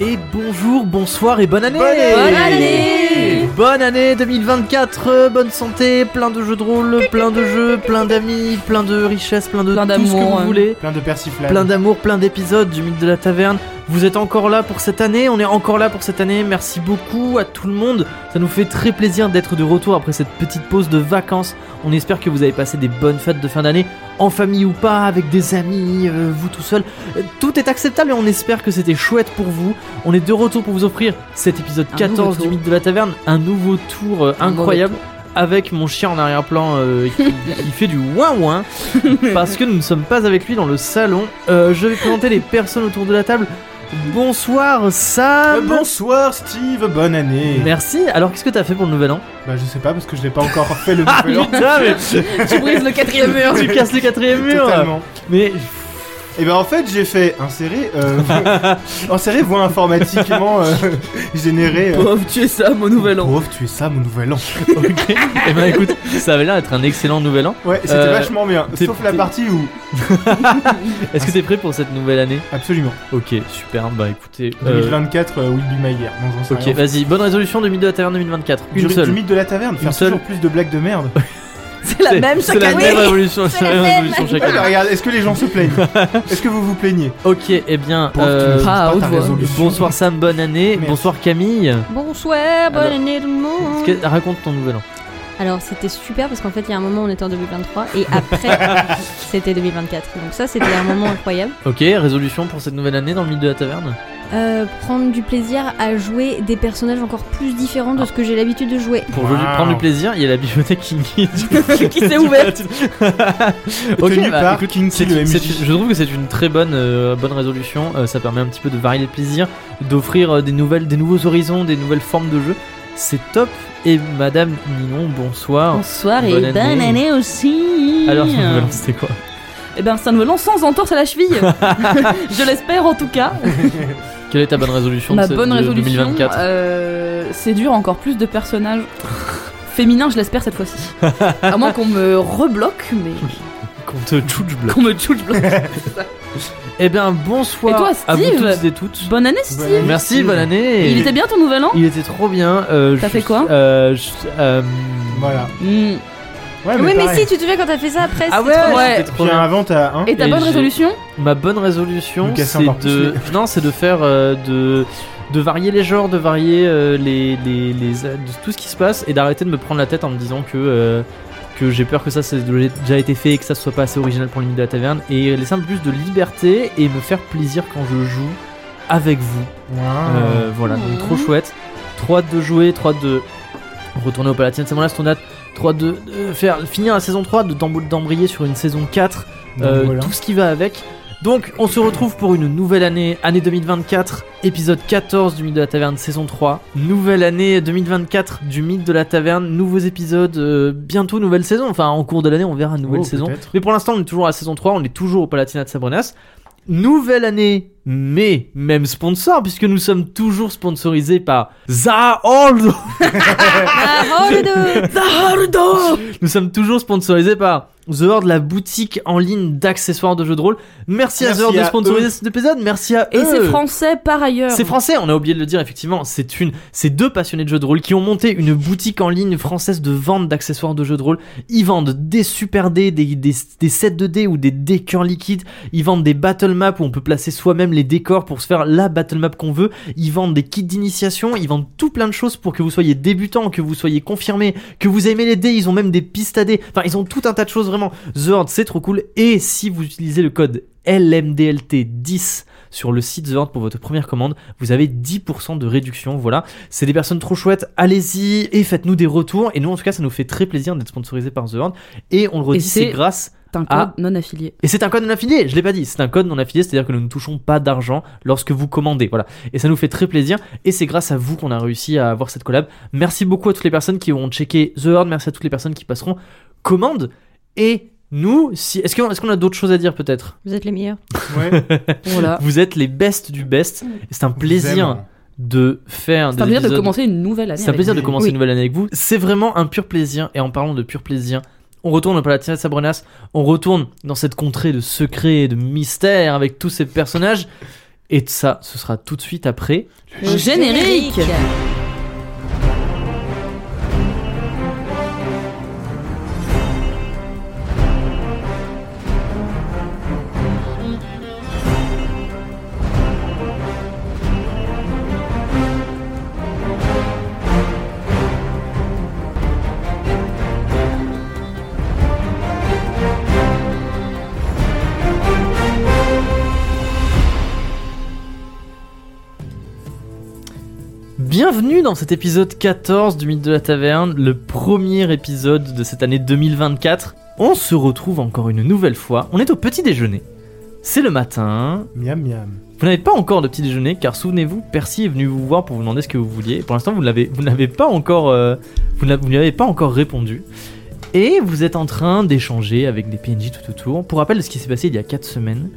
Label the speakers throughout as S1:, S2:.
S1: Et bonjour, bonsoir et bonne année
S2: Bonne année
S3: Bonne année
S1: Bonne année 2024, euh, bonne santé, plein de jeux de rôle, plein de jeux, plein d'amis, plein de richesses, plein de
S3: Plein
S1: tout ce que
S3: d'amour,
S1: vous
S3: hein.
S1: voulez.
S2: Plein de persiflage.
S1: Plein d'amour, plein d'épisodes du mythe de la taverne. Vous êtes encore là pour cette année, on est encore là pour cette année. Merci beaucoup à tout le monde. Ça nous fait très plaisir d'être de retour après cette petite pause de vacances. On espère que vous avez passé des bonnes fêtes de fin d'année, en famille ou pas, avec des amis, euh, vous tout seul. Euh, Tout est acceptable et on espère que c'était chouette pour vous. On est de retour pour vous offrir cet épisode
S3: Un
S1: 14
S3: nouveau
S1: du
S3: tour.
S1: mythe de la taverne, un nouveau tour euh,
S3: Un mauvais
S1: incroyable. Avec mon chien en arrière-plan euh, qui, qui fait du ouin ouin parce que nous ne sommes pas avec lui dans le salon. Euh, je vais présenter les personnes autour de la table. Bonsoir
S2: Euh,
S1: Sam.
S2: bonsoir Steve, bonne année.
S1: Merci. Alors qu'est-ce que t'as fait pour le nouvel an
S2: Bah je sais pas parce que je l'ai pas encore fait le
S1: Ah
S2: nouvel an.
S1: putain mais
S3: Tu brises le quatrième mur
S1: tu casses le quatrième mur.
S2: Totalement.
S1: Mais
S2: Et ben en fait j'ai fait insérer, euh, insérer voix informatiquement euh, générée. euh,
S3: Pauvre, tu es ça, mon nouvel an
S2: Pauvre, tu es ça mon nouvel an.
S1: ok. Eh ben écoute, ça avait l'air d'être un excellent nouvel an.
S2: Ouais, c'était
S1: Euh,
S2: vachement bien.
S1: t'es-
S2: Sauf la
S1: t'es-
S2: partie où.
S1: Est-ce que t'es prêt pour cette nouvelle année
S2: Absolument.
S1: Ok, super. Bah écoutez. euh,
S2: 2024 euh, will be my year. Non, j'en sais
S1: ok,
S2: rien.
S1: vas-y. Bonne résolution de Mythe de la Taverne 2024.
S2: Du,
S1: Une
S2: du
S1: seule.
S2: mythe de la taverne, faire
S1: seule.
S2: toujours plus de blagues de merde.
S3: C'est la même
S1: C'est
S3: chaque
S1: la même
S3: année
S1: résolution.
S3: C'est
S1: c'est la
S3: la
S1: même
S3: même.
S1: résolution chaque
S2: Ah, bah,
S1: année.
S2: regarde, est-ce que les gens se plaignent Est-ce que vous vous plaignez
S1: Ok, eh bien.
S2: Pauvre, tu
S1: euh,
S2: maîtrises
S3: Ah,
S2: pas
S3: haute
S2: ta
S3: voix.
S2: résolution.
S1: bonsoir Sam, bonne année.
S2: Merci.
S1: Bonsoir Camille.
S4: Bonsoir, bonne
S1: Alors-
S4: année tout le monde.
S1: Qu'est- Raconte ton nouvel an.
S4: Alors c'était super parce qu'en fait il y a un moment on était en 2023 et après c'était 2024. Donc ça c'était un moment incroyable.
S1: Ok, résolution pour cette nouvelle année dans le mythe de la taverne
S4: Euh, prendre du plaisir à jouer des personnages encore plus différents de ce que j'ai l'habitude de jouer.
S1: Pour
S2: Wow.
S1: joli- prendre du plaisir, il y a la bibliothèque qui,
S3: Qui s'est ouverte.
S1: ok,
S2: Tenu
S1: bah,
S2: par
S1: écoute,
S2: Kinky,
S1: c'est-
S2: le
S1: c'est-
S2: MJ.
S1: je trouve que c'est une très bonne, euh, bonne résolution. Euh, ça permet un petit peu de varier le plaisir, d'offrir euh, des, nouvelles, des nouveaux horizons, des nouvelles formes de jeu. C'est top. Et Madame Ninon, bonsoir.
S3: Bonsoir
S1: et Bonne année. bonne année
S3: aussi
S1: Alors, ton nouvel an, c'était quoi
S3: Eh ben, ça nous lance sans entorse à la cheville Je l'espère en tout cas
S1: Quelle est ta bonne résolution de
S3: Ma
S1: ce-
S3: bonne
S1: de
S3: résolution,
S1: 2024
S3: euh, séduire encore plus de personnages féminins, je l'espère cette fois-ci. À moins qu'on me rebloque, mais
S1: Qu'on te touche bleu.
S3: qu'on me tchouche bloque.
S1: Eh bien, bonsoir
S3: Et toi,
S1: à vous
S3: Steve
S1: tous et toutes.
S3: Bonne année, Steve
S2: Bonne année,
S1: Merci,
S2: Steve.
S1: bonne année.
S3: Il était bien ton nouvel an
S1: Il était trop bien. euh,
S3: T'as
S1: je-
S3: fait quoi
S1: euh, je- euh,
S2: Voilà.
S3: Hmm.
S1: Mm.
S2: Ouais,
S4: oui mais
S2: Ah, pareil.
S4: si tu te souviens quand t'as fait ça après
S1: Ah
S4: c'était
S1: ouais,
S4: trop bien.
S3: ouais.
S1: c'était trop
S2: Puis
S1: bien.
S2: avant, t'as un.
S3: Et ta
S1: Et
S3: bonne
S1: j'ai-
S3: résolution
S1: Ma bonne résolution,
S2: Nous casser
S1: c'est
S2: encore plus
S1: de non, c'est de faire euh, de de varier les genres, de varier euh, les, les, les- de tout ce qui se passe et d'arrêter de me prendre la tête en me disant que euh, que j'ai peur que ça c'est déjà été fait et que ça soit pas assez original pour le mythe de la taverne et laisser un peu plus de liberté et me faire plaisir quand je joue avec vous.
S2: Ouah.
S1: Euh, voilà, donc
S3: Mmh.
S1: trop chouette. 3 de jouer, 3 de retourner au Palatine, c'est mon last on a 3 de de faire finir la saison 3, de d'embr- d'embrayer sur une saison 4,
S2: Donc,
S1: euh,
S2: voilà.
S1: tout ce qui va avec. Donc on se retrouve pour une nouvelle année, année 2024, épisode 14 du Mythe de la Taverne, saison 3. Nouvelle année 2024 du Mythe de la Taverne, nouveaux épisodes, euh, bientôt nouvelle saison, enfin en cours de l'année on verra une nouvelle
S2: Oh,
S1: saison.
S2: peut-être.
S1: Mais pour l'instant, on est toujours à la saison 3, on est toujours au Palatinat de Sabrenas. Nouvelle année, mais même sponsor, puisque nous sommes toujours sponsorisés par Zahold.
S4: Ah, oh, les deux.
S1: Nous sommes toujours sponsorisés par The Horde, la boutique en ligne d'accessoires de jeux de rôle. Merci, à
S2: Merci
S1: The Horde de
S2: à
S1: sponsoriser
S2: eux.
S1: cet épisode, merci à
S3: Et
S1: eux.
S3: c'est français par ailleurs.
S1: Euh. C'est français, on a oublié de le dire effectivement. C'est une, c'est deux passionnés de jeux de rôle qui ont monté une boutique en ligne française de vente d'accessoires de jeux de rôle. Ils vendent des super dés, des, des, des sets de dés ou des décors liquides. Ils vendent des battle maps où on peut placer soi-même les décors pour se faire la battle map qu'on veut. Ils vendent des kits d'initiation. Ils vendent tout plein de choses pour que vous soyez débutant, que vous soyez confirmé, que vous aimez les dés. Ils ont même des pistes à dés. Enfin, ils ont tout un tas de choses vraiment. The Horde, c'est trop cool. Et si vous utilisez le code LMDLT10 sur le site The Horde pour votre première commande, vous avez 10% de réduction. Voilà, c'est des personnes trop chouettes. Allez-y et faites-nous des retours. Et nous, en tout cas, ça nous fait très plaisir d'être sponsorisé par The Horde. Et on le redit,
S3: c'est-
S1: c'est grâce.
S3: C'est un code
S1: Ah.
S3: non affilié.
S1: Et c'est un code non affilié, je l'ai pas dit, c'est un code non affilié, c'est-à-dire que nous ne touchons pas d'argent lorsque vous commandez. Voilà. Et ça nous fait très plaisir. Et c'est grâce à vous qu'on a réussi à avoir cette collab. Merci beaucoup à toutes les personnes qui auront checké The Horde. Merci à toutes les personnes qui passeront commande. Et nous, si... est-ce qu'on est qu'on a d'autres choses à dire peut-être
S4: Vous êtes les meilleurs.
S2: Ouais.
S3: Voilà.
S1: Vous êtes les best du best. Et C'est un plaisir
S2: J'aime.
S1: de faire
S3: C'est
S1: des
S3: un plaisir de
S1: épisodes.
S3: commencer une nouvelle année.
S1: C'est un
S3: avec
S1: plaisir de
S2: vous.
S1: commencer
S3: Oui.
S1: une nouvelle année avec vous. C'est vraiment un pur plaisir. Et en parlant de pur plaisir, on retourne au Palatinat de Sabrenas. On retourne dans cette contrée de secrets et de mystères avec tous ces personnages. Et de ça, ce sera tout de suite après.
S3: Le générique.
S1: Bienvenue dans cet épisode 14 du Mythe de la Taverne, le premier épisode de cette année 2024. On se retrouve encore une nouvelle fois. On est au petit déjeuner. C'est le matin.
S2: Miam miam.
S1: Vous n'avez pas encore de petit déjeuner car souvenez-vous, Percy est venu vous voir pour vous demander ce que vous vouliez. Pour l'instant, vous l'avez- vous n'avez pas encore, euh, vous n'a- vous n'y avez pas encore répondu. Et vous êtes en train d'échanger avec des PNJ tout autour. Pour rappel de ce qui s'est passé il y a 4 semaines,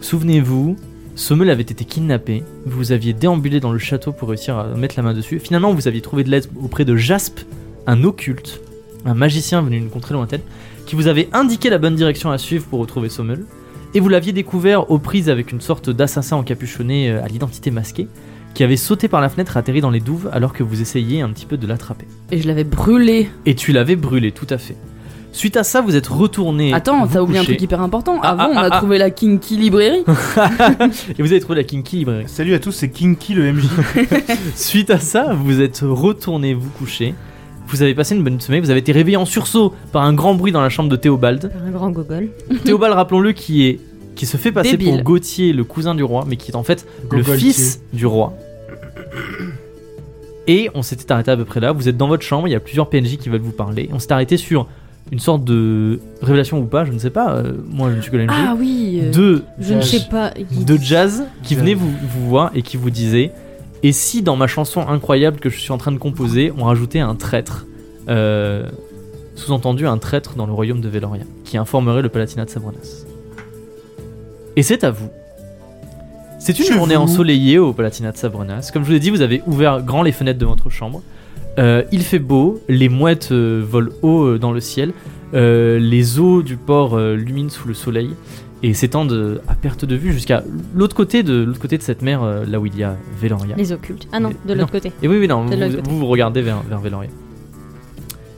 S1: souvenez-vous, Sommel avait été kidnappé. Vous aviez déambulé dans le château pour réussir à mettre la main dessus. Finalement, vous aviez trouvé de l'aide auprès de Jasp, un occulte, un magicien venu d'une contrée lointaine, qui vous avait indiqué la bonne direction à suivre pour retrouver Sommel et vous l'aviez découvert aux prises avec une sorte d'assassin encapuchonné euh, à l'identité masquée qui avait sauté par la fenêtre et atterri dans les douves alors que vous essayiez un petit peu de l'attraper.
S3: Et je l'avais brûlé.
S1: Et tu l'avais brûlé, tout à fait. Suite à ça, vous êtes retourné.
S3: Attends,
S1: vous
S3: t'as oublié un
S1: coucher,
S3: truc hyper important.
S1: Ah,
S3: Avant,
S1: ah,
S3: on a
S1: ah,
S3: trouvé la Kinky Librairie.
S1: Et vous avez trouvé la Kinky Librairie.
S2: Salut à tous, c'est Kinky le MJ.
S1: Suite à ça, vous êtes retourné vous coucher. Vous avez passé une bonne sommeil, vous avez été réveillé en sursaut par un grand bruit dans la chambre de Théobald.
S4: Par un grand gogol.
S1: Théobald, rappelons-le, qui est qui se fait passer pour
S3: Débile.
S1: Gauthier, le cousin du roi, mais qui est en fait le
S2: Gogoltier.
S1: fils du roi. Et on s'était arrêté à peu près là. Vous êtes dans votre chambre, il y a plusieurs PNJ qui veulent vous parler. On s'est arrêté sur une sorte de révélation ou pas, je ne sais pas. euh, moi, je ne suis que l'MJ.
S3: ah oui. euh,
S1: de,
S4: Je ne sais pas. il-
S1: de jazz qui
S2: Jazz.
S1: venait vous, vous voir et qui vous disait Et si dans ma chanson incroyable que je suis en train de composer, on rajoutait un traître euh, Sous-entendu, un traître dans le royaume de Veloria, qui informerait le Palatinat de Sabranas. Et c'est à vous. C'est une
S2: Chez
S1: journée
S2: vous.
S1: ensoleillée au Palatinat de Sabronas. Comme je vous l'ai dit, vous avez ouvert grand les fenêtres de votre chambre. Euh, il fait beau, les mouettes euh, volent haut euh, dans le ciel, euh, les eaux du port euh, luminent sous le soleil et s'étendent euh, à perte de vue jusqu'à l'autre côté de l'autre côté de cette mer, euh, là où il y a Veloria.
S4: Les occultes. Ah non,
S1: Mais-
S4: de l'autre côté.
S1: Et oui, oui, non, vous,
S4: De l'autre côté.
S1: vous vous regardez vers, vers Veloria.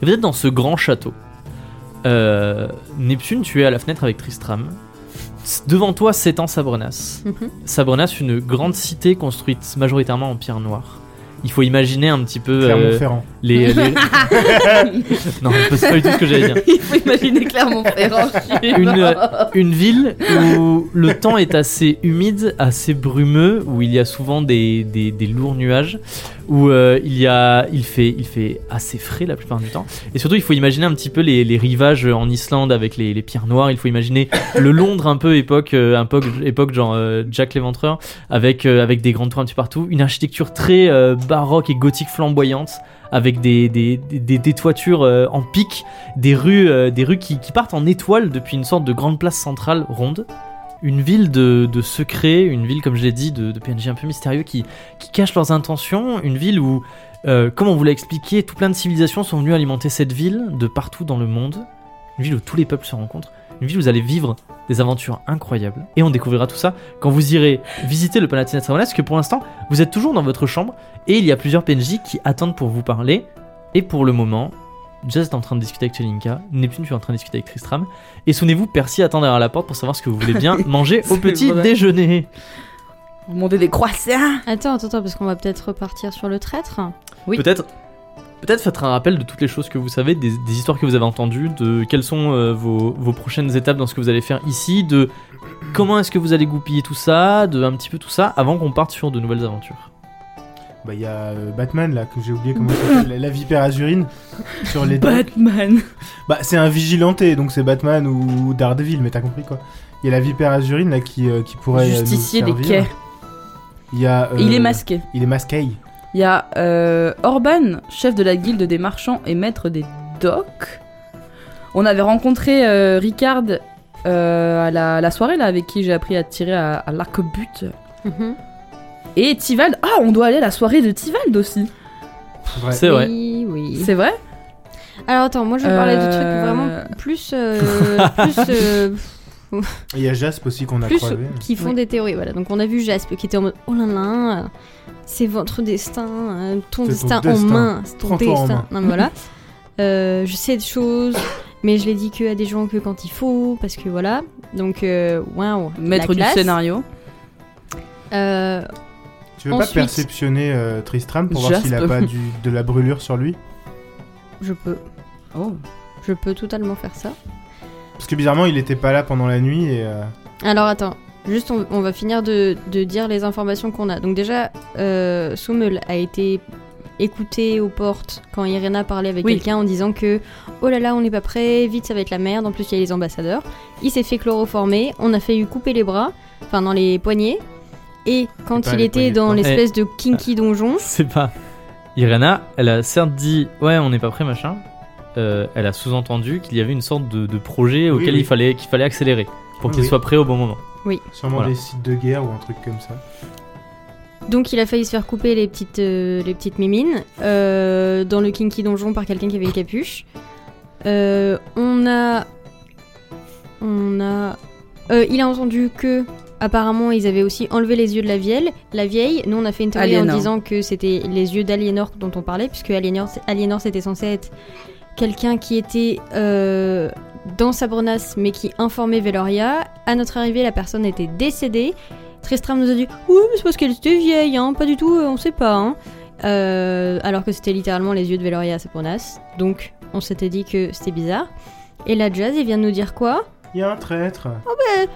S1: Et vous êtes dans ce grand château. Euh, Neptune, tu es à la fenêtre avec Tristram. Devant toi s'étend Sabrenas.
S4: Mhm.
S1: Sabrenas, une grande cité construite majoritairement en pierre noire. Il faut imaginer un petit peu euh,
S2: Clermont-Ferrand.
S1: les, les- non, c'est pas du tout ce que j'allais dire.
S3: Il faut imaginer Clermont-Ferrand.
S1: Une, euh, une ville où le temps est assez humide, assez brumeux, où il y a souvent des, des- des lourds nuages, où euh, il, y a, il, fait, il fait assez frais la plupart du temps. Et surtout, il faut imaginer un petit peu les, les rivages en Islande avec les, les pierres noires. Il faut imaginer le Londres un peu époque, euh, un peu- époque genre euh, Jack l'Éventreur, avec, euh, avec des grandes tours un petit peu partout. Une architecture très euh, baroque et gothique flamboyante, avec des, des, des- des- des toitures euh, en pic des rues, euh, des rues qui, qui partent en étoile depuis une sorte de grande place centrale ronde. Une ville de, de secrets, une ville, comme je l'ai dit, de, de PNJ un peu mystérieux qui, qui cachent leurs intentions, une ville où, euh, comme on vous l'a expliqué, tout plein de civilisations sont venues alimenter cette ville de partout dans le monde. Une ville où tous les peuples se rencontrent, une ville où vous allez vivre des aventures incroyables. Et on découvrira tout ça quand vous irez visiter le Palatinat de Savoie, parce que pour l'instant, vous êtes toujours dans votre chambre et il y a plusieurs PNJ qui attendent pour vous parler. Et pour le moment, Jazz est en train de discuter avec Chelinka, Neptune tu es en train de discuter avec Tristram, et souvenez-vous, Percy attend derrière la porte pour savoir ce que vous voulez bien manger au
S3: C'est
S1: petit
S3: vrai.
S1: déjeuner.
S3: Demander des croissants.
S4: Attends, attends, attends, parce qu'on va peut-être repartir sur le traître.
S3: Oui.
S1: Peut-être peut-être faites un rappel de toutes les choses que vous savez, des, des histoires que vous avez entendues, de quelles sont euh, vos, vos prochaines étapes dans ce que vous allez faire ici, de comment est-ce que vous allez goupiller tout ça, de un petit peu tout ça, avant qu'on parte sur de nouvelles aventures.
S2: Bah, il y a euh, Batman là, que j'ai oublié comment il s'appelle, la, la vipère azurine. Sur les dents.
S3: Batman.
S2: Bah, c'est un vigilanté, donc c'est Batman ou Daredevil, mais t'as compris quoi. Il y a la vipère azurine là qui, euh, qui pourrait. euh, nous
S3: Justicier des
S2: servir.
S3: quais.
S2: Il y a. euh,
S3: Et il est masqué.
S2: Il est masqué.
S3: Il y a euh, Orban, chef de la guilde des marchands et maître des docks. On avait rencontré euh, Ricard euh, à la, la soirée là, avec qui j'ai appris à tirer à, à l'arc-but.
S4: Mhm.
S3: Et Tivald. Ah, on doit aller à la soirée de Tivald aussi.
S2: Vrai.
S1: C'est vrai.
S4: Oui, oui.
S3: C'est vrai
S4: Alors attends, moi je vais parler de trucs
S3: Euh,
S4: vraiment plus. euh, plus. euh,
S2: Il y a Jasp aussi qu'on a
S4: plus
S2: croisé.
S4: qui font
S3: Oui.
S4: des théories. Voilà. Donc on a vu Jaspe qui était en mode oh là là, euh, c'est votre destin, euh, ton,
S2: C'est ton
S4: destin,
S2: destin.
S4: en main, c'est ton
S2: Prends-toi en
S4: destin.
S2: main.
S4: Non, mais voilà. Euh, je sais des choses, mais je les dis que à des gens que quand il faut, parce que voilà. Donc euh, waouh,
S3: Maître
S4: la
S3: du
S4: classe.
S3: scénario.
S4: Euh,
S2: Tu veux
S4: Ensuite-
S2: pas perceptionner euh, Tristram pour voir
S3: Jasp.
S2: s'il a pas du, de la brûlure sur lui
S4: je peux,
S3: Oh.
S4: je peux totalement faire ça.
S2: Parce que bizarrement, il était pas là pendant la nuit et. euh,
S4: Alors attends, juste on, on va finir de, de dire les informations qu'on a. Donc déjà, euh, Sommel a été écouté aux portes quand Irena parlait avec
S3: Oui.
S4: quelqu'un en disant que oh là là on n'est pas prêt, vite ça va être la merde, en plus il y a les ambassadeurs. Il s'est fait chloroformer, on a failli couper les bras, enfin dans les poignets. Et quand
S2: pas
S4: il
S2: les
S4: était
S2: poignets Eh. de
S4: dans
S2: porte.
S4: l'espèce de kinky donjon,
S1: C'est pas. Irena, elle a certes dit ouais, on n'est pas prêt, machin. Euh, elle a sous-entendu qu'il y avait une sorte de, de projet auquel
S2: oui.
S1: il fallait qu'il fallait accélérer pour
S2: Oui,
S1: qu'il
S2: oui.
S1: soit prêt au bon moment.
S2: Sûrement
S1: Voilà.
S2: des sites de guerre ou un truc comme ça.
S4: donc il a failli se faire couper les petites, euh, les petites mimines euh, dans le kinky donjon par quelqu'un qui avait une capuche. Euh, on a. On a. euh, il a entendu que. Apparemment, ils avaient aussi enlevé les yeux de la vieille. La vieille, nous, on a fait une théorie en
S3: Aliénor.
S4: disant que c'était les yeux d'Aliénor dont on parlait, puisque Aliénor, Aliénor c'était censé être quelqu'un qui était euh, dans Sabronas, mais qui informait Veloria. À notre arrivée, la personne était décédée. Tristram nous a dit Oui, mais c'est parce qu'elle était vieille, hein, pas du tout, euh, on sait pas. hein. Euh, alors que c'était littéralement les yeux de Veloria à Sabronas. Donc, on s'était dit que c'était bizarre. Et la Jazz, il vient de nous dire quoi
S2: Il y a un traître.
S3: Ouais,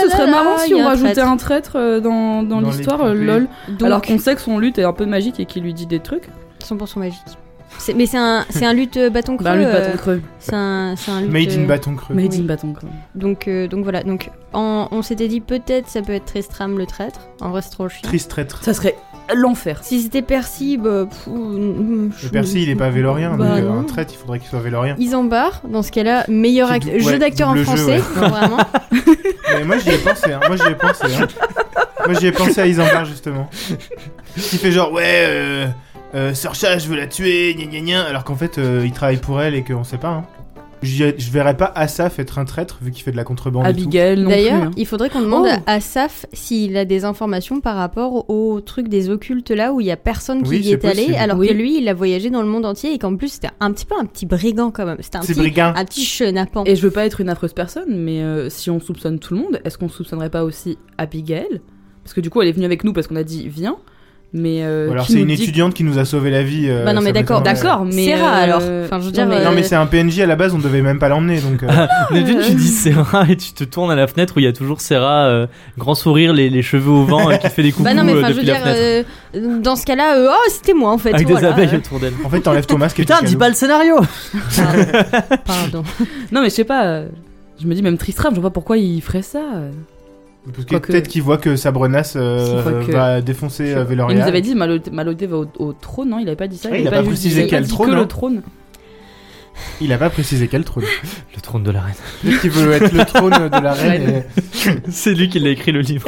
S3: ce
S4: là
S3: serait
S4: là,
S3: marrant si
S4: il y
S3: on
S4: a un
S3: rajoutait
S4: traître.
S3: un traître euh, dans, dans,
S2: Dans les
S3: l'histoire, euh,
S2: poupées.
S3: lol.
S4: Donc,
S3: Alors qu'on sait que son lutte est un peu magique et qu'il lui dit des trucs.
S4: 100% magique. C'est- Mais c'est un, c'est un lutte euh, bâton creux.
S3: Bah, lutte
S4: euh,
S3: bâton creux.
S4: C'est un, c'est un lutte.
S2: Made in
S4: euh,
S2: bâton creux.
S3: Made
S4: oui.
S3: in bâton creux.
S4: Donc, euh, donc voilà. Donc, en- on s'était dit peut-être ça peut être Tristram le traître. En vrai, c'est trop chiant.
S2: Triste traître.
S3: Ça serait l'enfer.
S4: Si c'était Percy, bah. pff, mm, je-
S2: Le Percy, il est pas vélorien,
S4: Bah,
S2: donc euh,
S4: non.
S2: un traître, il faudrait qu'il soit vélorien.
S4: Isambard, dans ce cas-là, meilleur
S2: Qui
S4: act-
S2: dou-
S4: jeu
S2: ouais,
S4: d'acteur en
S2: double jeu,
S4: français.
S2: ouais.
S4: non, vraiment.
S2: Mais moi j'y ai pensé, hein. moi j'y ai pensé. hein. Moi j'y ai pensé à Isambard justement. Qui fait genre ouais, euh, euh, Sorcha, je veux la tuer, gna gna gna, alors qu'en fait euh, il travaille pour elle et qu'on sait pas. Hein. J'y ai- Je verrais pas Asaf être un traître vu qu'il fait de la contrebande. et tout.
S3: Abigail, non
S4: D'ailleurs,
S3: plus, hein.
S4: il faudrait qu'on demande
S3: Oh.
S4: à Saf s'il a des informations par rapport au truc des occultes là où il y a personne qui
S2: Oui,
S4: y
S2: c'est
S4: est allé,
S2: possible.
S4: alors
S3: Oui.
S4: que lui, il a voyagé dans le monde entier et qu'en plus c'était un petit peu un petit brigand quand même. C'était un
S2: C'est
S4: petit,
S2: brigand.
S4: un petit chenapan.
S3: Et je veux pas être une affreuse personne, mais euh, si on soupçonne tout le monde, est-ce qu'on soupçonnerait pas aussi Abigail Parce que du coup, elle est venue avec nous parce qu'on a dit viens, mais euh,
S2: Ou alors
S3: qui
S2: c'est
S3: nous
S2: une
S3: dit-
S2: étudiante qui nous a sauvé la vie. euh,
S4: Bah non, mais
S2: ça
S4: d'accord,
S2: m'étonnerait.
S3: D'accord, mais
S4: Serra,
S3: euh,
S4: alors. Enfin, je veux dire,
S3: non, mais-
S2: Non mais
S4: Euh,
S2: c'est un PNJ à la base, on devait même pas l'emmener donc. euh,
S4: Ah,
S1: Neptune, tu dis Serra et tu te tournes à la fenêtre où il y a toujours Serra, euh, grand sourire, les, les cheveux au vent, et qui fait des coups
S4: Bah non, mais enfin, je
S1: depuis la
S4: veux dire,
S1: fenêtre.
S4: euh, dans ce cas-là, euh, oh, c'était moi en fait.
S1: avec des
S4: voilà.
S1: abeilles autour d'elle.
S2: En fait t'enlèves ton masque. et
S1: Putain,
S2: tu
S1: dis
S2: calmes.
S1: pas le scénario
S4: Pardon.
S3: Non, mais je sais pas. euh, Je me dis même Tristram, je vois pas pourquoi il ferait ça. euh.
S2: Parce que
S3: Quoique-
S2: peut-être qu'il voit que Sabrenas euh,
S3: S'il voit que-
S2: va défoncer euh, Veloria.
S3: Il nous avait dit Malodé Malodé va au, au trône, non Il avait pas dit ça.
S2: Ouais, il
S3: avait
S2: a pas
S3: juste-
S2: précisé
S3: il avait
S2: quel
S3: dit
S2: trône,
S3: que
S2: hein.
S3: le trône.
S2: Il a pas précisé quel trône.
S1: Le trône de la reine.
S2: Peut-être qu'il veut être le trône de la reine. et-
S1: C'est lui qui l'a écrit le livre.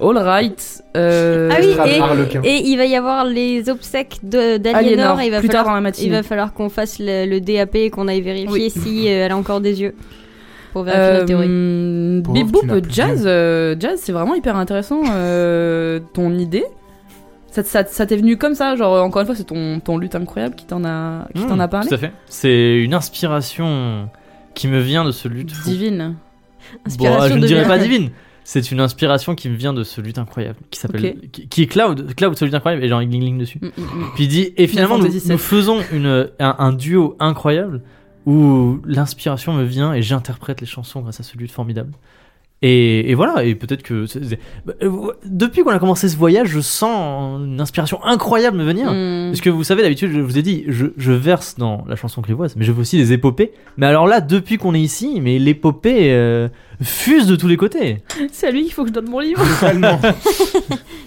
S3: All right. euh,
S4: Ah oui,
S2: Tristram
S4: et-
S2: Harlequin.
S4: Et il va y avoir les obsèques de- d'Aliénor
S3: Aliénor,
S4: et il va
S3: plus tard
S4: falloir,
S3: dans la
S4: il
S3: matinée.
S4: va falloir qu'on fasse le, le DAP et qu'on aille vérifier
S3: Oui.
S4: si euh, elle a encore des yeux pour vérifier
S3: Euh,
S4: la théorie.
S3: hum,
S2: Pauvre,
S3: Bip Boop,
S2: tu n'as plus
S3: jazz, euh, jazz, c'est vraiment hyper intéressant euh, ton idée. Ça, ça, ça t'est venu comme ça, genre encore une fois, c'est ton, ton lutte incroyable qui t'en a, qui t'en a
S1: Mmh,
S3: parlé.
S1: Tout à fait. C'est une inspiration qui me vient de ce lutte. fou.
S3: Divine.
S1: Bon, ah,
S4: Inspiration
S1: je ne
S4: de
S1: dirais
S4: Verne.
S1: pas divine. C'est une inspiration qui me vient de ce lutte incroyable qui s'appelle qui, qui est Cloud, Cloud, ce lutte incroyable et genre une ligne dessus.
S3: Mm, mm, mm.
S1: Puis il dit et finalement nous,
S3: Fantasy sept.
S1: nous faisons une un, un duo incroyable où l'inspiration me vient et j'interprète les chansons grâce à ce lutte formidable. Et, et voilà, et peut-être que... c'est- c'est- bah, euh, Depuis qu'on a commencé ce voyage, je sens une inspiration incroyable me venir.
S3: Mm.
S1: Parce que vous savez, d'habitude, je vous ai dit, je, je verse dans la chanson clivoise, mais je fais aussi des épopées. Mais alors là, depuis qu'on est ici, mais l'épopée euh, fuse de tous les côtés.
S3: C'est à lui qu'il faut que je donne mon livre.
S2: Totalement.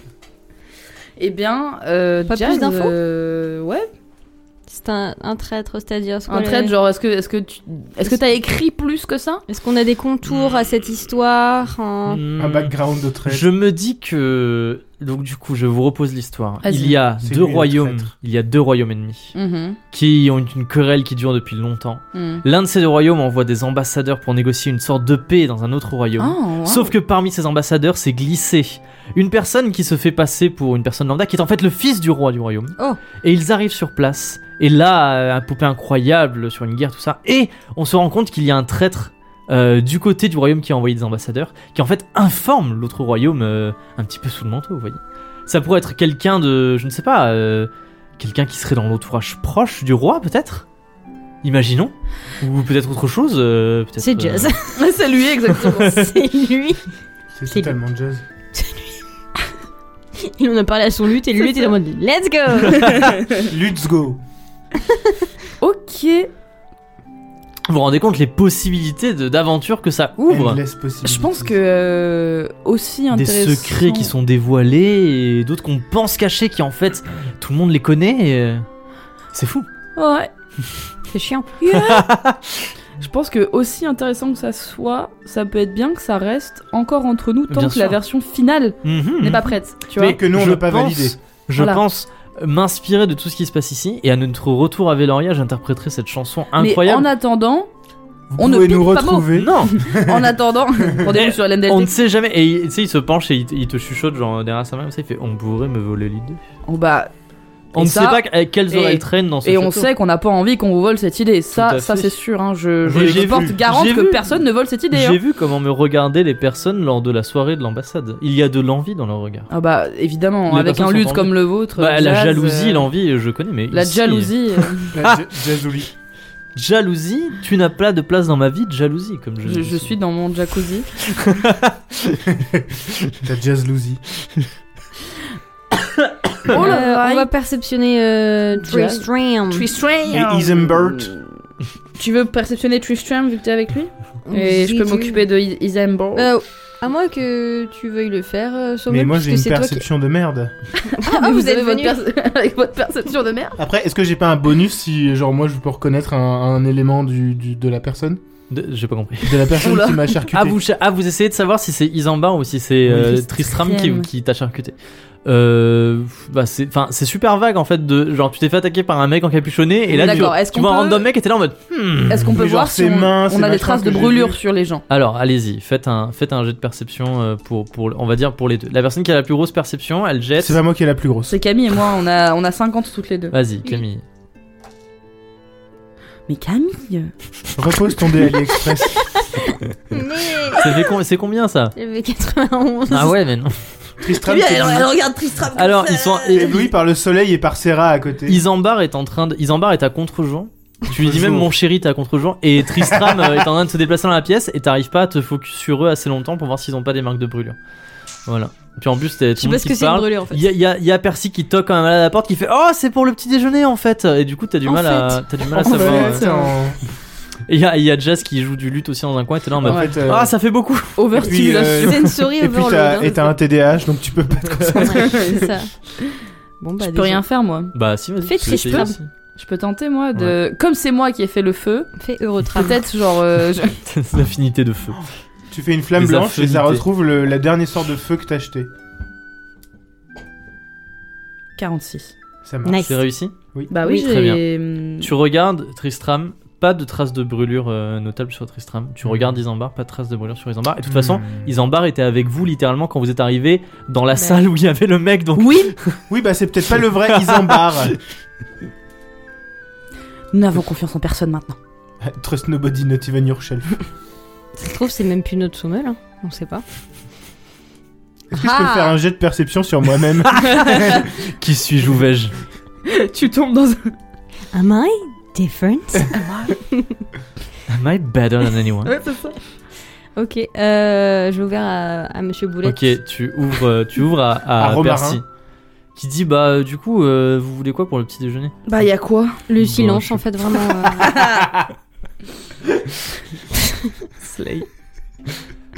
S3: Eh bien, euh,
S4: Pas
S3: jazz,
S4: plus d'infos
S3: euh, Ouais.
S4: C'est un, un traître, c'est-à-dire est-ce
S3: Un
S4: qu'on a-
S3: trait, de genre, est-ce que, est-ce que tu, est-ce que t'as écrit plus que ça
S4: Est-ce qu'on a
S3: Ah.
S1: Hmm,
S4: des contours à cette histoire hein
S2: Ah
S1: Mm.
S2: bah, un background de traître.
S1: Je me dis que Donc du coup, je vous repose l'histoire.
S3: Vas-y.
S1: Il y a
S2: C'est
S1: deux
S2: lui, le
S1: royaumes,
S2: traître.
S1: il y a deux royaumes ennemis
S3: Mhm,
S1: qui ont une- une querelle qui dure depuis longtemps.
S3: mhm.
S1: L'un de ces deux royaumes envoie des ambassadeurs pour négocier une sorte de paix dans un autre royaume.
S3: Oh,
S4: Hein.
S3: wow.
S1: Sauf que parmi ces ambassadeurs, c'est glissé une personne qui se fait passer pour une personne lambda, qui est en fait le fils du roi du royaume.
S3: Oh.
S1: Et ils arrivent sur place. Et là, euh, un poupée incroyable sur une guerre, tout ça. Et on se rend compte qu'il y a un traître euh, du côté du royaume qui a envoyé des ambassadeurs, qui en fait informe l'autre royaume euh, un petit peu sous le manteau, vous voyez. Ça pourrait être quelqu'un de, je ne sais pas, euh, quelqu'un qui serait dans l'entourage proche du roi, peut-être. Imaginons. Ou peut-être autre chose. euh, peut-être,
S4: C'est
S1: euh,
S4: Jazz.
S3: C'est lui, exactement.
S4: c'est lui.
S2: C'est
S4: C'est-
S2: totalement jazz.
S4: Il en a parlé à son lutte et lui était en mode Let's go
S2: Let's go.
S3: ok.
S1: Vous vous rendez compte les possibilités de- d'aventure que ça ouvre
S2: Endless possibilities.
S3: Je pense que euh, aussi
S1: Des
S3: intéressant.
S1: secrets qui sont dévoilés et d'autres qu'on pense cachés qui en fait tout le monde les connaît. et, euh, C'est fou.
S3: Ouais.
S4: C'est chiant.
S3: Je pense que aussi intéressant que ça soit, ça peut être bien que ça reste encore entre nous tant
S1: Bien
S3: que la
S1: sûr.
S3: version finale
S1: Mhm.
S3: n'est pas prête. Tu vois.
S1: Mais
S2: que nous, on
S1: je
S2: n'a pas
S1: pense-
S2: validé.
S1: Je
S3: Voilà.
S1: pense m'inspirer de tout ce qui se passe ici et à notre retour à Veloria, j'interpréterai cette chanson
S3: Mais en
S1: incroyable.
S3: attendant,
S2: Vous
S3: on ne
S2: pouvez
S3: pique
S2: nous
S3: pas mot.
S2: retrouver.
S1: Non,
S3: en attendant, rendez-vous sur LMDLT.
S1: on ne sait jamais. Et il- tu sais, il se penche et il, te- il te chuchote genre derrière sa main comme ça. Il fait On pourrait me voler l'idée.
S3: On va-
S1: On
S3: bah, Et
S1: ne
S3: ça-
S1: sait pas que- eh, quelles
S3: et-
S1: oreilles traînent dans ce
S3: et on
S1: château.
S3: sait qu'on n'a pas envie qu'on vous vole cette idée.
S1: Tout
S3: Ça,
S1: à
S3: ça
S1: fait.
S3: c'est sûr. hein. Je, je,
S1: Mais
S3: je
S1: j'ai
S3: porte
S1: vu,
S3: garante
S1: j'ai
S3: que
S1: vu.
S3: personne ne vole cette idée. hein.
S1: J'ai vu comment me regardaient les personnes lors de la soirée de l'ambassade. Il y a de l'envie dans leur regard.
S3: Ah bah évidemment,
S1: Les
S3: avec
S1: personnes
S3: un
S1: sont
S3: lutte
S1: en
S3: comme le vôtre.
S1: Bah, la
S3: jazz,
S1: jalousie,
S3: euh,
S1: l'envie, je connais, mais.
S3: La
S1: ici-
S3: jalousie. euh,
S2: La ja- Jazzouli.
S1: Jalousie, tu n'as pas de place dans ma vie de jalousie, comme je
S3: je, je suis dans mon jacuzzi.
S2: La jazzlousie.
S3: Oh
S4: Euh,
S3: là
S4: on va perceptionner euh,
S3: Jazz.
S4: Tristram.
S2: Et Isambert.
S3: Tu veux perceptionner Tristram vu que t'es avec lui Et je
S4: Oui,
S3: peux
S4: oui.
S3: m'occuper de I- Isambard.
S4: Euh, à moins que tu veuilles le faire, euh, Sommel,
S2: Mais moi
S4: puisque
S2: j'ai une
S4: c'est toi qui-
S2: perception de merde.
S3: Ah,
S4: Ah,
S3: mais
S4: vous êtes
S3: avez votre
S4: venu.
S3: perce- avec votre perception de merde
S2: Après, est-ce que j'ai pas un bonus si, genre, moi je peux reconnaître un, un élément du, du- de la personne
S1: De- J'ai pas compris.
S2: De la personne
S3: Oula.
S2: qui m'a charcuté
S1: Ah vous, cha- ah, vous essayez de savoir si c'est Isambard ou si c'est euh,
S3: Oui,
S1: Tristram qui,
S3: Tristram.
S1: qui t'a charcuté. Euh, bah c'est, enfin, c'est super vague en fait. De genre, tu t'es fait attaquer par un mec encapuchonné et là tu,
S3: D'accord, est-ce
S1: tu
S3: qu'on
S1: vois un
S3: peut-
S1: random mec et t'es là en mode. hmm.
S3: Est-ce qu'on peut
S2: Mais genre,
S3: voir si
S2: ses
S3: on,
S2: mains,
S3: on
S2: ses
S3: a des
S2: machins
S3: traces de
S2: que j'ai
S3: brûlure
S2: vus.
S3: sur les gens
S1: Alors, allez-y, faites un, faites un jet de perception euh, pour, pour, on va dire pour les deux. La personne qui a la plus grosse perception, elle jette.
S2: C'est pas moi qui ai la plus grosse.
S3: C'est Camille et moi, on a, on a 50 toutes les deux.
S1: Vas-y, Camille.
S3: Mais Camille
S2: Repose ton dé AliExpress.
S4: Mais
S1: Ça fait com- C'est combien ça
S4: j'avais 91.
S1: Ah ouais, mais non.
S2: Tristram,
S3: Camille,
S2: c'est-
S3: elle,
S1: euh,
S3: elle regarde Tristram. comme
S1: Alors,
S3: ça.
S1: ils sont.
S2: t'es ébloui par le soleil et par Serra à côté.
S1: Isambard est en train de. Isambard est à contre-jour. Tu lui dis même
S2: Contre-jour.
S1: mon chéri, t'es à contre-jour. Et Tristram euh, est en train de se déplacer dans la pièce et t'arrives pas à te focus sur eux assez longtemps pour voir s'ils ont pas des marques de brûlure. Voilà. Puis en plus, t'es
S4: Je
S1: tout
S4: sais
S1: le
S4: pas
S1: monde
S4: ce que
S1: qui
S4: c'est une
S1: parle.
S4: brûlure en fait.
S1: Il y, a- y a- y a Percy qui toque quand même à la porte qui fait Oh, c'est pour le petit déjeuner en fait. Et du coup, t'as du,
S3: En
S1: mal à...
S3: fait.
S1: t'as du mal
S2: En
S1: à savoir.
S2: fait,
S1: euh.
S2: en-
S1: Et il y a, y a Jazz qui joue du luth aussi dans un coin et t'es là en mode
S2: en fait, euh,
S1: Ah, ça fait beaucoup.
S2: Et
S4: euh,
S3: Overstimulation.
S2: puis,
S4: Sensory
S2: et puis t'as et
S4: overload.
S2: t'as un TDAH donc tu peux pas te concentrer.
S4: hein. Ouais, c'est ça. Bon bah
S3: Je peux
S4: déjà.
S3: rien faire moi.
S1: Bah, si, vas-y.
S4: Fais
S1: tu peux essayer
S4: Tristram.
S1: aussi.
S3: Je peux tenter moi de. Comme c'est moi qui ai fait le feu,
S4: Fais Eurotrap. Ah,
S3: peut-être genre. euh, je-
S1: C'est l'affinité de feu.
S2: Tu fais une flamme
S1: Des
S2: blanche et ça
S1: affinités.
S2: retrouve le, la dernière sorte de feu que t'as acheté.
S3: 46.
S2: Ça marche.
S4: Nice.
S1: C'est réussi
S3: Bah
S4: Oui,
S3: oui,
S1: très
S3: j'ai.
S1: Tu regardes Tristram, pas de traces de brûlure euh, notable sur Tristram. Tu
S2: Mm.
S1: regardes Isambard, pas de traces de brûlure sur Isambard. Et de toute
S2: Hmm.
S1: façon, Isambard était avec vous littéralement quand vous êtes arrivé dans la salle où il y avait le mec. Donc
S3: Oui,
S2: Oui, bah c'est peut-être pas le vrai Isambard.
S3: nous n'avons confiance en personne maintenant.
S2: Trust nobody, not even your shelf.
S4: Ça se trouve, c'est même plus notre Sommel. Hein. On sait pas.
S2: Est-ce que je peux
S4: Ah.
S2: faire un jet de perception sur moi-même
S1: qui suis-je ou vais-je
S3: tu tombes dans un.
S4: Am I different
S1: Am I better than anyone
S3: Ouais, c'est ça.
S4: Ok, euh, je ouvert à, à Monsieur Boulette.
S1: Ok, tu ouvres, euh, tu ouvres à, à
S2: À Romarin.
S1: Percy qui dit bah euh, du coup euh, vous voulez quoi pour le petit déjeuner
S3: Bah y'a quoi
S4: Le
S1: Bon,
S4: silence,
S1: je-
S4: en fait, vraiment. euh,
S1: Slay.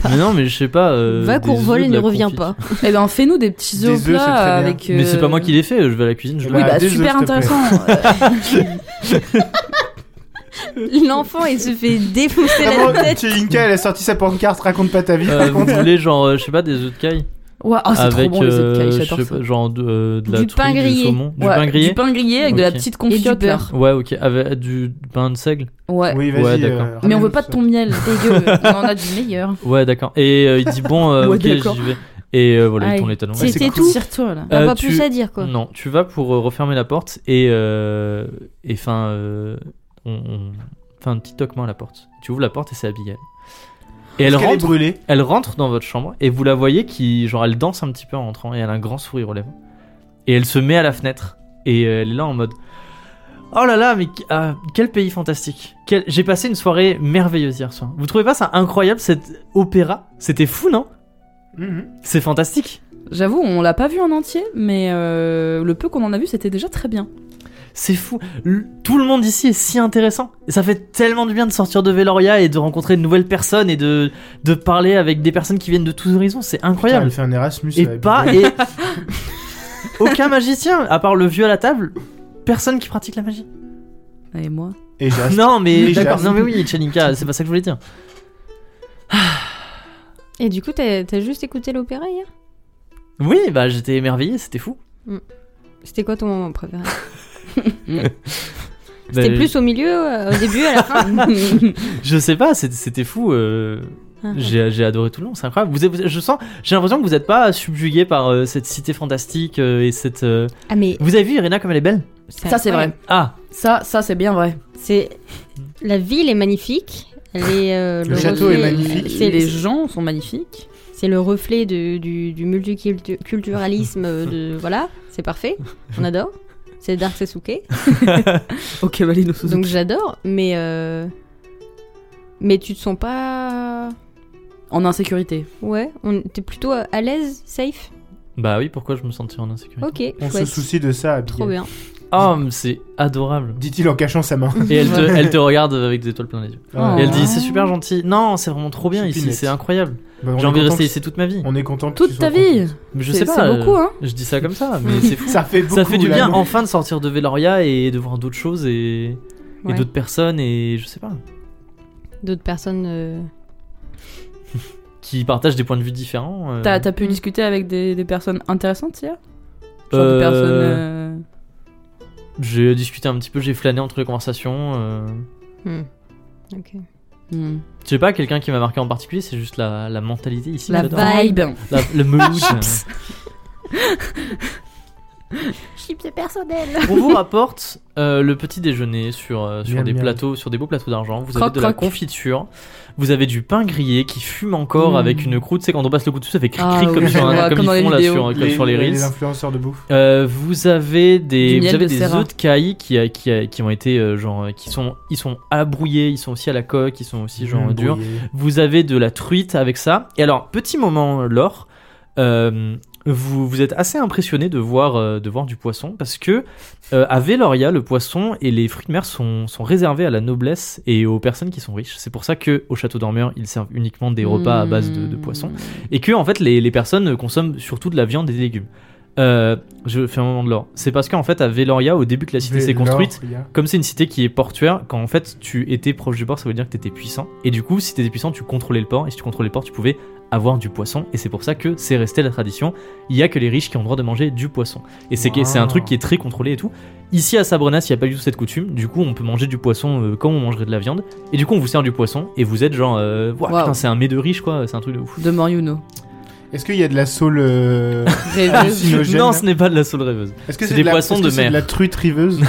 S1: mais non mais je sais pas. euh,
S4: Bah, va
S1: des
S4: qu'on
S1: œufs,
S4: vole et
S1: de
S4: ne
S1: la
S4: reviens
S1: confiture.
S4: pas.
S3: Eh ben fais-nous des petits
S2: Des œufs,
S3: œufs
S2: c'est très
S3: plats
S2: bien.
S3: avec.
S1: Mais c'est
S3: euh,
S1: pas moi qui l'ai fait, je vais à la cuisine, je
S2: Eh
S1: le
S3: Oui,
S2: Bah,
S3: bah
S2: des œufs,
S3: super
S2: s'il te plaît.
S3: intéressant. Euh,
S4: L'enfant, il se fait défoncer la
S2: Vraiment,
S4: tête.
S2: Tchelinka, elle a sorti sa pancarte, raconte pas ta vie.
S4: bah,
S1: Euh, vous voulez genre, euh, je sais euh, pas, des œufs de caille
S3: Ouais, oh, c'est trop
S1: avec
S3: bon les
S1: euh,
S3: épcailles,
S1: je
S3: j'adore
S1: sais
S3: ça.
S1: pas, genre de, euh, de la
S4: Du
S1: truie,
S4: pain grillé.
S1: du saumon, du
S3: Ouais,
S1: pain grillé.
S3: Du pain grillé avec de la
S1: Ok.
S3: petite confiote. là.
S4: beurre.
S1: Ouais, ok, avec euh, du pain de seigle.
S3: Ouais.
S2: Oui,
S1: Ouais,
S2: vas-y.
S1: d'accord.
S2: euh,
S3: Mais on veut
S2: ramène
S3: pas
S2: ça.
S3: de ton miel, dégueu. on en a du meilleur.
S1: Ouais, d'accord. Et euh, il dit bon, euh,
S3: Ouais,
S1: ok,
S3: d'accord.
S1: j'y vais. Et euh, voilà, il
S3: Aïe.
S1: tourne les talons.
S4: C'est-
S1: Ouais,
S4: C'était
S1: cool.
S4: tout
S3: Tire-toi là.
S1: Euh,
S4: T'as pas
S1: tu-
S4: plus à dire quoi.
S1: Non, tu vas pour euh, refermer la porte et euh, et enfin, euh, on, on fait un petit toquement à la porte. Tu ouvres la porte et c'est Abigail. Et elle
S2: Est-ce qu'elle est
S1: rentre,
S2: brûlée.
S1: elle rentre dans votre chambre et vous la voyez qui, genre, elle danse un petit peu en rentrant et elle a un grand sourire aux lèvres. Et elle se met à la fenêtre et euh, elle est là en mode. Oh là là, mais qu- ah, quel pays fantastique! Quel- J'ai passé une soirée merveilleuse hier soir. Vous trouvez pas ça incroyable cette opéra? C'était fou, non?
S2: Mhm.
S1: C'est fantastique!
S3: J'avoue, on l'a pas vu en entier, mais euh, le peu qu'on en a vu, c'était déjà très bien.
S1: C'est fou. L- tout le monde ici est si intéressant. Et ça fait tellement du bien de sortir de Veloria et de rencontrer de nouvelles personnes et de, de parler avec des personnes qui viennent de tous horizons. C'est
S2: Putain,
S1: incroyable.
S2: Elle fait un Erasmus.
S1: et
S2: euh,
S1: pas. Et... Aucun magicien, à part le vieux à la table, personne qui pratique la magie.
S3: Et moi
S2: Et Ah, j'ai acheté-
S1: Non, mais
S2: Déjà.
S1: d'accord. Non, mais oui, Chelinka, c'est pas ça que je voulais dire.
S4: Et du coup, t'as t'as juste écouté l'opéra hier
S1: Oui, bah j'étais émerveillé, c'était fou.
S4: C'était quoi ton moment préféré
S1: Bah, Ben,
S4: C'était plus au milieu, euh, au début, à la fin
S1: Je sais pas, c'est- c'était fou. euh,
S4: Ah.
S1: J'ai j'ai adoré tout le long, c'est incroyable. Vous, êtes- vous- je sens, j'ai l'impression que vous n'êtes pas subjugué par euh, cette cité fantastique euh, et cette. euh,
S4: Ah mais
S1: Vous avez vu Irena comme elle est belle
S3: Ça, c'est vrai.
S1: Ah,
S3: Ça, ça c'est bien vrai.
S4: C'est la ville est magnifique. Elle est, euh,
S2: Le château
S4: reflet-
S2: est magnifique.
S4: C'est
S3: les
S4: le,
S3: gens sont magnifiques.
S4: c'est le reflet de- du, du multiculturalisme. euh, De voilà, c'est parfait. On adore. C'est Dark Sasuke,
S3: Ok, bah, valide nos
S4: donc j'adore. Mais euh, mais tu te sens pas
S3: En insécurité.
S4: ouais. On t'es plutôt à à l'aise, safe.
S1: bah oui, pourquoi je me sentais en insécurité
S4: Ok.
S2: On se
S4: chouette.
S2: soucie de ça, Abigail.
S4: Trop bien.
S1: Oh, mais c'est adorable.
S2: Dit-il en cachant sa main.
S1: Et elle te, elle te regarde avec des étoiles plein les yeux.
S3: Oh.
S1: Et elle dit c'est super gentil. Non, c'est vraiment trop bien
S2: Je
S1: ici,
S2: suis pinette.
S1: c'est incroyable.
S2: Bah, on
S1: J'ai
S2: est
S1: envie de
S2: content
S1: rester
S2: que-
S1: ici toute ma vie.
S2: On est content que tu
S3: Toute
S2: sois
S3: ta vie
S1: Mais je
S3: C'est-
S1: sais pas.
S3: C'est
S1: euh,
S3: beaucoup, hein
S1: Je dis ça comme ça, mais c'est fou.
S2: content. Ça fait beaucoup.
S1: ça fait du
S2: là,
S1: bien
S2: non
S1: enfin de sortir de Veloria et de voir d'autres choses et, et
S4: Ouais.
S1: d'autres personnes et je sais pas.
S4: D'autres personnes. euh,
S1: Qui partagent des points de vue différents. euh.
S3: T'as t'as pu discuter avec des, des personnes intéressantes hier Genre des
S1: Euh,
S3: personnes. euh,
S1: J'ai discuté un petit peu, j'ai flâné entre les conversations. euh.
S4: hmm. Ok.
S3: hmm.
S1: Je sais pas, quelqu'un qui m'a marqué en particulier, c'est juste la, la mentalité ici.
S3: La
S1: j'adore.
S3: vibe.
S1: La- le mood.
S4: Chips personnel.
S1: On vous rapporte euh, le petit déjeuner sur, euh, sur
S2: Miam,
S1: des
S2: miam.
S1: plateaux, sur des beaux plateaux d'argent. Vous avez
S3: Croc,
S1: de la
S3: croc.
S1: confiture, vous avez du pain grillé qui fume encore
S3: Mm.
S1: avec une croûte. C'est quand on passe le coup dessus, ça fait cric
S3: Ah
S1: cric comme,
S2: oui,
S1: sur un-
S2: ouais,
S1: comme
S3: comme dans
S1: ils
S3: les
S1: font là
S3: vidéos.
S1: sur, comme
S2: les,
S1: sur les reels.
S2: les influenceurs de bouffe.
S1: Euh, vous avez des,
S3: Du
S1: vous
S3: miel
S1: avez
S3: de
S1: des
S3: Serra.
S1: œufs de caille qui, a- qui, a- qui ont été euh, genre euh, qui sont ils sont abrouillés, ils sont aussi à la coque, ils sont aussi genre
S2: Mmh,
S1: durs.
S2: brouillé.
S1: Vous avez de la truite avec ça. Et alors, petit moment, Laure, euh, vous, vous êtes assez impressionné de voir, euh, de voir du poisson parce que euh, à Veloria, le poisson et les fruits de mer sont, sont réservés à la noblesse et aux personnes qui sont riches. C'est pour ça que au château d'Ormeur, ils servent uniquement des repas à base
S3: Hmm.
S1: de, de poisson et que en fait les, les personnes consomment surtout de la viande et des légumes. Euh, je fais un moment de l'or. C'est parce qu'en fait à Veloria, au début que la cité s'est
S2: Vélor,
S1: construite,
S2: regarde.
S1: comme c'est une cité qui est portuaire, quand en fait tu étais proche du port, ça veut dire que t'étais puissant. Et du coup, si t'étais puissant, tu contrôlais le port. Et si tu contrôlais le port, tu pouvais avoir du poisson. Et c'est pour ça que c'est resté la tradition. Il y a que les riches qui ont le droit de manger du poisson. Et c'est que- c'est un
S2: Wow.
S1: truc qui est très contrôlé et tout. Ici à Sabrenas, il n'y a pas du tout cette coutume. Du coup, on peut manger du poisson euh, comme on mangerait de la viande. Et du coup, on vous sert du poisson. Et vous êtes genre, euh, Ouah,
S3: Wow.
S1: putain, c'est un mets de riche quoi. C'est un truc de ouf.
S3: De Moriuno.
S2: Est-ce qu'il y a de la saule euh,
S3: Rêveuse.
S2: hallucinogène
S1: Non, ce n'est pas de la saule rêveuse.
S2: Est-ce que
S1: c'est des
S2: la-
S1: poissons
S2: est-ce que
S1: de
S2: c'est
S1: mer.
S2: de la truite riveuse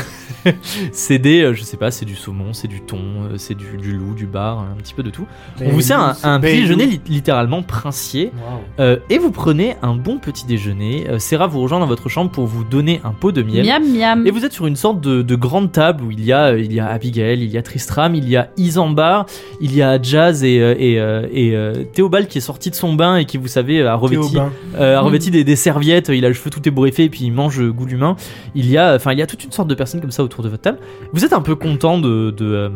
S1: C'est des, euh, je sais pas, c'est du saumon, c'est du thon, euh, c'est du, du loup, du bar, un petit peu de tout. On vous sert un, un petit déjeuner li- littéralement princier
S2: Waouh.
S1: euh, et vous prenez un bon petit déjeuner. Euh, Sarah vous rejoint dans votre chambre pour vous donner un pot de miel.
S3: Miam miam.
S1: Et vous êtes sur une sorte de, de grande table où il y a euh, il y a Abigail, il y a Tristram, il y a Isambard, il y a Jazz et, euh, et, euh, et, euh, Théobald qui est sorti de son bain et qui vous savez a revêti,
S2: Théobain.
S1: euh, a
S3: Mm.
S1: revêti des, des serviettes, il a le cheveu tout ébouriffé et puis il mange euh, goût d'humain. Il y a enfin il y a toute une sorte de personnes comme ça autour de votre table. Vous êtes un peu content de, de euh,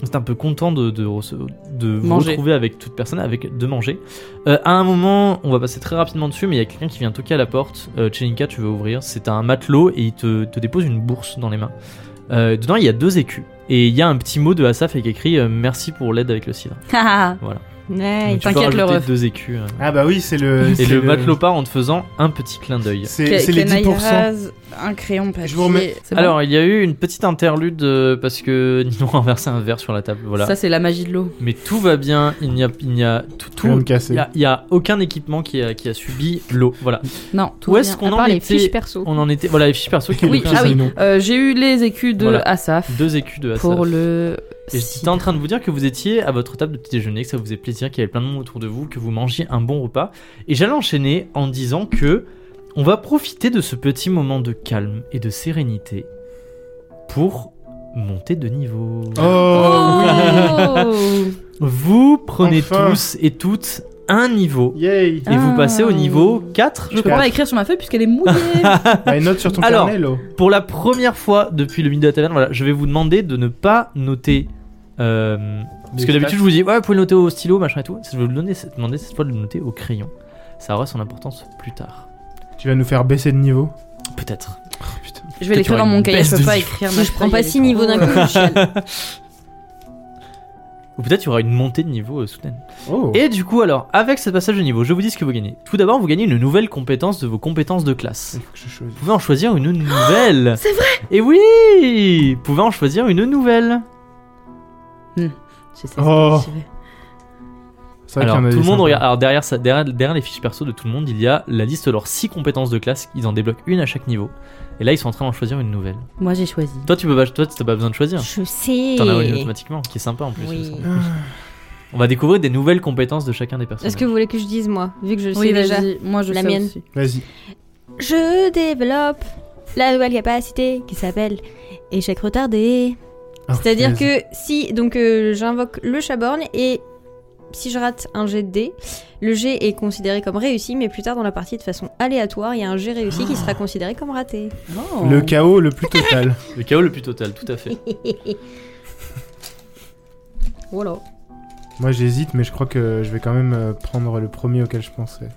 S1: vous êtes un peu content de de, rece- de vous
S3: Manger.
S1: retrouver avec toute personne avec de manger. Euh, à un moment, on va passer très rapidement dessus, mais il y a quelqu'un qui vient toquer à la porte. Euh, Chelinka, tu veux ouvrir C'est un matelot et il te, te dépose une bourse dans les mains. Euh, dedans, il y a deux écus et il y a un petit mot de Asaf avec écrit euh, merci pour l'aide avec le cidre.
S3: Ah, ah.
S1: Voilà.
S4: Ouais,
S1: Donc, tu peux
S3: t'inquiète, le
S1: rajouter
S3: ref.
S1: deux écus. hein.
S2: Ah bah oui, c'est le.
S1: Et
S2: c'est
S1: le matelot part en te faisant un petit clin d'œil.
S2: C'est c'est les 10%.
S5: Rase, un crayon papier.
S2: Je vous remets-
S3: C'est bon
S1: Alors, il y a eu une petite interlude euh, parce que Ninon a renversé un verre sur la table. Voilà.
S3: Ça, c'est la magie de l'eau.
S1: Mais tout va bien. Il n'y a, il n'y a tout, tout-
S2: Rien de
S1: il
S2: cassé.
S1: y a, il y a aucun équipement qui a, qui a subi l'eau. Voilà.
S3: Non.
S1: Où est-ce
S4: à
S1: qu'on en
S4: part les
S1: était
S4: fiches perso.
S1: On en était. Voilà les fiches perso qui ont
S3: Oui,
S1: pris
S3: ah
S1: un-
S3: oui.
S2: non.
S3: Euh, J'ai eu les écus de
S1: Voilà.
S3: Asaf
S1: deux écus de Assaf.
S3: pour le.
S1: Et
S3: site.
S1: j'étais en train de vous dire que vous étiez à votre table de petit déjeuner, que ça vous faisait plaisir, qu'il y avait plein de monde autour de vous, que vous mangiez un bon repas. Et j'allais enchaîner en disant que on va profiter de ce petit moment de calme et de sérénité pour monter de niveau.
S2: Oh
S4: Oh.
S1: Vous prenez
S2: Enfin.
S1: tous et toutes un niveau
S2: oui. Yay
S1: et vous passez au
S3: Ah.
S1: niveau 4.
S3: Je peux pas écrire sur ma feuille puisqu'elle est mouillée.
S2: Bah, une note sur ton
S1: Alors.
S2: carnet, là.
S1: Pour la première fois depuis le milieu de la taverne, voilà, je vais vous demander de ne pas noter. euh, parce que d'habitude, je vous dis, ouais, vous pouvez le noter au stylo, machin et tout. Je vais vous donner, demander cette fois de le noter au crayon. Ça aura son importance plus tard.
S2: Tu vas nous faire baisser de niveau.
S1: Peut-être.
S3: Je vais l'écrire dans mon cahier, je peux pas écrire. Oh.
S4: Si je prends pas six niveaux d'un coup, je chiale.
S1: Ou peut-être il y aura une montée de niveau euh, soudaine.
S2: Oh
S1: Et du coup, alors, avec ce passage de niveau, je vous dis ce que vous gagnez. Tout d'abord, vous gagnez une nouvelle compétence de vos compétences de classe.
S2: Il faut que je choisisse.
S1: Vous pouvez en choisir une nouvelle.
S5: c'est
S1: vrai Et oui Vous pouvez en choisir une nouvelle.
S2: Oh. C'est vrai
S1: Alors,
S2: qu'il y en a
S1: tout le
S2: des
S1: monde
S2: sympas.
S1: regarde. Alors, derrière, ça, derrière, derrière les fiches perso de tout le monde, il y a la liste de leurs 6 compétences de classe. Ils en débloquent une à chaque niveau. Et là, ils sont en train d'en choisir une nouvelle.
S3: Moi, j'ai choisi.
S1: Toi, tu peux pas, toi, t'as pas besoin de choisir.
S4: Je sais.
S1: T'en as une automatiquement, qui est sympa en plus. il me
S4: Oui.
S1: semble. On va découvrir des nouvelles compétences de chacun des personnages.
S4: Est-ce que vous voulez que je dise moi, vu que je le sais
S3: Oui,
S4: déjà
S3: vas-y. Moi, je
S4: La
S3: sais
S4: mienne.
S3: aussi.
S2: Vas-y.
S4: Je développe la nouvelle capacité qui s'appelle échec retardé.
S2: Ah,
S4: C'est-à-dire
S2: punaise.
S4: que si donc euh, j'invoque le chaborn et si je rate un jet de dé, le jet est considéré comme réussi, mais plus tard dans la partie de façon aléatoire, il y a un jet réussi qui sera considéré comme raté.
S1: Oh.
S2: Le chaos le plus total.
S1: Le chaos le plus total, tout à fait.
S4: Voilà.
S2: Moi j'hésite, mais je crois que je vais quand même euh, prendre le premier auquel je pensais.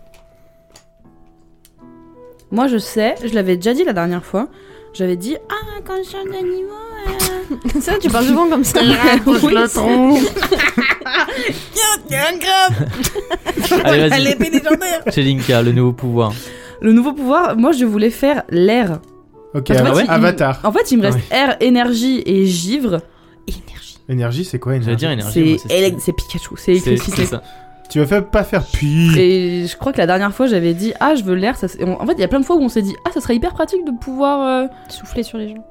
S3: Moi, je sais, je l'avais déjà dit la dernière fois. J'avais dit Ah, quand je change d'animal.
S4: ça, tu parles souvent comme ça.
S3: Oui,
S2: le
S3: c'est-
S1: Allez, vas-y. Chez Linka, le nouveau pouvoir.
S3: Le nouveau pouvoir, moi, je voulais faire l'air.
S2: Ok,
S3: Parce qu'en
S2: av-
S3: fait, il-
S2: Avatar.
S3: En fait, il me reste
S2: Ah
S3: air, énergie et givre.
S4: Énergie.
S2: Énergie, c'est quoi
S1: J'allais
S2: énergie
S1: dire énergie.
S3: C'est
S1: moi, c'est-
S3: élec- c'est Pikachu, c'est
S1: c'est-
S3: électricité.
S1: c'est ça.
S2: Tu vas faire pas faire pi.
S3: Et je crois que la dernière fois, j'avais dit Ah, je veux l'air. ça c'est- En fait, il y a plein de fois où on s'est dit Ah, ça serait hyper pratique de pouvoir. euh,
S4: Souffler sur les gens.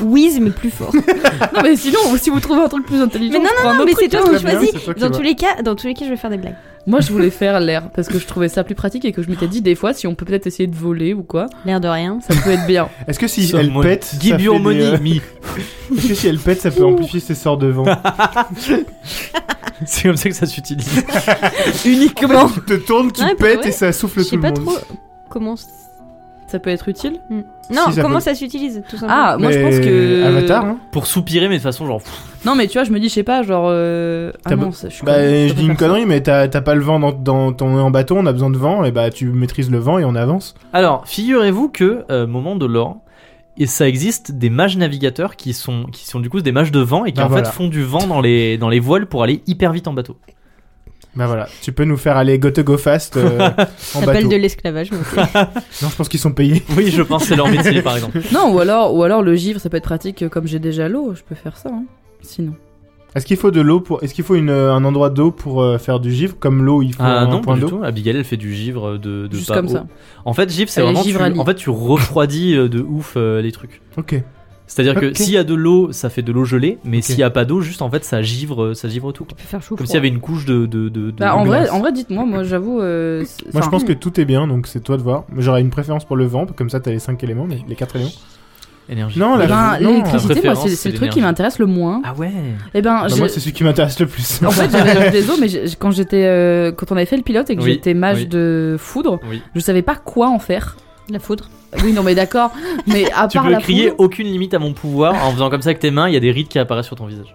S4: Whiz, mais plus fort.
S3: Non, mais sinon, si vous trouvez un truc plus intelligent,
S4: Mais non,
S3: je prends un
S4: non,
S3: autre
S4: mais c'est
S3: truc,
S4: toi
S3: hein.
S4: qui
S2: Très bien,
S4: choisis.
S2: c'est toi qui
S4: Dans
S2: vois.
S4: tous les cas, dans tous les cas, je vais faire des blagues.
S3: Moi, je voulais faire l'air parce que je trouvais ça plus pratique et que je m'étais dit des fois, si on peut peut-être essayer de voler ou quoi,
S4: L'air de rien.
S3: ça peut être bien.
S2: Est-ce que si
S1: Some
S2: elle
S1: money.
S2: pète, ça
S1: Give
S2: fait
S1: your
S2: des,
S1: money,
S2: euh,
S1: me.
S2: Est-ce que si elle pète, ça peut amplifier ses sorts de vent
S1: C'est comme ça que ça s'utilise.
S3: Uniquement.
S2: Tu te tournes, tu
S4: Ouais, pour
S2: pètes
S4: vrai.
S2: et ça
S4: Oh, Je
S2: souffle
S4: sais
S2: tout le
S4: pas
S2: monde.
S4: trop comment.
S3: Ça peut être utile.
S4: Hmm. Non,
S2: ça
S4: comment
S2: peut.
S4: ça s'utilise tout simplement.
S3: Ah, moi, je pense
S2: Mais
S3: que.
S2: Avatar, hein
S1: Pour soupirer, mais de façon, genre. pff,
S3: Non, mais tu vois, je me dis, je sais pas, genre. euh, Ah
S2: T'as
S3: non,
S2: beau-
S3: ça- je suis
S2: Bah,
S3: con,
S2: je
S3: peux
S2: dis une
S3: faire ça.
S2: connerie, mais t'as t'as pas le vent dans, dans ton en bâton, on a besoin de vent, et bah tu maîtrises le vent et on avance.
S1: Alors, figurez-vous que, euh, moment de l'or, et ça existe des mages navigateurs qui sont, qui sont du coup des mages de vent et qui
S2: Bah
S1: en
S2: voilà.
S1: fait font du vent dans les, dans les voiles pour aller hyper vite en bateau.
S2: Bah voilà, tu peux nous faire aller go to go fast euh, en
S4: Ça s'appelle
S2: bateau.
S4: de l'esclavage. mais ok.
S2: Non, je pense qu'ils sont payés.
S1: Oui, je pense que c'est leur métier par exemple.
S3: Non, ou alors, ou alors le givre, ça peut être pratique euh, comme j'ai déjà l'eau, je peux faire ça. hein. Sinon.
S2: Est-ce qu'il faut de l'eau pour Est-ce qu'il faut une, euh, un endroit d'eau pour euh, faire du givre comme l'eau il faut
S1: Ah
S2: un
S1: non, pas
S2: point
S1: du
S2: d'eau
S1: tout. Abigail, elle fait du givre de, de
S3: Juste
S1: pas
S3: comme
S1: haut.
S3: ça.
S1: En fait, givre, c'est
S3: Elle est
S1: vraiment. Tu,
S3: givralie.
S1: en fait, tu refroidis euh, de ouf euh, les trucs.
S2: Ok.
S1: C'est-à-dire
S2: Ok.
S1: que s'il y a de l'eau, ça fait de l'eau gelée, mais
S2: Ok.
S1: s'il n'y a pas d'eau, juste en fait, ça givre, euh, ça givre tout. quoi.
S4: Je peux faire chaud
S1: Comme s'il y
S4: froid.
S1: avait une couche de. de, de, de
S3: Bah, en vrai,
S1: glace.
S3: en vrai dites-moi, moi, j'avoue. euh, c'est-
S2: Moi je
S3: enfin,
S2: pense que tout est bien, donc c'est toi de voir. J'aurais une préférence pour le vent, comme ça t'as les 5 éléments, mais les 4 éléments.
S1: Énergie.
S2: Non, là,
S3: eh ben,
S2: non.
S1: La
S3: l'électricité, moi,
S1: préférence,
S3: c'est
S1: c'est
S3: c'est le truc qui
S1: l'énergie.
S3: m'intéresse le moins.
S1: Ah ouais.
S3: Et ben,
S2: Bah,
S3: j'ai-
S2: moi c'est celui qui m'intéresse le plus.
S3: En fait, j'avais la des os, mais j'ai- quand j'étais, euh, quand on avait fait le pilote et que
S1: Oui,
S3: j'étais mage
S1: oui.
S3: de foudre,
S1: Oui.
S3: je savais pas quoi en faire.
S4: La foudre.
S3: Oui, non, mais d'accord. Mais à
S1: Tu
S3: part
S1: peux
S3: la
S1: crier
S3: foudre,
S1: aucune limite à mon pouvoir en faisant comme ça avec tes mains, il y a des rides qui apparaissent sur ton visage.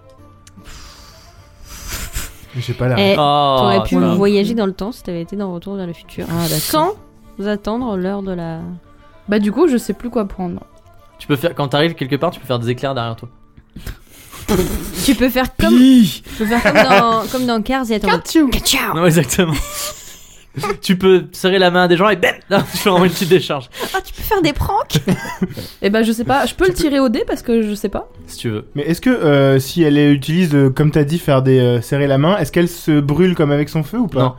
S2: J'ai pas la.
S4: Eh,
S1: Oh,
S4: T'aurais pu
S1: ça va.
S4: voyager dans le temps si t'avais été dans Retour vers le futur.
S3: Ah, d'accord.
S4: Sans attendre l'heure de la.
S3: bah du coup, je sais plus quoi prendre.
S1: Tu peux faire quand t'arrives quelque part, tu peux faire des éclairs derrière toi.
S4: Tu peux faire comme,
S1: Pi
S4: tu peux faire comme dans, comme dans Cars et attendre.
S3: Ah.
S4: Ciao.
S1: Non, exactement. tu peux serrer la main à des gens et bam Là, tu fais vraiment une petite décharge,
S4: Ah, tu peux faire des pranks.
S3: Et ben je sais pas, je peux le tirer au dé parce que je sais pas.
S1: si tu veux.
S2: Mais est-ce que euh, si elle utilise, euh, comme t'as dit, faire des euh, serrer la main, est-ce qu'elle se brûle comme avec son feu ou pas
S1: Non.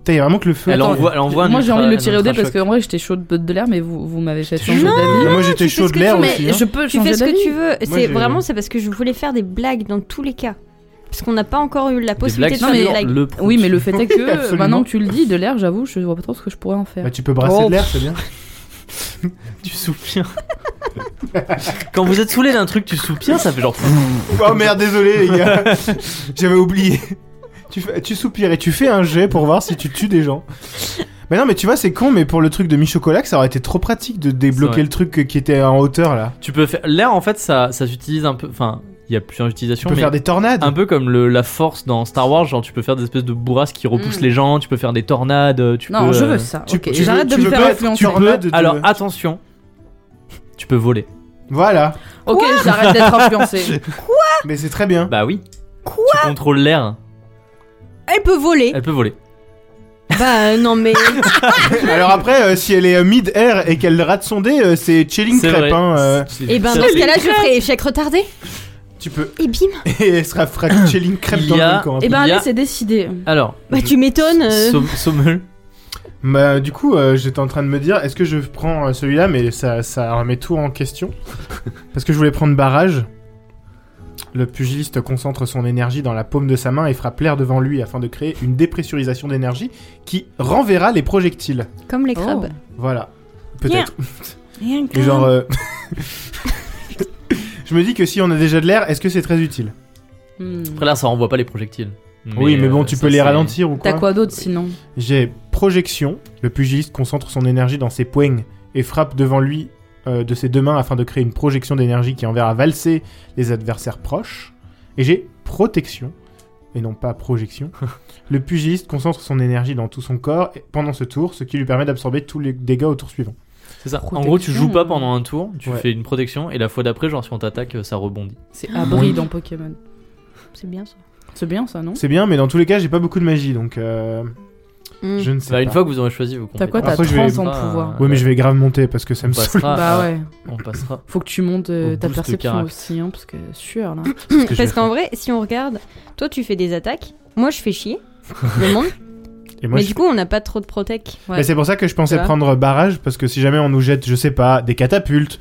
S2: Putain, il y a vraiment que le feu.
S1: Elle
S2: Attends,
S1: envoie, elle envoie un
S3: Moi j'ai
S1: ultra-
S3: envie de le
S1: un
S3: tirer au dé
S1: ultra
S3: parce
S1: choc.
S3: que en vrai j'étais chaud de botte de l'air, mais vous, vous m'avez fait
S2: T'es
S3: changer
S2: chaud
S3: d'avis.
S2: d'avis. Moi
S4: tu
S2: j'étais
S4: fais
S2: chaud
S4: ce
S2: de
S4: que
S2: l'air
S4: tu veux,
S2: aussi.
S4: mais
S2: hein.
S3: Je peux
S4: Tu
S3: changer
S4: fais ce que
S3: d'avis.
S4: tu veux. C'est
S2: j'ai-
S4: vraiment c'est parce que je voulais faire des blagues dans tous les cas. Parce qu'on n'a pas encore eu la
S1: Des blagues
S4: possibilité
S1: sur
S4: de faire
S3: mais-
S4: des blagues.
S1: le
S3: Oui, mais le fait est
S2: Oui,
S3: que
S2: absolument.
S3: maintenant que tu le dis, de l'air, j'avoue, je vois pas trop ce que je pourrais en faire.
S2: Bah, tu peux brasser
S1: Oh.
S2: de l'air, c'est bien.
S1: tu soupires. Quand vous êtes saoulé d'un truc, tu soupires, ça fait genre.
S2: Oh merde, désolé les gars, j'avais oublié. Tu, fais- tu soupires et tu fais un jet pour voir si tu tues des gens. Mais non, mais tu vois, c'est con, mais pour le truc de Michocolac, ça aurait été trop pratique de
S1: C'est vrai.
S2: débloquer le truc qui était en hauteur là.
S1: Tu peux faire. L'air, en fait, ça, ça s'utilise un peu. Enfin, il y a plusieurs
S2: Tu
S1: utilisations,
S2: peux
S1: mais.
S2: faire des tornades.
S1: Un peu comme le, la force dans Star Wars, genre tu peux faire des espèces de bourrasques qui repoussent
S4: Mm.
S1: les gens, tu peux faire des tornades, tu
S3: Non,
S1: peux.
S3: je
S1: euh,
S3: veux ça.
S2: tu-
S3: ok.
S2: tu veux-
S3: J'arrête de
S2: tu
S3: me
S2: veux
S3: faire
S2: pas être
S3: influencer.
S1: Tu
S2: en
S1: peux-
S2: mode de-
S1: Alors attention, tu peux voler.
S2: Voilà,
S3: Ok, j'arrête d'être influencé.
S2: mais c'est très bien.
S1: Bah oui.
S4: Quoi
S1: Tu contrôles l'air,
S4: Elle peut voler.
S1: elle peut voler.
S4: Bah euh, non mais
S1: Bah,
S2: Alors après, euh, si elle est euh, mid-air et qu'elle rate son dé, euh, c'est chilling
S1: C'est
S2: crêpe.
S1: vrai.
S2: Hein, euh,
S1: C'est-
S3: Eh
S4: et ben
S1: c'est-
S4: dans ce cas-là je ferai échec retardé
S2: tu peux.
S4: et bim.
S2: Et elle sera fra- chilling crêpe
S1: Il
S2: dans
S1: y
S2: le hein.
S1: a-
S2: volcan.
S3: Et ben
S1: Il y a-
S3: allez, c'est décidé.
S1: Alors,
S4: Bah tu m'étonnes. euh,
S1: Som- Sommel,
S2: Bah, du coup, euh, j'étais en train de me dire, est-ce que je prends euh, celui-là, mais ça, ça remet tout en question. Parce que je voulais prendre barrage. Le pugiliste concentre son énergie dans la paume de sa main et frappe l'air devant lui afin de créer une dépressurisation d'énergie qui renverra les projectiles.
S4: Comme les crabes.
S2: Voilà. Peut-être. Mais genre. euh, je me dis que si on a déjà de l'air, est-ce que c'est très utile
S3: Hmm.
S1: après l'air ça renvoie pas les projectiles.
S2: Oui, mais bon,
S1: euh,
S2: tu
S1: ça,
S2: peux les
S1: c'est-
S2: ralentir ou quoi
S3: T'as quoi d'autre sinon
S2: J'ai projection. Le pugiliste concentre son énergie dans ses poings et frappe devant lui euh, de ses deux mains afin de créer une projection d'énergie qui enverra valser les adversaires proches. Et j'ai protection et non pas projection. le pugiliste concentre son énergie dans tout son corps et- pendant ce tour, ce qui lui permet d'absorber tous les dégâts au tour suivant.
S1: C'est ça. En
S3: Protection.
S1: gros, tu joues pas pendant un tour, tu
S2: Ouais.
S1: fais une protection et la fois d'après, genre si on t'attaque, euh, ça rebondit.
S3: C'est abri dans Pokémon.
S4: C'est bien ça.
S3: Ah, C'est bien ça, non
S2: C'est bien, mais dans tous les cas, j'ai pas beaucoup de magie, donc euh,
S4: Mm.
S2: je ne sais
S1: Bah,
S2: pas.
S1: une fois que vous aurez choisi vos
S3: T'as quoi
S1: compétences,
S3: T'as
S2: Après, je
S3: 30
S2: vais-
S3: en
S1: on passera-
S3: pouvoir.
S2: Oui, mais je vais grave monter parce que ça me
S1: On
S2: saoule.
S1: passera,
S3: Bah ouais.
S1: on passera.
S3: Faut que tu montes euh,
S1: Au
S3: ta
S1: boost de
S3: perception
S1: caractère.
S3: aussi, hein, parce que sueur là.
S2: que je
S4: Parce
S2: vais
S4: qu'en vrai, si on regarde, toi tu fais des attaques, moi je fais chier le monde,
S2: Et moi,
S4: mais
S2: je-
S4: du coup on n'a pas trop de protect.
S3: Ouais.
S2: Mais c'est pour ça que je pensais
S3: Voilà.
S2: prendre barrage parce que si jamais on nous jette, je sais pas, des catapultes.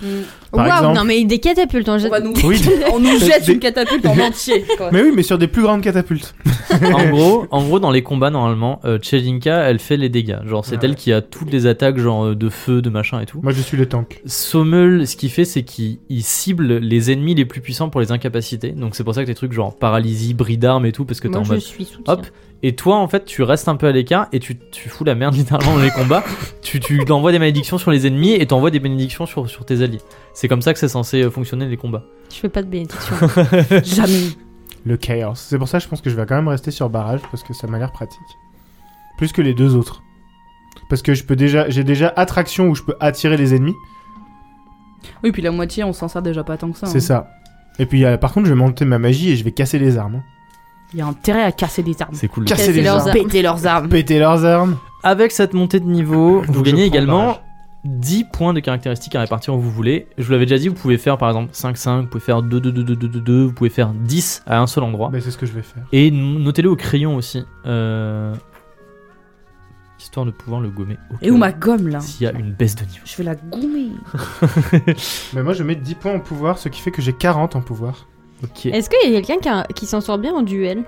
S2: Par
S4: Waouh,
S2: exemple-
S4: non mais des catapultes hein, en
S3: On,
S4: jette.
S3: va nous...
S2: Oui.
S3: on nous jette
S2: Des-
S3: une catapulte en entier. quoi.
S2: Mais oui, mais sur des plus grandes catapultes.
S1: en gros, en gros, dans les combats normalement, euh, Chelinka, elle fait les dégâts. Genre, c'est
S2: Ouais.
S1: elle qui a toutes les attaques, genre euh, de feu, de machin et tout.
S2: Moi, je suis le tank.
S1: Sommel, ce qu'il fait, c'est qu'il il cible les ennemis les plus puissants pour les incapacités. Donc c'est pour ça que les trucs genre paralysie, bris d'armes et tout, parce que t'es
S4: Moi
S1: en
S4: je
S1: mode.
S4: suis soutien.
S1: Hop. Et toi, en fait, tu restes un peu à l'écart et tu, tu fous la merde littéralement dans les combats. Tu, tu envoies des malédictions sur les ennemis et t'envoies des bénédictions sur, sur tes alliés. C'est comme ça que c'est censé euh, fonctionner les combats.
S4: Je fais pas de bénédiction.
S3: Jamais.
S2: Le chaos. C'est pour ça, je pense que je vais quand même rester sur barrage parce que ça m'a l'air pratique. Plus que les deux autres. Parce que je peux déjà, j'ai déjà attraction où je peux attirer les ennemis.
S3: Oui, puis la moitié, on s'en sert déjà pas tant que ça.
S2: C'est
S3: hein.
S2: ça. Et puis, euh, par contre, je vais monter ma magie et je vais casser les armes. hein.
S3: Il y a intérêt à casser des armes.
S1: C'est cool.
S2: Casser les
S4: leurs
S2: armes.
S4: armes.
S3: Péter leurs armes.
S2: Péter leurs armes.
S1: Avec cette montée de niveau,
S2: Donc,
S1: vous
S2: je
S1: gagnez
S2: prends
S1: également
S2: barrage.
S1: 10 points de caractéristiques à répartir où vous voulez. Je vous l'avais déjà dit, vous pouvez faire par exemple 5-5, vous pouvez faire 2-2-2-2-2-2, vous pouvez faire 10 à un seul endroit.
S2: Bah, c'est ce que je vais faire.
S1: Et n- notez-le au crayon aussi. euh, Histoire de pouvoir le gommer. au
S3: Et
S1: cas
S3: où ma gomme là
S1: S'il y a une baisse de niveau.
S3: Je vais la gommer.
S2: Mais Ben, moi, je mets 10 points en pouvoir, ce qui fait que j'ai 40 en pouvoir.
S1: Ok.
S4: Est-ce qu'il y a quelqu'un qui, a- qui s'en sort bien en duel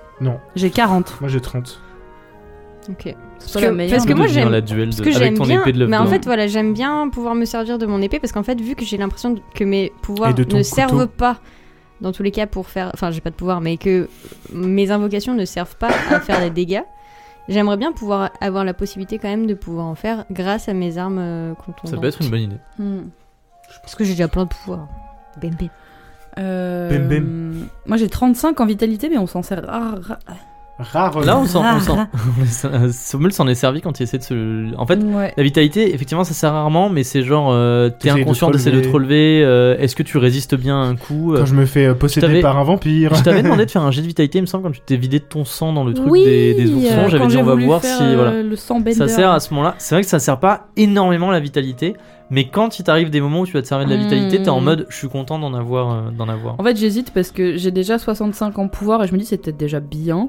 S3: J'ai 40.
S2: Moi, j'ai 30.
S4: Ok.
S3: Parce
S4: que-
S1: Tu
S4: parce que
S1: peux
S4: moi,
S1: devenir
S4: j'aime-
S1: la duel
S4: Parce
S1: de-
S4: que
S1: avec
S4: j'aime
S1: ton
S4: bien,
S1: épée de
S4: mais en
S1: Lovegood.
S4: fait voilà, j'aime bien pouvoir me servir de mon épée parce qu'en fait vu que j'ai l'impression de- que mes pouvoirs
S2: Et de
S4: ne
S2: ton couteau.
S4: servent pas dans tous les cas pour faire, enfin j'ai pas de pouvoir, mais que mes invocations ne servent pas à faire des dégâts, j'aimerais bien pouvoir avoir la possibilité quand même de pouvoir en faire grâce à mes armes euh, contondantes.
S1: Ça peut être une bonne idée.
S3: Hmm.
S4: Parce que j'ai déjà plein de pouvoirs. Bim bim.
S3: Euh,
S2: Bim,
S3: Moi j'ai 35 en vitalité, mais on s'en sert. Ah, ra-
S2: Rare.
S1: Là, on s'en.
S3: Ah,
S1: on s'en- euh, Sommel s'en est servi quand il essaie de se. En fait,
S3: Ouais.
S1: la vitalité, effectivement, ça sert rarement, mais c'est genre. euh, T'es
S2: T'essayes de
S1: inconscient,
S2: te
S1: d'essayer de te
S2: relever.
S1: relever. euh, Est-ce que tu résistes bien à un coup euh,
S2: Quand je me fais euh, posséder
S1: t'avais-
S2: par un vampire.
S1: Je t'avais demandé de faire un jet de vitalité, il me semble, quand tu t'es vidé de ton sang dans le truc
S3: Oui,
S1: des, des
S3: euh,
S1: oursons. J'avais
S3: quand
S1: dit,
S3: j'ai
S1: on va
S3: voulu
S1: voir
S3: faire,
S1: si. Voilà.
S3: euh, Le sang bender.
S1: Ça sert à ce moment-là. C'est vrai que ça sert pas énormément la vitalité, mais quand il t'arrive des moments où tu vas te servir de la
S3: Mm.
S1: vitalité, t'es en mode, je suis content d'en avoir, euh, d'en avoir.
S3: En fait, j'hésite parce que j'ai déjà 65 en pouvoir et je me dis c'est peut-être déjà bien.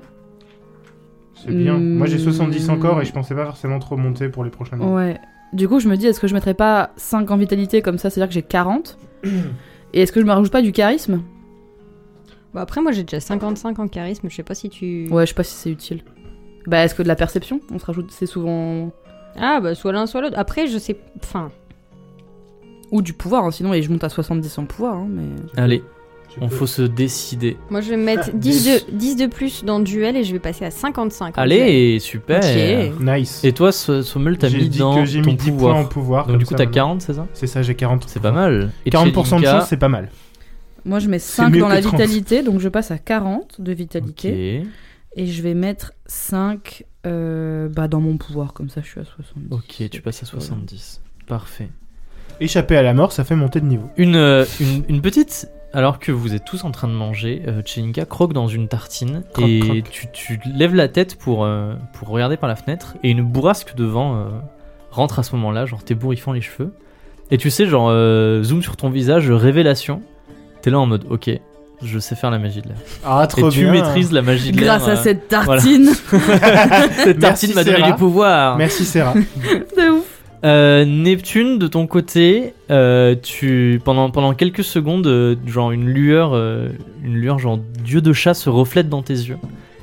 S2: C'est bien. Moi j'ai 70
S3: Hmm.
S2: encore et je pensais pas forcément trop monter pour les prochaines.
S1: Mm.
S2: années.
S3: Ouais. Du coup, je me dis est-ce que je mettrais pas 5 en vitalité comme ça, c'est-à-dire que j'ai 40 Et est-ce que je me rajoute pas du charisme
S4: Bon, Bah, après, moi j'ai déjà 55 en charisme, je sais pas si
S1: Mm.
S4: tu.
S3: Ouais, je sais pas si c'est utile. Bah, est-ce que de la perception On se rajoute, c'est souvent.
S4: Ah, bah soit l'un, soit l'autre. Après, je sais. Enfin,
S3: Ou du pouvoir, hein, sinon, et je monte à 70 en pouvoir, hein, mais.
S1: Allez,
S2: Tu
S1: on
S2: peux-
S1: faut se décider.
S4: moi je vais me mettre 10 de, 10 de plus dans duel et je vais passer à 55. en duel.
S1: Allez, super.
S3: Ok.
S2: Nice.
S1: Et toi, So- Sommel, t'as
S2: J'ai
S1: mis
S2: dit
S1: dans
S2: que j'ai
S1: ton
S2: mis 10 points en
S1: pouvoir.
S2: pouvoir.
S1: Donc
S2: comme
S1: du coup,
S2: ça,
S1: t'as
S2: maintenant.
S1: 40, c'est ça
S2: C'est ça, j'ai 40.
S1: C'est pas mal. Et
S2: 40% de
S1: Tchelinka,
S2: chance, c'est pas mal.
S3: Moi, je mets
S2: C'est
S3: 5
S2: mieux
S3: dans
S2: que
S3: la
S2: 30.
S3: vitalité, donc je passe à 40 de vitalité.
S1: Ok,
S3: Et je vais mettre 5 euh, bah, dans mon pouvoir, comme ça je suis à 70.
S1: ok, tu passes à 70. Parfait.
S2: Échapper à la mort, ça fait monter de niveau.
S1: Une, euh, une, une petite. Alors que vous êtes tous en train de manger, euh, Tchelinka croque dans une tartine
S2: Croque,
S1: et
S2: croque.
S1: Tu, tu lèves la tête pour, euh, pour regarder par la fenêtre et une bourrasque de vent euh, rentre à ce moment-là, genre t'ébouriffant les cheveux. Et tu sais, genre, euh, zoom sur ton visage, révélation. T'es là en mode, ok, je sais faire la magie de l'air.
S2: Ah,
S1: et tu maîtrises la magie de l'air.
S3: Grâce à
S1: euh,
S3: cette tartine
S1: Cette tartine
S2: Merci,
S1: m'a donné
S2: Sarah.
S1: du pouvoir.
S2: Merci Sarah.
S3: C'est ouf
S1: Euh, Neptune, de ton côté, euh, tu pendant pendant quelques secondes, euh, genre une lueur, euh, une lueur genre dieu de chat se reflète dans tes yeux.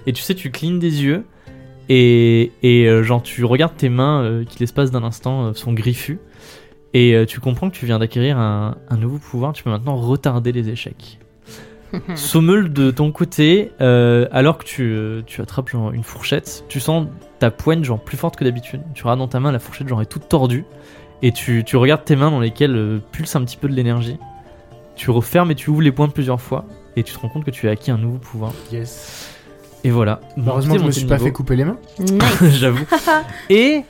S1: Et tu sais, tu clignes des yeux et et euh, genre tu regardes tes mains euh, qui l'espace d'un instant euh, sont griffues et euh, tu comprends que tu viens d'acquérir un, un nouveau pouvoir. Tu peux maintenant retarder les échecs. Sommel, Mmh. de ton côté, euh, alors que tu, euh, tu attrapes genre, une fourchette, tu sens ta poigne genre plus forte que d'habitude. Tu regardes dans ta main, la fourchette genre est toute tordue. Et tu, tu regardes tes mains dans lesquelles euh, pulse un petit peu de l'énergie. Tu refermes et tu ouvres les poings plusieurs fois. Et tu te rends compte que tu as acquis un nouveau pouvoir.
S2: Yes.
S1: Et voilà.
S2: Bah,
S1: Monter,
S2: Heureusement que je me
S1: monter
S2: suis
S1: de
S2: pas
S1: niveau.
S2: fait couper les mains.
S4: Nice.
S1: J'avoue. Et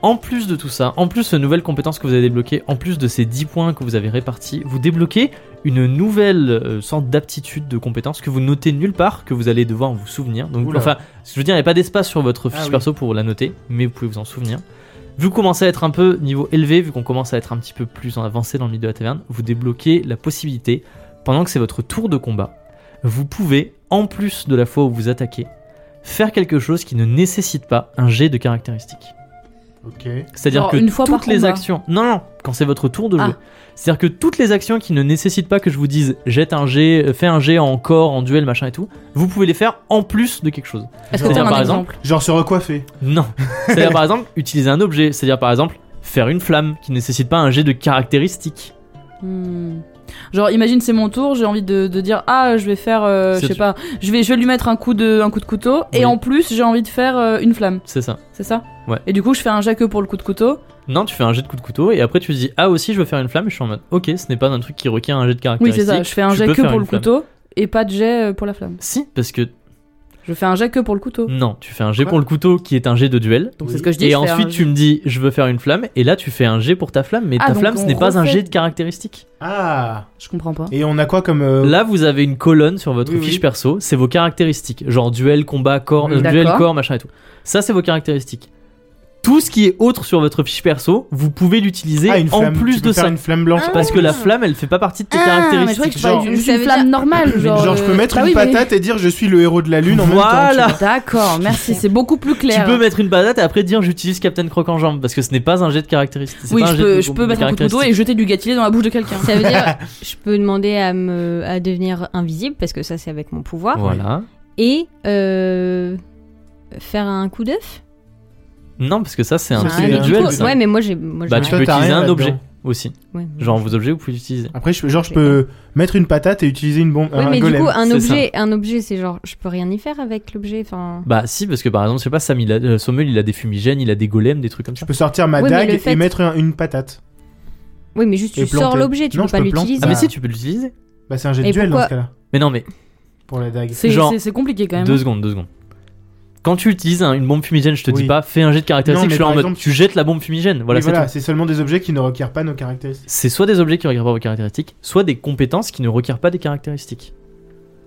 S1: en plus de tout ça, en plus de nouvelles compétences que vous avez débloquées, en plus de ces 10 points que vous avez répartis, vous débloquez une nouvelle euh, sorte d'aptitude de compétence que vous notez nulle part, que vous allez devoir vous souvenir. Donc,
S2: Oula.
S1: enfin, je veux dire, il n'y a pas d'espace sur votre fiche
S2: Ah oui.
S1: perso pour la noter, mais vous pouvez vous en souvenir. Vu qu'on commence à être un peu niveau élevé, vu qu'on commence à être un petit peu plus en avancé dans le milieu de la taverne, vous débloquez la possibilité, pendant que c'est votre tour de combat, vous pouvez, en plus de la fois où vous attaquez, faire quelque chose qui ne nécessite pas un jet de caractéristiques.
S2: Ok.
S1: C'est-à-dire
S3: Genre
S1: que
S3: une fois par
S1: toutes les
S3: combat.
S1: actions. Non, non, quand c'est votre tour de jouer.
S3: Ah.
S1: C'est-à-dire que toutes les actions qui ne nécessitent pas que je vous dise jette un jet, euh, fais un jet en corps, en duel, machin et tout, vous pouvez les faire en plus de quelque chose.
S3: Est-ce que
S2: Genre-
S3: t'as
S1: par
S3: un
S1: exemple
S3: exemple,
S2: Genre se recoiffer.
S1: Non. C'est-à-dire par exemple utiliser un objet. C'est-à-dire par exemple faire une flamme qui ne nécessite pas un jet de caractéristiques.
S3: Hmm. Genre, imagine c'est mon tour, j'ai envie de, de dire Ah, je vais faire, euh,
S1: C'est
S3: je sais
S1: du-
S3: pas, je vais, je vais lui mettre un coup de, un coup de couteau,
S1: Oui.
S3: et en plus j'ai envie de faire euh, une flamme,
S1: C'est ça.
S3: c'est ça
S1: Ouais.
S3: Et du coup, je fais un jet que pour le coup de couteau.
S1: Non, tu fais un jet de coup de couteau et après tu dis ah aussi je veux faire une flamme et je suis en mode ok ce n'est pas un truc qui requiert un jet de
S3: Oui,
S1: caractéristiques.
S3: c'est ça, je fais un
S1: tu
S3: jet
S1: peux
S3: que
S1: faire
S3: pour
S1: une
S3: le
S1: flamme.
S3: couteau, et pas de jet euh, pour la flamme.
S1: Si parce que
S3: Je fais un jet que pour le couteau.
S1: non tu fais un jet
S2: Quoi
S1: pour le couteau qui est un jet de duel
S2: Oui.
S3: Donc c'est ce que Oh. je dis.
S1: Hmm. Et
S3: je fais un
S1: ensuite, tu
S3: jet-
S1: me dis, je veux faire une flamme, et là, tu fais un jet pour ta flamme, mais
S3: Ah,
S1: ta
S3: donc
S1: flamme,
S3: on
S1: ce n'est pas un
S3: refait.
S1: jet de caractéristiques.
S2: Ah.
S3: Je comprends pas.
S2: Et on a quoi comme. euh,
S1: Là, vous avez une colonne sur votre
S2: Oui,
S1: fiche
S2: oui.
S1: perso, c'est vos caractéristiques, genre duel, combat, corps,
S2: Oui.
S1: euh, duel,
S3: D'accord.
S1: corps, machin et tout. Ça, c'est vos caractéristiques. Tout ce qui est autre sur votre fiche perso, vous pouvez l'utiliser
S2: ah, une
S1: en
S2: flamme.
S1: plus
S2: tu
S1: de
S2: peux faire
S1: ça.
S2: une flamme blanche.
S1: Parce que la flamme, elle fait pas partie de tes
S3: Ah, mais je croyais
S1: caractéristiques.
S3: que tu parlais
S2: Genre-
S3: d'une-
S4: Ça
S3: d'une
S4: veut
S3: flamme
S4: dire-
S3: normale. Genre,
S2: Genre, je peux
S3: euh,
S2: mettre
S3: bah
S2: une
S3: oui, mais-
S2: patate et dire je suis le héros de la lune en même temps.
S1: Voilà.
S2: tu vois.
S3: D'accord, merci, c'est beaucoup plus
S1: Tu
S3: clair.
S1: peux mettre une patate et après dire j'utilise Captain Croc en jambe parce que ce n'est pas un jet de caractéristiques. c'est
S3: oui,
S1: pas un
S3: je
S1: jet
S3: peux,
S1: de-
S3: je peux
S1: de
S3: mettre un coup de couteau
S1: caractéristiques.
S3: et jeter du gâtillet dans la bouche de quelqu'un.
S4: Ça veut dire, je peux demander à, me, à devenir invisible parce que ça c'est avec mon pouvoir.
S1: Voilà.
S4: Et euh, faire un coup d'œuf.
S1: Non, parce que ça, c'est un
S2: Ça,
S1: truc
S2: c'est
S1: de
S2: un
S1: duel.
S2: coup-
S1: ça.
S4: Ouais, mais moi j'ai. moi,
S1: Bah,
S4: j'ai
S1: tu
S4: un-
S1: peux
S2: Toi, t'as
S1: utiliser
S2: rien
S1: un
S2: là-dedans.
S1: objet aussi.
S4: ouais.
S1: Genre, vos objets, vous pouvez l'utiliser.
S2: Après, je, genre, je peux mettre une patate et utiliser une bombe.
S4: Ouais,
S2: un
S4: mais du
S2: golem.
S4: coup, un
S1: c'est
S4: objet, un objet, c'est genre, je peux rien y faire avec l'objet. Enfin,
S1: Bah, si, parce que par exemple, je sais pas, Sam, il a, euh, Sommel, il a des fumigènes, il a des golems, des trucs comme
S2: Je
S1: ça.
S2: peux sortir ma
S4: Ouais, mais
S2: dague
S4: le fait-
S2: et mettre un- une patate.
S4: oui, mais juste
S2: Et
S4: tu sors
S2: planter.
S4: l'objet, tu
S2: Non,
S4: peux
S2: je
S4: pas
S2: peux planter.
S4: l'utiliser.
S1: Ah, mais
S2: Bah.
S1: si, tu peux l'utiliser.
S2: Bah, c'est un jet de
S4: Et
S2: duel dans
S4: pourquoi-
S2: ce cas-là.
S1: Mais non, mais
S2: Pour la dague.
S3: C'est
S1: Genre-
S3: c'est- c'est compliqué quand même.
S1: deux secondes, deux secondes. Quand tu utilises un- une bombe fumigène, je te dis
S2: Oui.
S1: pas, fais un jet de caractéristiques.
S2: Non,
S1: Je
S2: mais
S1: suis là en
S2: par
S1: mode,
S2: exemple,
S1: tu jettes la bombe fumigène. Voilà,
S2: Oui,
S1: c'est
S2: voilà,
S1: tout.
S2: c'est seulement des objets qui ne requièrent pas nos caractéristiques.
S1: C'est soit des objets qui requièrent pas vos caractéristiques, soit des compétences qui ne requièrent pas des caractéristiques.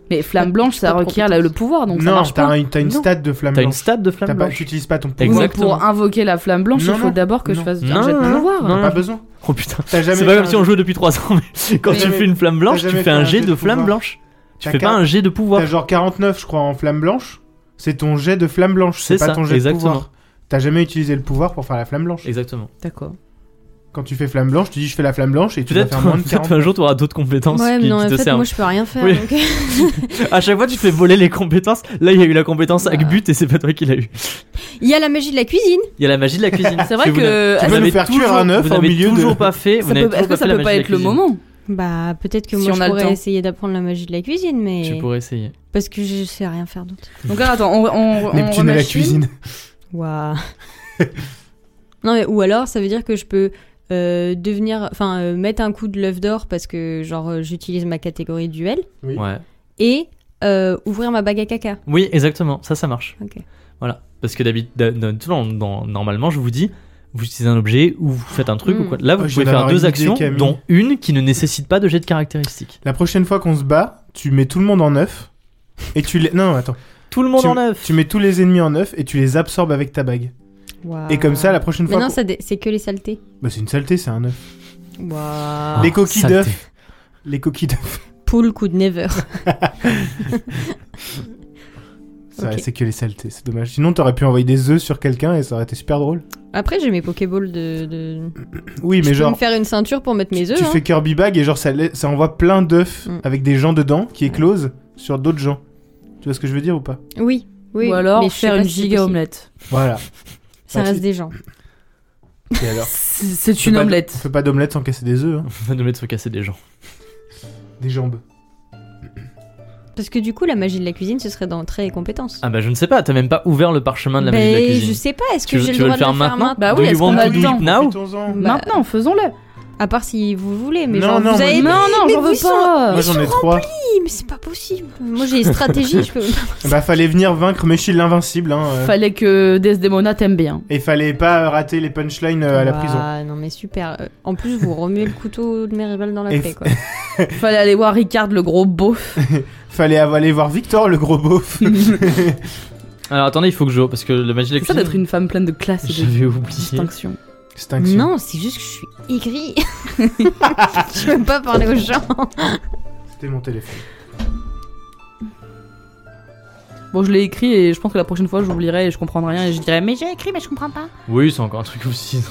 S3: Mais flamme
S4: Pas-
S3: blanche,
S4: pas
S3: ça
S4: de
S3: requiert
S4: compétence.
S3: la- le pouvoir, donc ça
S2: non,
S3: marche
S2: t'as
S3: pas.
S2: un- t'as une
S3: Non.
S2: stat de flamme
S1: T'as une
S2: blanche.
S1: stat de flamme
S2: T'as pas,
S1: blanche.
S2: tu n'utilises pas ton
S3: Oui,
S2: pouvoir.
S3: mais
S1: Exactement.
S3: pour invoquer la flamme blanche,
S2: Non,
S3: il faut
S2: non.
S3: d'abord que je
S2: Non.
S3: fasse
S1: Non,
S3: un jet de
S1: non, non.
S3: pouvoir.
S1: Non,
S2: T'as pas besoin.
S1: Oh putain.
S2: T'as jamais.
S1: C'est pas
S2: fait
S1: comme si on jouait depuis 3 ans, mais quand
S2: Mais
S1: tu
S2: jamais-
S1: fais une flamme blanche,
S2: t'as
S1: tu
S2: jamais
S1: fais un jet de flamme
S2: pouvoir.
S1: blanche. Tu
S2: T'as
S1: fais pas
S2: quar-
S1: un jet de pouvoir.
S2: T'as genre 49, je crois, en flamme blanche. C'est ton jet de flamme blanche, c'est
S1: C'est ça,
S2: pas ton jet
S1: exactement.
S2: de pouvoir. T'as jamais utilisé le pouvoir pour faire la flamme blanche.
S1: Exactement.
S3: D'accord.
S2: Quand tu fais flamme blanche, tu dis je fais la flamme blanche et tu vas
S1: Peut-être
S2: faire moins de
S1: peut-être
S2: 40.
S1: un jour tu auras d'autres compétences
S4: Ouais, mais
S1: qui,
S4: non,
S1: qui
S4: en
S1: te
S4: fait,
S1: servent.
S4: moi je peux rien faire.
S1: hein. Oui.
S4: donc- euh,
S1: À chaque fois tu te fais voler les compétences. Là il y a eu la compétence
S3: Bah.
S1: Agbut et c'est pas toi qui l'as eu.
S4: Il y a la magie de la cuisine.
S1: Il y a la magie de la cuisine.
S3: C'est vrai
S1: vous n'avez-
S3: que- Tu
S1: vous
S2: peux nous
S1: n'avez
S2: faire cuire
S1: toujours-
S2: un œuf
S1: vous
S2: au
S1: n'avez
S2: milieu de-
S1: toujours pas fait.
S3: Ça
S1: vous n'avez
S3: peut- Est-ce
S1: toujours
S3: que ça
S1: fait la
S3: peut pas
S1: magie de la
S3: être le
S1: cuisine.
S3: moment
S4: Bah, peut-être que
S3: Si
S4: moi
S3: on a
S4: je
S3: le temps.
S4: pourrais essayer d'apprendre la magie de la cuisine,
S1: Tu
S4: mais.
S1: pourrais essayer.
S4: Parce que je sais rien faire d'autre.
S3: Donc là, attends, on, on, on
S2: Neptune à la
S3: remachine.
S2: cuisine.
S4: Waouh. non, mais ou alors ça veut dire que je peux euh, devenir. Enfin, euh, mettre un coup de l'œuf d'or parce que, genre, euh, j'utilise ma catégorie duel
S2: Oui.
S1: Ouais.
S4: et euh, ouvrir ma bague à caca.
S1: Oui, exactement. Ça, ça marche.
S4: Ok.
S1: Voilà. Parce que d'habitude, d'hab- d'hab- dans- dans- normalement, je vous dis, vous utilisez un objet ou vous faites un truc
S4: Mm.
S1: ou quoi. Là, vous
S2: Ouais, je
S1: pouvez
S2: viens
S1: faire
S2: d'avoir
S1: deux
S2: une idée,
S1: actions,
S2: Camille.
S1: dont une qui ne nécessite pas de jet de caractéristiques.
S2: La prochaine fois qu'on se bat, tu mets tout le monde en neuf et tu les. Non, attends.
S1: Tout le monde
S2: tu,
S1: en neuf.
S2: Tu mets tous les ennemis en neuf et tu les absorbes avec ta bague.
S4: Waouh.
S2: Et comme ça, la prochaine
S4: Ah. Mais
S2: fois.
S4: non,
S2: qu'on-
S4: ça dé- c'est que les saletés.
S2: Bah, c'est une saleté, c'est un œuf.
S4: Waouh.
S2: les coquilles
S1: Ah, saleté.
S2: d'œufs. Les coquilles d'œufs.
S4: Poule coup de never.
S2: Ça,
S4: Ok.
S2: C'est que les saletés, c'est dommage. Sinon, t'aurais pu envoyer des œufs sur quelqu'un et ça aurait été super drôle.
S4: Après, j'ai mes Pokéballs de. de...
S2: Oui,
S4: je
S2: mais
S4: peux
S2: genre.
S4: me faire une ceinture pour mettre mes œufs.
S2: Tu
S4: hein.
S2: fais Kirby Bag et genre ça, la- ça envoie plein d'œufs
S4: Mm.
S2: avec des gens dedans qui éclosent sur d'autres gens. Tu vois ce que je veux dire ou pas
S4: hein. Oui. Oui,
S3: Ou alors
S4: mais je sais
S3: faire
S4: pas
S3: une
S4: si c'est
S3: giga
S4: possible.
S3: omelette.
S2: Voilà.
S4: Ça
S2: Bah,
S4: reste
S2: si.
S4: des gens.
S2: Et alors
S3: C'est
S2: On
S3: c'est
S2: fait
S3: une
S2: pas-
S3: omelette.
S2: On fait pas d'omelette sans casser des œufs, hein.
S1: On va nous mettre se casser des gens.
S2: des jambes.
S4: Parce que du coup, la magie de la cuisine, ce serait dans traits et compétences.
S1: Ah bah je ne sais pas. T'as même pas ouvert le parchemin de Ah, la magie
S4: Ben,
S1: de la
S4: Je
S1: cuisine.
S4: sais pas, est-ce
S1: Tu
S4: que
S1: veux-
S4: j'ai
S1: tu
S4: le
S1: veux
S4: droit
S1: le faire
S4: de le faire
S1: maintenant
S4: maintenant
S3: Bah oui,
S1: Do you
S3: est-ce
S1: want
S3: qu'on a
S1: to
S3: le
S1: do it
S3: temps
S1: now
S2: Profitons-en.
S4: Bah,
S3: Maintenant, faisons-le.
S4: À part si vous voulez, mais
S2: Non,
S4: genre,
S2: non,
S4: vous
S2: moi,
S4: avez
S2: je-
S4: pas
S3: Non, non,
S4: mais
S3: j'en veux
S4: vous
S3: pas.
S2: Moi j'en ai trois.
S4: dit, mais c'est pas possible. Moi j'ai stratégie, je peux.
S2: Bah fallait venir vaincre Méchil l'invincible hein, euh,
S3: Fallait que Desdemona t'aime bien.
S2: et fallait pas rater les punchlines euh, à la
S4: Ouah,
S2: prison.
S4: Ah, Non mais super. Euh, En plus, vous remuez le couteau de mes rivales dans la
S2: Et-
S4: plaie, quoi.
S3: Fallait aller voir Ricard, le gros beauf.
S2: Fallait av- aller voir Victor le gros beauf.
S1: Alors attendez, il faut que je parce que la magie de la
S3: C'est ça
S1: cuisine.
S3: d'être une femme pleine de classe et de
S1: J'avais oublié.
S3: distinction.
S2: Extinction.
S4: non, c'est juste que je suis aigrie. je peux pas parler aux gens.
S2: C'était mon téléphone.
S3: Bon, je l'ai écrit et je pense que la prochaine fois, j'oublierai et je comprendrai rien et je dirai mais j'ai écrit mais je comprends pas.
S1: Oui, c'est encore un truc aussi.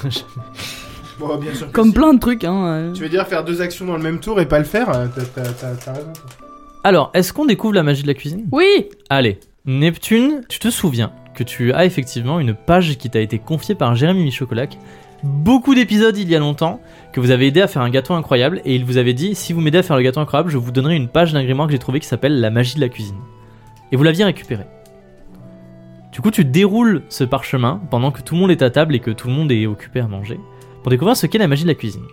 S2: Bon bien sûr. que
S3: Comme
S2: si.
S3: plein de trucs hein. euh.
S2: Tu veux dire faire deux actions dans le même tour et pas le faire euh, t'as- T'as t'as- t'as raison.
S1: Alors, est-ce qu'on découvre la magie de la cuisine
S3: Oui.
S1: Allez, Neptune, tu te souviens que tu as effectivement une page qui t'a été confiée par Jérémy Michocolac. Beaucoup d'épisodes il y a longtemps que vous avez aidé à faire un gâteau incroyable et il vous avait dit si vous m'aidez à faire le gâteau incroyable, je vous donnerai une page d'un grimoire que j'ai trouvé qui s'appelle La magie de la cuisine. Et vous l'aviez récupéré. Du coup, tu déroules ce parchemin pendant que tout le monde est à table et que tout le monde est occupé à manger pour découvrir ce qu'est la magie de la cuisine.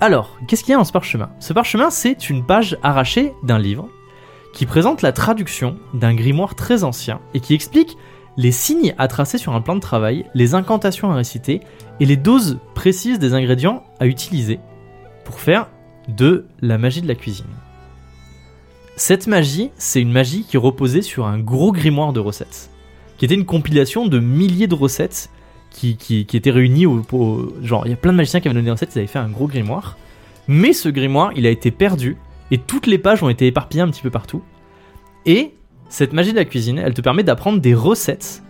S1: Alors, qu'est-ce qu'il y a dans ce parchemin Ce parchemin, c'est une page arrachée d'un livre qui présente la traduction d'un grimoire très ancien et qui explique les signes à tracer sur un plan de travail, les incantations à réciter et les doses précises des ingrédients à utiliser pour faire de la magie de la cuisine. Cette magie, c'est une magie qui reposait sur un gros grimoire de recettes, qui était une compilation de milliers de recettes qui, qui- qui étaient réunies au, au- Genre, il y a plein de magiciens qui avaient donné des recettes, ils avaient fait un gros grimoire, mais ce grimoire, il a été perdu, et toutes les pages ont été éparpillées un petit peu partout, et cette magie de la cuisine, elle te permet d'apprendre des recettes.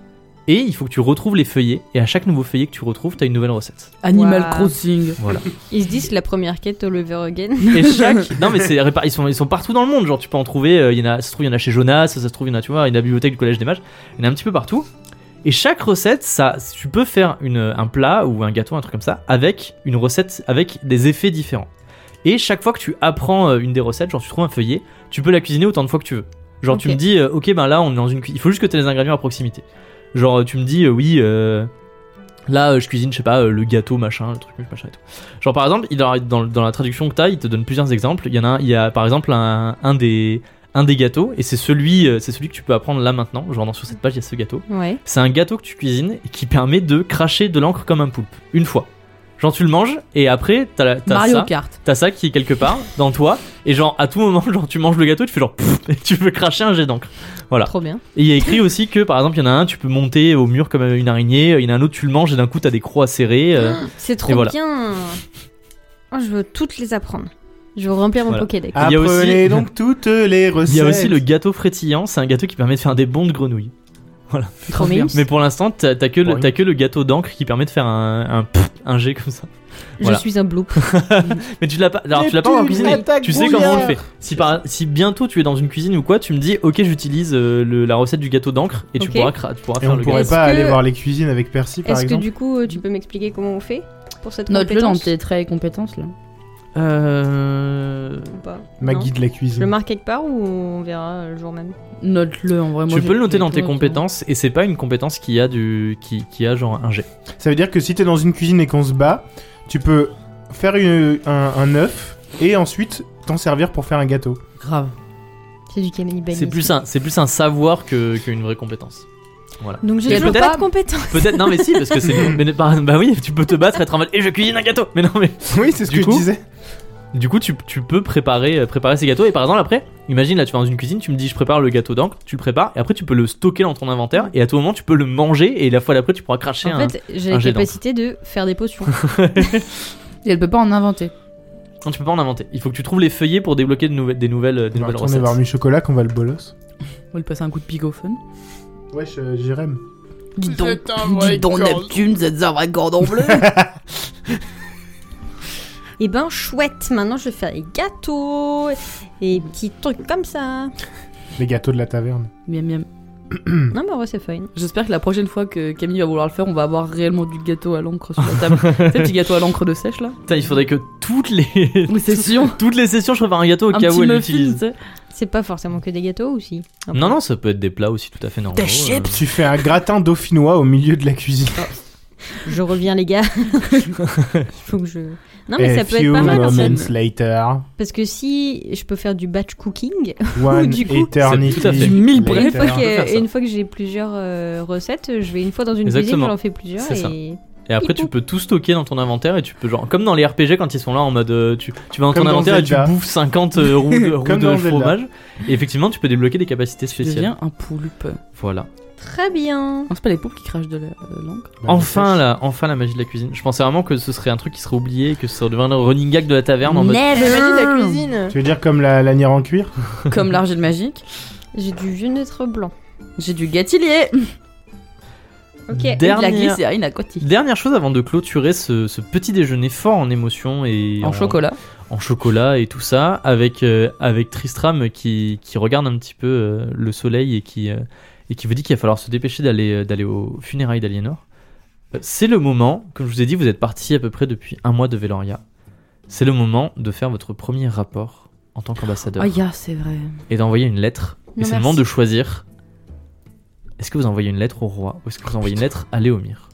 S1: Et il faut que tu retrouves les feuillets. Et à chaque nouveau feuillet que tu retrouves, tu as une nouvelle recette.
S3: Animal
S4: Waouh.
S3: Crossing.
S4: Ils se disent que la première quête au Lever Again.
S1: Et chaque. non, mais c'est répar- ils sont, ils sont partout dans le monde. Genre, tu peux en trouver. euh, il y en a, ça se trouve, il y en a chez Jonas. Ça se trouve, il y en a, tu vois, il y en a à la bibliothèque du Collège des Mages. Il y en a un petit peu partout. Et chaque recette, ça, tu peux faire une, un plat ou un gâteau, un truc comme ça, avec une recette, avec des effets différents. Et chaque fois que tu apprends euh, une des recettes, genre tu trouves un feuillet, tu peux la cuisiner autant de fois que tu veux. Genre tu
S4: Ok.
S1: me dis, euh, ok, ben là on est dans une, cu- il faut juste que tu aies les ingrédients à proximité. Genre tu me dis, euh, oui, euh, là euh, je cuisine, je sais pas, euh, le gâteau machin, le truc machin et tout. Genre par exemple, il- dans, dans la traduction que t'as, il te donne plusieurs exemples. Il y en a, un- il y a par exemple un, un des un des gâteaux, et c'est celui, euh, c'est celui que tu peux apprendre là maintenant. Genre dans- sur cette page, il y a ce gâteau.
S4: Ouais.
S1: C'est un gâteau que tu cuisines et qui permet de cracher de l'encre comme un poulpe, une fois. Genre tu le manges et après t'as la- t'as
S3: Mario
S1: ça,
S3: Kart.
S1: t'as ça qui est quelque part dans toi et genre à tout moment genre tu manges le gâteau tu fais genre pfff, et tu veux cracher un jet d'encre. Voilà.
S4: Trop bien.
S1: Et il y a écrit aussi que par exemple il y en a un tu peux monter au mur comme une araignée, euh, il y en a un autre tu le manges et d'un coup t'as des crocs à serrer. euh,
S4: C'est
S1: Et
S4: trop
S1: voilà.
S4: bien. Oh, je veux toutes les apprendre. Je veux remplir mon
S1: Voilà.
S4: Pokédex.
S1: Ah, Il y a aussi-
S2: Apprenez donc toutes les recettes.
S1: Il y a aussi le gâteau frétillant, c'est un gâteau qui permet de faire des bons de grenouille.
S4: trop mignon.
S1: Mais pour l'instant, t'as t'as que, le-
S2: Ouais.
S1: t'as que le gâteau d'encre qui permet de faire un, un, pfff, un jet comme ça. Voilà.
S4: Je suis un bloop.
S1: Mais tu l'as pas, alors, tu l'as pas
S2: Neptune,
S1: encore cuisiné.
S2: attaque
S1: Tu sais
S2: brouillard.
S1: comment on le fait. Si, par- si bientôt tu es dans une cuisine ou quoi, tu me dis ok, j'utilise euh, le- la recette du gâteau d'encre et tu
S4: Ok.
S1: pourras, cra- tu pourras
S2: Et
S1: faire
S2: on
S1: le
S2: pourrait
S4: Est-ce
S1: gâteau.
S2: pas
S4: que-
S2: aller voir les cuisines avec Percy par
S4: Est-ce que
S2: exemple
S4: du coup, euh, tu peux m'expliquer comment on fait pour cette
S3: Note-le dans
S4: compétence
S3: tes traits et compétences là.
S1: Euh,
S4: ou pas
S2: Ma
S4: Non.
S2: guide de la
S4: Je le
S2: cuisine.
S4: marque quelque part ou on verra le jour même
S3: Note-le en vrai. Ah, moi,
S1: tu
S3: j'ai-
S1: peux le noter
S3: j'ai
S1: dans
S3: tout
S1: tes
S3: noté.
S1: compétences et c'est pas une compétence qui a du qui, qui a genre un jet.
S2: Ça veut dire que si t'es dans une cuisine et qu'on se bat, tu peux faire une- un, un œuf et ensuite t'en servir pour faire un gâteau.
S1: Grave.
S4: C'est du cannibalisme.
S1: C'est plus un c'est plus un savoir que qu'une vraie compétence. Voilà.
S4: Donc j'ai
S1: Et
S4: toujours
S1: peut-être-
S4: pas de compétence.
S1: Peut-être non mais si parce que c'est mais ne- bah, bah oui tu peux te battre être en mode et je cuisine un gâteau mais non mais
S2: Oui, c'est ce
S1: Du
S2: que
S1: coup-
S2: je disais.
S1: du coup tu, tu peux préparer euh, préparer ces gâteaux et par exemple après imagine là tu vas dans une cuisine tu me dis je prépare le gâteau d'encre tu le prépares et après tu peux le stocker dans ton inventaire et à tout moment tu peux le manger et la fois d'après tu pourras cracher
S4: En
S1: un
S4: fait, j'ai
S1: un
S4: la
S1: jet
S4: capacité de faire des potions.
S3: Et elle peut pas en inventer.
S1: non tu peux pas en inventer il faut que tu trouves les feuillets pour débloquer de nouvelles des nouvelles euh, des
S2: On va
S1: nouvelles
S2: retourner
S1: recettes
S2: voir mes chocolats qu'on va le bolos.
S3: On va lui passer un coup de pigophone.
S2: Wesh, euh, Jérém.
S3: Dis
S5: donc- C'est un vrai dis donc, cordon. Neptune,
S3: c'est un vrai cordon bleu.
S4: Et ben chouette, maintenant je vais faire des gâteaux et des petits trucs comme ça.
S1: Hmm.
S2: Les gâteaux de la taverne.
S3: miam miam.
S4: Non, bah ouais, c'est fun.
S3: J'espère que la prochaine fois que Camille va vouloir le faire, on va avoir réellement du gâteau à l'encre sur la table. tu sais, le petit gâteau à l'encre de sèche là.
S1: Putain, il faudrait que toutes les
S3: Oui, c'est sûr.
S1: toutes les sessions je prépare un gâteau au
S3: un
S1: cas
S3: petit
S1: où elle
S3: muffin, tu
S1: l'utilise
S3: sais.
S4: C'est pas forcément que des gâteaux aussi.
S1: non non ça peut être des plats aussi tout à fait normaux euh.
S5: Des chips.
S2: Tu fais un gratin dauphinois au milieu de la cuisine.
S4: Ah, Je reviens, les gars. Faut que je. Non,
S1: Eh,
S4: mais
S2: A
S4: ça peut
S2: few
S4: être pas mal.
S2: moments
S4: ça.
S2: later,
S4: Parce que si je peux faire du batch cooking,
S2: one
S4: Du coup,
S1: C'est tout à fait.
S2: eternity.
S1: Du
S3: mille
S4: et
S3: brefs.
S4: une
S2: later.
S4: fois
S2: Bah,
S1: on peut faire
S4: que,
S1: ça.
S4: et une fois que j'ai plusieurs euh, recettes, je vais une fois dans une
S1: Exactement.
S4: cuisine, j'en fais plusieurs.
S1: C'est ça.
S4: Et...
S1: Et après, tu peux tout stocker dans ton inventaire et tu peux, genre, comme dans les RPG quand ils sont là en mode euh, tu, tu vas dans ton
S2: Comme dans
S1: inventaire et
S2: Zelda.
S1: tu bouffes 50 euh, roues de, roues
S2: Comme
S1: de
S2: dans Zelda.
S1: fromage. Et effectivement, tu peux débloquer des capacités
S3: Tu
S1: spéciales.
S3: deviens un poulpe.
S1: Voilà.
S4: Très bien.
S3: Non, c'est pas les poulpes qui crachent de la- de l'encre.
S2: Bah,
S1: Enfin, la, enfin la magie de la cuisine. Je pensais vraiment que ce serait un truc qui serait oublié, que ça deviendrait un running gag de la taverne en mode.
S4: Never.
S2: Tu veux dire comme la lanière en cuir
S3: Comme l'argile magique,
S4: J'ai du vieux neutre blanc.
S3: j'ai du gâtilier.
S4: Ok. Et de
S3: Et de la
S1: Dernière,
S3: glycérine aquatique.
S1: dernière chose avant de clôturer ce, ce petit déjeuner fort en émotion et
S3: En chocolat.
S1: en chocolat et tout ça, avec, euh, avec Tristram qui, qui regarde un petit peu euh, le soleil et qui, euh, et qui vous dit qu'il va falloir se dépêcher d'aller euh, d'aller aux funérailles d'Aliénor. Euh, C'est le moment, comme je vous ai dit, vous êtes parti à peu près depuis un mois de Veloria. C'est le moment de faire votre premier rapport en tant qu'ambassadeur
S3: Ah, ya, c'est vrai.
S1: et d'envoyer une lettre.
S4: Non,
S1: et c'est le
S4: merci.
S1: moment de choisir. Est-ce que vous envoyez une lettre au roi ou est-ce que vous envoyez une lettre à Léomir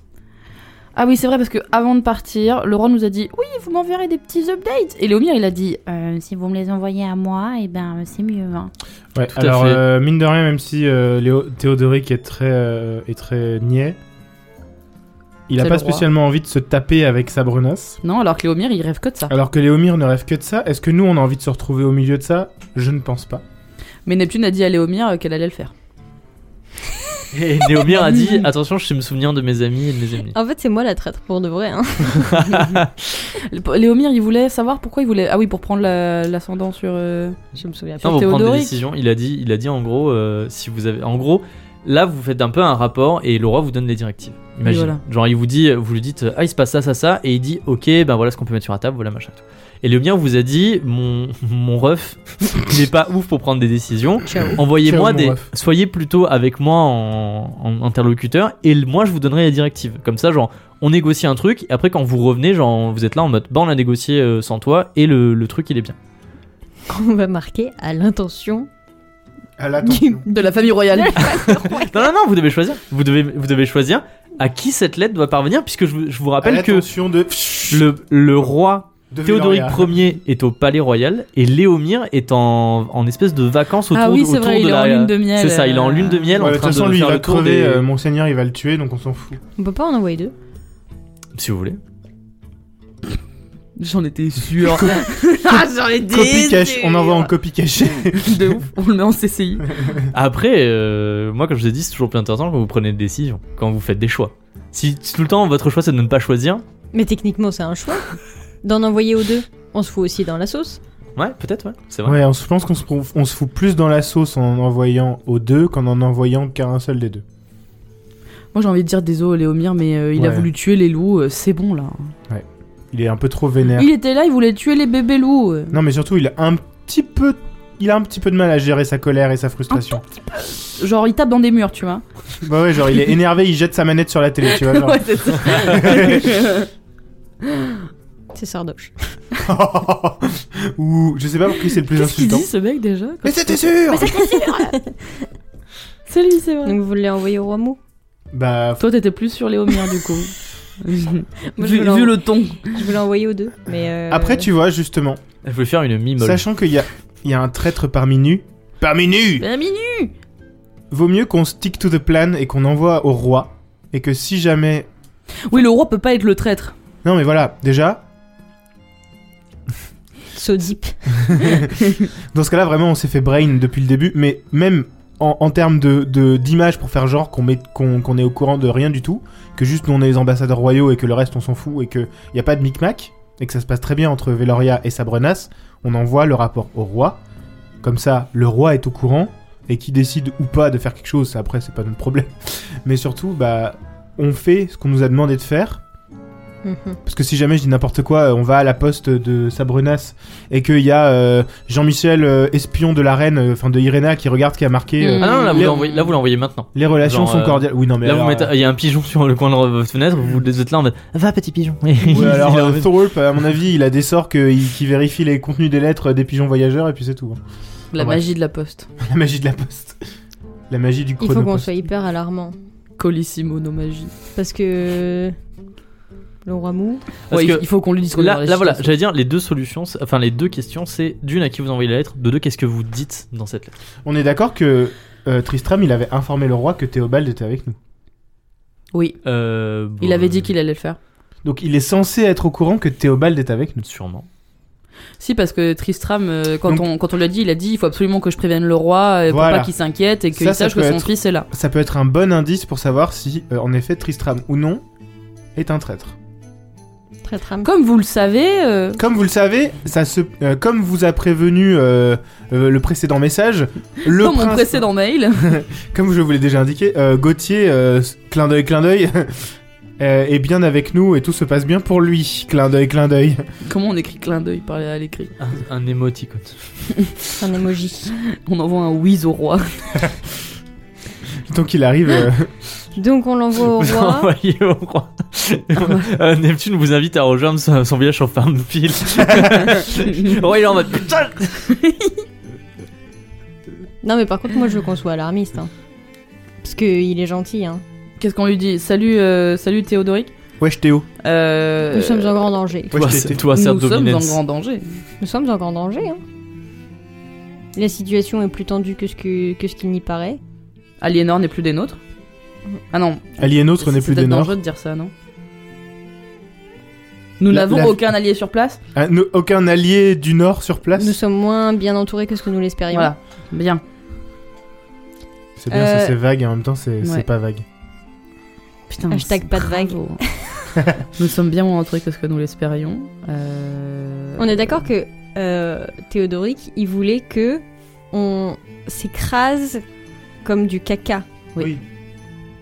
S3: Ah oui, c'est vrai parce que avant de partir, Laurent nous a dit "Oui, vous m'enverrez des petits updates." Et Léomir, il a dit Euh, si vous me les envoyez à moi, et ben c'est mieux hein.
S2: Ouais,
S1: Tout à
S2: alors
S1: fait.
S2: euh, mine de rien, même si euh, Léo- Théodoric est très, euh, est très niais, il a
S3: C'est
S2: pas
S3: le roi.
S2: spécialement envie de se taper avec sa brunasse.
S3: Non, alors que Léomir, il rêve que de ça.
S1: Ah.
S2: Alors que Léomir ne rêve que de ça, est-ce que nous on a envie de se retrouver au milieu de ça Je ne pense pas.
S3: Mais Neptune a dit à Léomir euh, qu'elle allait le faire.
S1: Et Léomir a dit Attention, je sais me souvenir de mes amis et de mes ennemis.
S4: En fait, c'est moi la traître pour de vrai. Hein.
S3: Lé- Léomir, il voulait savoir pourquoi il voulait. Ah oui, pour prendre la- l'ascendant sur. euh,
S4: Je me souviens pas.
S1: Non,
S3: sur
S1: vous prendre des
S3: Théodoric.
S1: décisions. Il a dit, il a dit en gros, euh, si vous avez, en gros, là vous faites un peu un rapport et le roi vous donne les directives. Imagine.
S3: Oui, voilà.
S1: Genre il vous dit, vous lui dites, ah il se passe ça, ça, ça, et il dit, ok, ben voilà ce qu'on peut mettre sur la table, voilà machin. Tout. Et le bien vous a dit, mon mon ref, il est pas ouf pour prendre des décisions. Envoyez-moi
S2: Ciao, mon
S1: des,
S2: ref.
S1: soyez plutôt avec moi en, en interlocuteur et le- moi je vous donnerai les directives. Comme ça, genre on négocie un truc. Et après quand vous revenez, genre vous êtes là en mode, bah on l'a négocié euh, sans toi et le, le truc il est bien.
S4: On va marquer à l'intention
S2: À l'attention.
S4: du.
S3: De la famille royale.
S1: Non, non, non, vous devez choisir. Vous devez, vous devez choisir à qui cette lettre doit parvenir, puisque je, vous- je vous
S2: À
S1: rappelle que
S2: l'attention de.
S1: le, le roi
S2: de
S1: Théodoric
S2: Veloria.
S1: Ier est au palais royal et Léomir est en, en espèce de vacances autour,
S3: Ah oui, c'est
S1: autour
S3: vrai,
S1: de
S3: il est
S1: la.
S3: en lune de miel. euh.
S1: C'est ça, il est en lune de miel
S2: Ouais,
S1: en
S2: de
S1: train
S2: toute façon,
S1: de
S2: lui, il
S1: faire
S2: va
S1: le tour
S2: crever.
S1: des.
S2: euh, Monseigneur, il va le tuer, donc on s'en fout.
S4: On peut pas en envoyer deux.
S1: Si vous voulez.
S3: J'en étais sûr. Ah,
S2: Copie cache, on envoie en copie cachée.
S3: de ouf, on le met en CCI.
S1: Après, euh, moi, comme je vous ai dit, c'est toujours plus intéressant quand vous prenez des décisions, quand vous faites des choix. Si tout le temps votre choix c'est de ne pas choisir,
S4: Mais techniquement, c'est un choix d'en envoyer aux deux. On se fout aussi dans la sauce.
S1: ouais, peut-être, ouais, c'est vrai.
S2: Ouais, on se pense qu'on se, prou- on se fout plus dans la sauce en envoyant aux deux qu'en en envoyant qu'à un seul des deux.
S3: Moi j'ai envie de dire désolé Léomir, mais euh, il a
S2: Ouais.
S3: voulu tuer les loups, euh, c'est bon là.
S2: Il est un peu trop vénère.
S3: Il était là, il voulait tuer les bébés loups. euh.
S2: Non, mais surtout, il a un petit peu, il a un petit peu de mal à gérer sa colère et sa frustration.
S3: Genre il tape dans des murs, tu vois.
S2: bah ouais, genre il est énervé, il jette sa manette sur la télé, tu vois. genre.
S3: Ouais, c'est ça.
S4: C'est sardoche.
S2: Ou je sais pas pour qui c'est le plus
S3: Qu'est-ce qu'il
S2: insultant.
S3: dit ce mec déjà
S2: Mais c'était sûr.
S3: C'est lui, c'est vrai.
S4: Donc vous voulez envoyer au roi mou
S2: Bah
S3: Toi t'étais plus sur Léomir du coup. vu,
S4: Moi, je voulais en-
S3: vu le ton.
S4: Je voulais envoyer aux deux. Mais euh,
S2: après tu vois justement,
S1: Je voulais faire une mime.
S2: sachant qu'il y a, il y a un traître parmi nous. Parmi nous.
S3: Ben, minu
S2: Vaut mieux qu'on stick to the plan et qu'on envoie au roi et que si jamais
S3: Oui, le roi peut pas être le traître.
S2: Non mais voilà, déjà,
S4: So deep.
S2: dans ce cas-là vraiment on s'est fait brain depuis le début, mais même en, en termes de, de- d'image pour faire genre qu'on, met, qu'on, qu'on est au courant de rien du tout, que juste nous on est les ambassadeurs royaux et que le reste on s'en fout et qu'il n'y a pas de micmac, et que ça se passe très bien entre Veloria et Sabrenas, on envoie le rapport au roi, comme ça le roi est au courant, et qui décide ou pas de faire quelque chose, ça, après c'est pas notre problème, mais surtout bah on fait ce qu'on nous a demandé de faire,
S4: Mhm.
S2: Parce que si jamais je dis n'importe quoi, euh, on va à la poste de Sabrenas et qu'il y a euh, Jean-Michel euh, espion de la reine, euh, enfin de Irena, qui regarde, qui a marqué euh,
S1: Ah non, là vous
S2: Léo-
S1: l'envoyez, là, vous l'envoyez maintenant.
S2: les relations
S1: Genre,
S2: sont
S1: euh,
S2: cordiales. Oui, non, mais
S1: là
S2: alors,
S1: vous mettez,
S2: euh,
S1: il y a un pigeon sur le coin de votre fenêtre, vous vous êtes là en mode, va petit pigeon.
S2: ouais, alors euh, Thorpe, à mon avis, il a des sorts que- il- qui vérifient les contenus des lettres des pigeons voyageurs et puis c'est tout. hein.
S3: La
S2: Ah, bref.
S3: magie de la poste.
S2: La magie de la poste. La magie du
S4: Il faut qu'on
S2: chronopost.
S4: soit hyper alarmant.
S3: Colissimo, nos magies.
S4: Parce que. Le roi mou.
S1: Parce
S3: Ouais,
S1: que-
S3: il faut qu'on lui dise qu'on est dans
S1: Là,
S3: la
S1: là voilà,
S3: situation.
S1: j'allais dire les deux solutions, c'est- enfin les deux questions, c'est d'une à qui vous envoyez la lettre, de deux qu'est-ce que vous dites dans cette lettre.
S2: On est d'accord que euh, Tristram, il avait informé le roi que Théobald était avec nous.
S3: Oui,
S1: Euh, bon,
S3: il avait dit qu'il allait le faire.
S2: Donc il est censé être au courant que Théobald est avec nous.
S1: euh, Sûrement.
S3: Si, parce que Tristram, euh, quand,
S2: Donc-
S3: on, quand on lui a dit, il a dit il faut absolument que je prévienne le roi euh, pour
S2: Voilà.
S3: pas qu'il s'inquiète et qu'il
S2: Ça, ça
S3: sache que
S2: peut
S3: son
S2: être-
S3: fils est là.
S2: Ça peut être un bon indice pour savoir si, euh, en effet, Tristram ou non est un traître.
S4: Très trame.
S3: Comme vous le savez, euh,
S2: Comme vous le savez, ça se, euh, comme vous a prévenu euh, euh, le précédent message, le
S3: dans mon
S2: prince-
S3: précédent mail,
S2: comme je vous l'ai déjà indiqué, euh, Gauthier, euh, s- clin d'œil, clin d'œil, euh, est bien avec nous et tout se passe bien pour lui, clin d'œil, clin d'œil.
S3: comment on écrit clin d'œil par à l'écrit
S1: Un, un émoticône.
S4: un emoji.
S3: On envoie un whiz au roi.
S2: Tant qu'il arrive, euh,
S4: Donc on l'envoie au
S1: Vous
S4: roi.
S1: envoyez au roi. Euh, Neptune vous invite à rejoindre son, son village en fin de pile. le roi il est en mode putain
S4: Non, mais par contre, moi je veux qu'on soit alarmiste. hein. Parce qu'il est gentil. Hein.
S3: Qu'est-ce qu'on lui dit Salut, euh, salut Théodoric.
S2: wesh Théo,
S3: Euh,
S4: Nous sommes en grand danger.
S2: wesh
S1: Toi,
S2: Tété.
S1: c'est- toi, c'est
S3: nous sommes en
S1: Dominance.
S3: grand danger.
S4: Nous sommes en grand danger. Hein. La situation est plus tendue que ce que, que ce qu'il n'y paraît.
S3: Aliénor n'est plus des nôtres.
S4: Mhm.
S3: Ah non,
S2: Aliénor n'est
S3: c'est
S2: plus
S3: peut-être
S2: des nôtres.
S3: dangereux de dire ça, non Nous
S2: La-
S3: n'avons
S2: la-
S3: aucun allié sur place.
S2: Ah, nous- aucun allié du Nord sur place.
S4: Nous sommes moins bien entourés que ce que nous l'espérions.
S3: Voilà, bien.
S2: C'est bien, ça,
S4: Euh,
S2: c'est vague et en même temps c'est c'est
S3: ouais.
S2: pas vague.
S3: Putain,
S4: Hashtag
S3: c'est
S4: pas de vague.
S3: bravo. nous sommes bien moins entrés que ce que nous l'espérions. Euh,
S4: On est d'accord que euh, Théodoric, il voulait que on s'écrase comme du caca.
S3: Oui.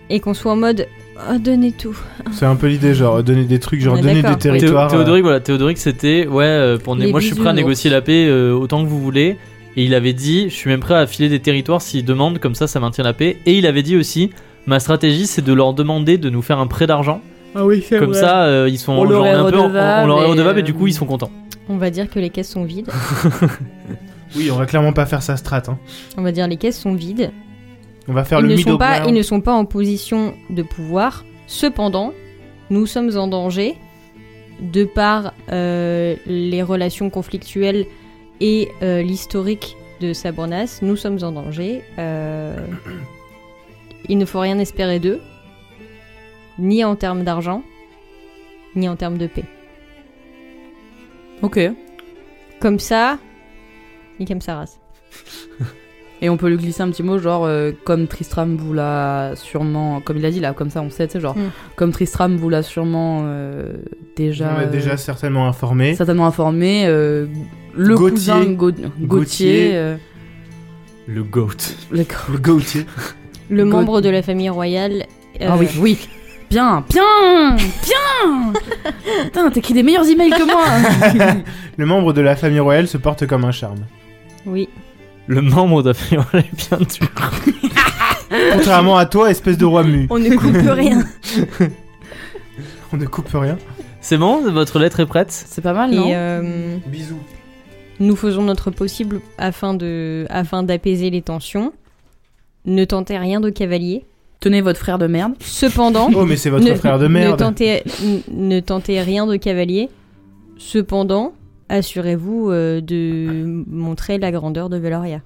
S4: Et qu'on soit en mode oh, donnez tout.
S2: C'est un peu l'idée, genre donner des trucs, genre
S4: On est
S2: donner
S4: d'accord.
S2: des
S4: Théo-
S1: Théo-
S2: territoires. euh,
S1: Théodoric, voilà, Théodoric c'était ouais, euh, pour né-
S3: Les
S1: moi je suis prêt à
S3: bisounours.
S1: négocier la paix euh, autant que vous voulez. Et il avait dit, je suis même prêt à filer des territoires s'ils demandent, comme ça ça maintient la paix. Et il avait dit aussi, ma stratégie c'est de leur demander de nous faire un prêt d'argent.
S3: Ah oui,
S1: Comme ça euh, ils sont
S3: On leur
S1: genre,
S3: est
S1: un peu- on- on
S3: redevable
S1: leur est
S3: et,
S1: redevable et, du
S3: euh,
S1: coup ils sont contents.
S4: On va dire que les caisses sont vides.
S2: Oui, on va clairement pas faire sa strat. Hein.
S4: On va dire les caisses sont vides.
S2: On va faire
S4: ils,
S2: le
S4: ne
S2: middle
S4: sont pas,
S2: ground.
S4: ils ne sont pas en position de pouvoir. Cependant, nous sommes en danger. de par euh, les relations conflictuelles et euh, l'historique de Sabornas, nous sommes en danger. Euh, il ne faut rien espérer d'eux, ni en termes d'argent, ni en termes de paix.
S3: Ok.
S4: Comme ça, Nikam Saras.
S3: Et on peut lui glisser un petit mot, genre, euh, comme Tristram vous l'a sûrement. Comme il a dit là, comme ça on sait, tu sais, genre,
S4: Mm.
S3: comme Tristram vous l'a sûrement euh, déjà.
S2: On est déjà certainement informé.
S3: certainement informé. euh, le
S2: Gautier.
S3: cousin Gau- Gautier, euh,
S1: Le GOAT.
S3: le-
S2: Le Gautier.
S4: Le
S3: God-
S4: membre de la famille royale.
S3: Ah
S4: euh,
S3: oui, oui. Bien, bien, bien. Putain, t'écris des meilleurs emails que moi.
S2: Le membre de la famille royale se porte comme un charme.
S4: Oui.
S1: Le membre de la bien dur.
S2: Contrairement à toi, espèce de roi mu.
S4: On ne coupe rien.
S2: On ne coupe rien.
S1: C'est bon, votre lettre est prête
S3: C'est pas mal, non
S4: Et euh,
S2: Bisous.
S4: nous faisons notre possible afin de, afin d'apaiser les tensions. Ne tentez rien de cavalier.
S3: Tenez votre frère de merde.
S4: Cependant,
S2: Oh, mais c'est votre frère de
S4: Ne
S2: merde.
S4: tentez, n- ne tentez rien de cavalier. Cependant, assurez-vous euh, de montrer la grandeur de Veloria.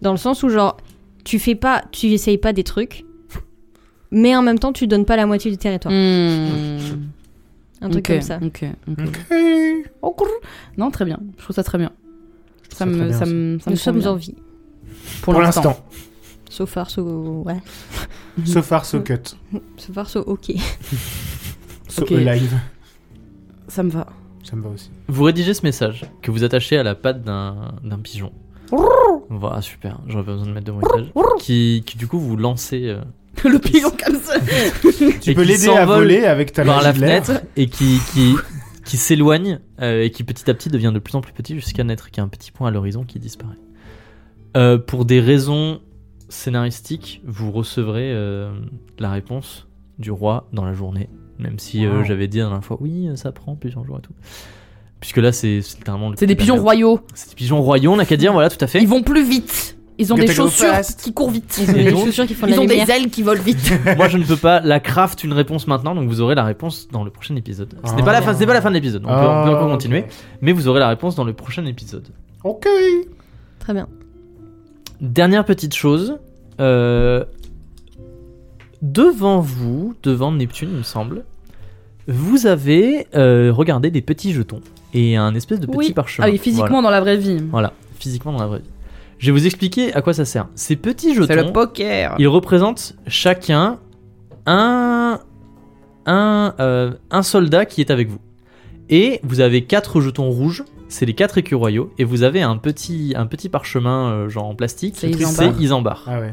S4: Dans le sens où, genre, tu fais pas, tu essayes pas des trucs, mais en même temps, tu donnes pas la moitié du territoire.
S3: Hmm.
S4: Un truc
S3: Ok,
S4: comme ça.
S3: ok, ok.
S2: Ok.
S3: Oh, grrr. Non, très bien. Je trouve ça très bien. Ça
S2: très
S3: me,
S2: bien
S3: ça me, ça me
S4: Nous sommes
S3: convient.
S4: en vie.
S2: Pour l'instant.
S4: So far, so. Ouais.
S2: So far, so cut.
S4: So far, so ok.
S2: So
S3: Ok.
S2: alive.
S3: Ça me va.
S2: Ça me va aussi.
S1: Vous rédigez ce message que vous attachez à la patte d'un d'un pigeon. Voilà, super. J'aurais pas besoin de mettre de bruitage. Qui, qui, du coup, vous lancez euh,
S3: Le pigeon comme ça.
S2: Tu
S1: Et
S2: peux
S1: qui
S2: l'aider à
S1: s'envole
S2: voler avec ta
S1: par
S2: magie
S1: la
S2: de l'air.
S1: fenêtre et qui, qui, qui s'éloigne euh, et qui petit à petit devient de plus en plus petit jusqu'à n'être qu'un petit point à l'horizon qui disparaît. Euh, pour des raisons scénaristiques, vous recevrez euh, la réponse du roi dans la journée. Même si euh,
S2: Wow.
S1: j'avais dit la dernière fois, oui, euh, ça prend plusieurs jours et tout. Puisque là, c'est c'est littéralement. le
S3: C'est des
S1: coup de la
S3: pigeons
S1: merde.
S3: royaux.
S1: C'est des pigeons royaux, on n'a qu'à dire, voilà, tout à fait.
S3: Ils vont plus vite. Ils ont
S2: Gotta
S3: des
S2: go
S3: chaussures
S2: fast.
S3: qui courent vite.
S4: Ils ont
S1: Et
S4: des
S1: donc-
S4: chaussures qui font de
S5: Ils
S4: la
S5: ont
S4: lumière.
S5: des ailes qui volent vite.
S1: Moi, je ne peux pas la craft une réponse maintenant, donc vous aurez la réponse dans le prochain épisode. Ce n'est pas la fin, c'est pas la fin de l'épisode. On, peut- on peut encore
S2: Ah,
S1: continuer, mais vous aurez la réponse dans le prochain épisode.
S2: Ok.
S4: Très bien.
S1: Dernière petite chose. euh, devant vous, devant Neptune, il me semble, vous avez euh, regardé des petits jetons et un espèce de petit
S3: Oui.
S1: parchemin.
S3: Ah oui, physiquement
S1: Voilà.
S3: dans la vraie vie.
S1: Voilà, physiquement dans la vraie vie. Je vais vous expliquer à quoi ça sert. Ces petits
S3: C'est le
S1: jetons,
S3: poker.
S1: ils représentent chacun un, un, euh, un soldat qui est avec vous. Et vous avez quatre jetons rouges, c'est les quatre écus royaux, et vous avez un petit, un petit parchemin euh, genre en plastique,
S3: C'est
S1: c'est
S3: Isambard.
S1: Isambard.
S2: Ah ouais.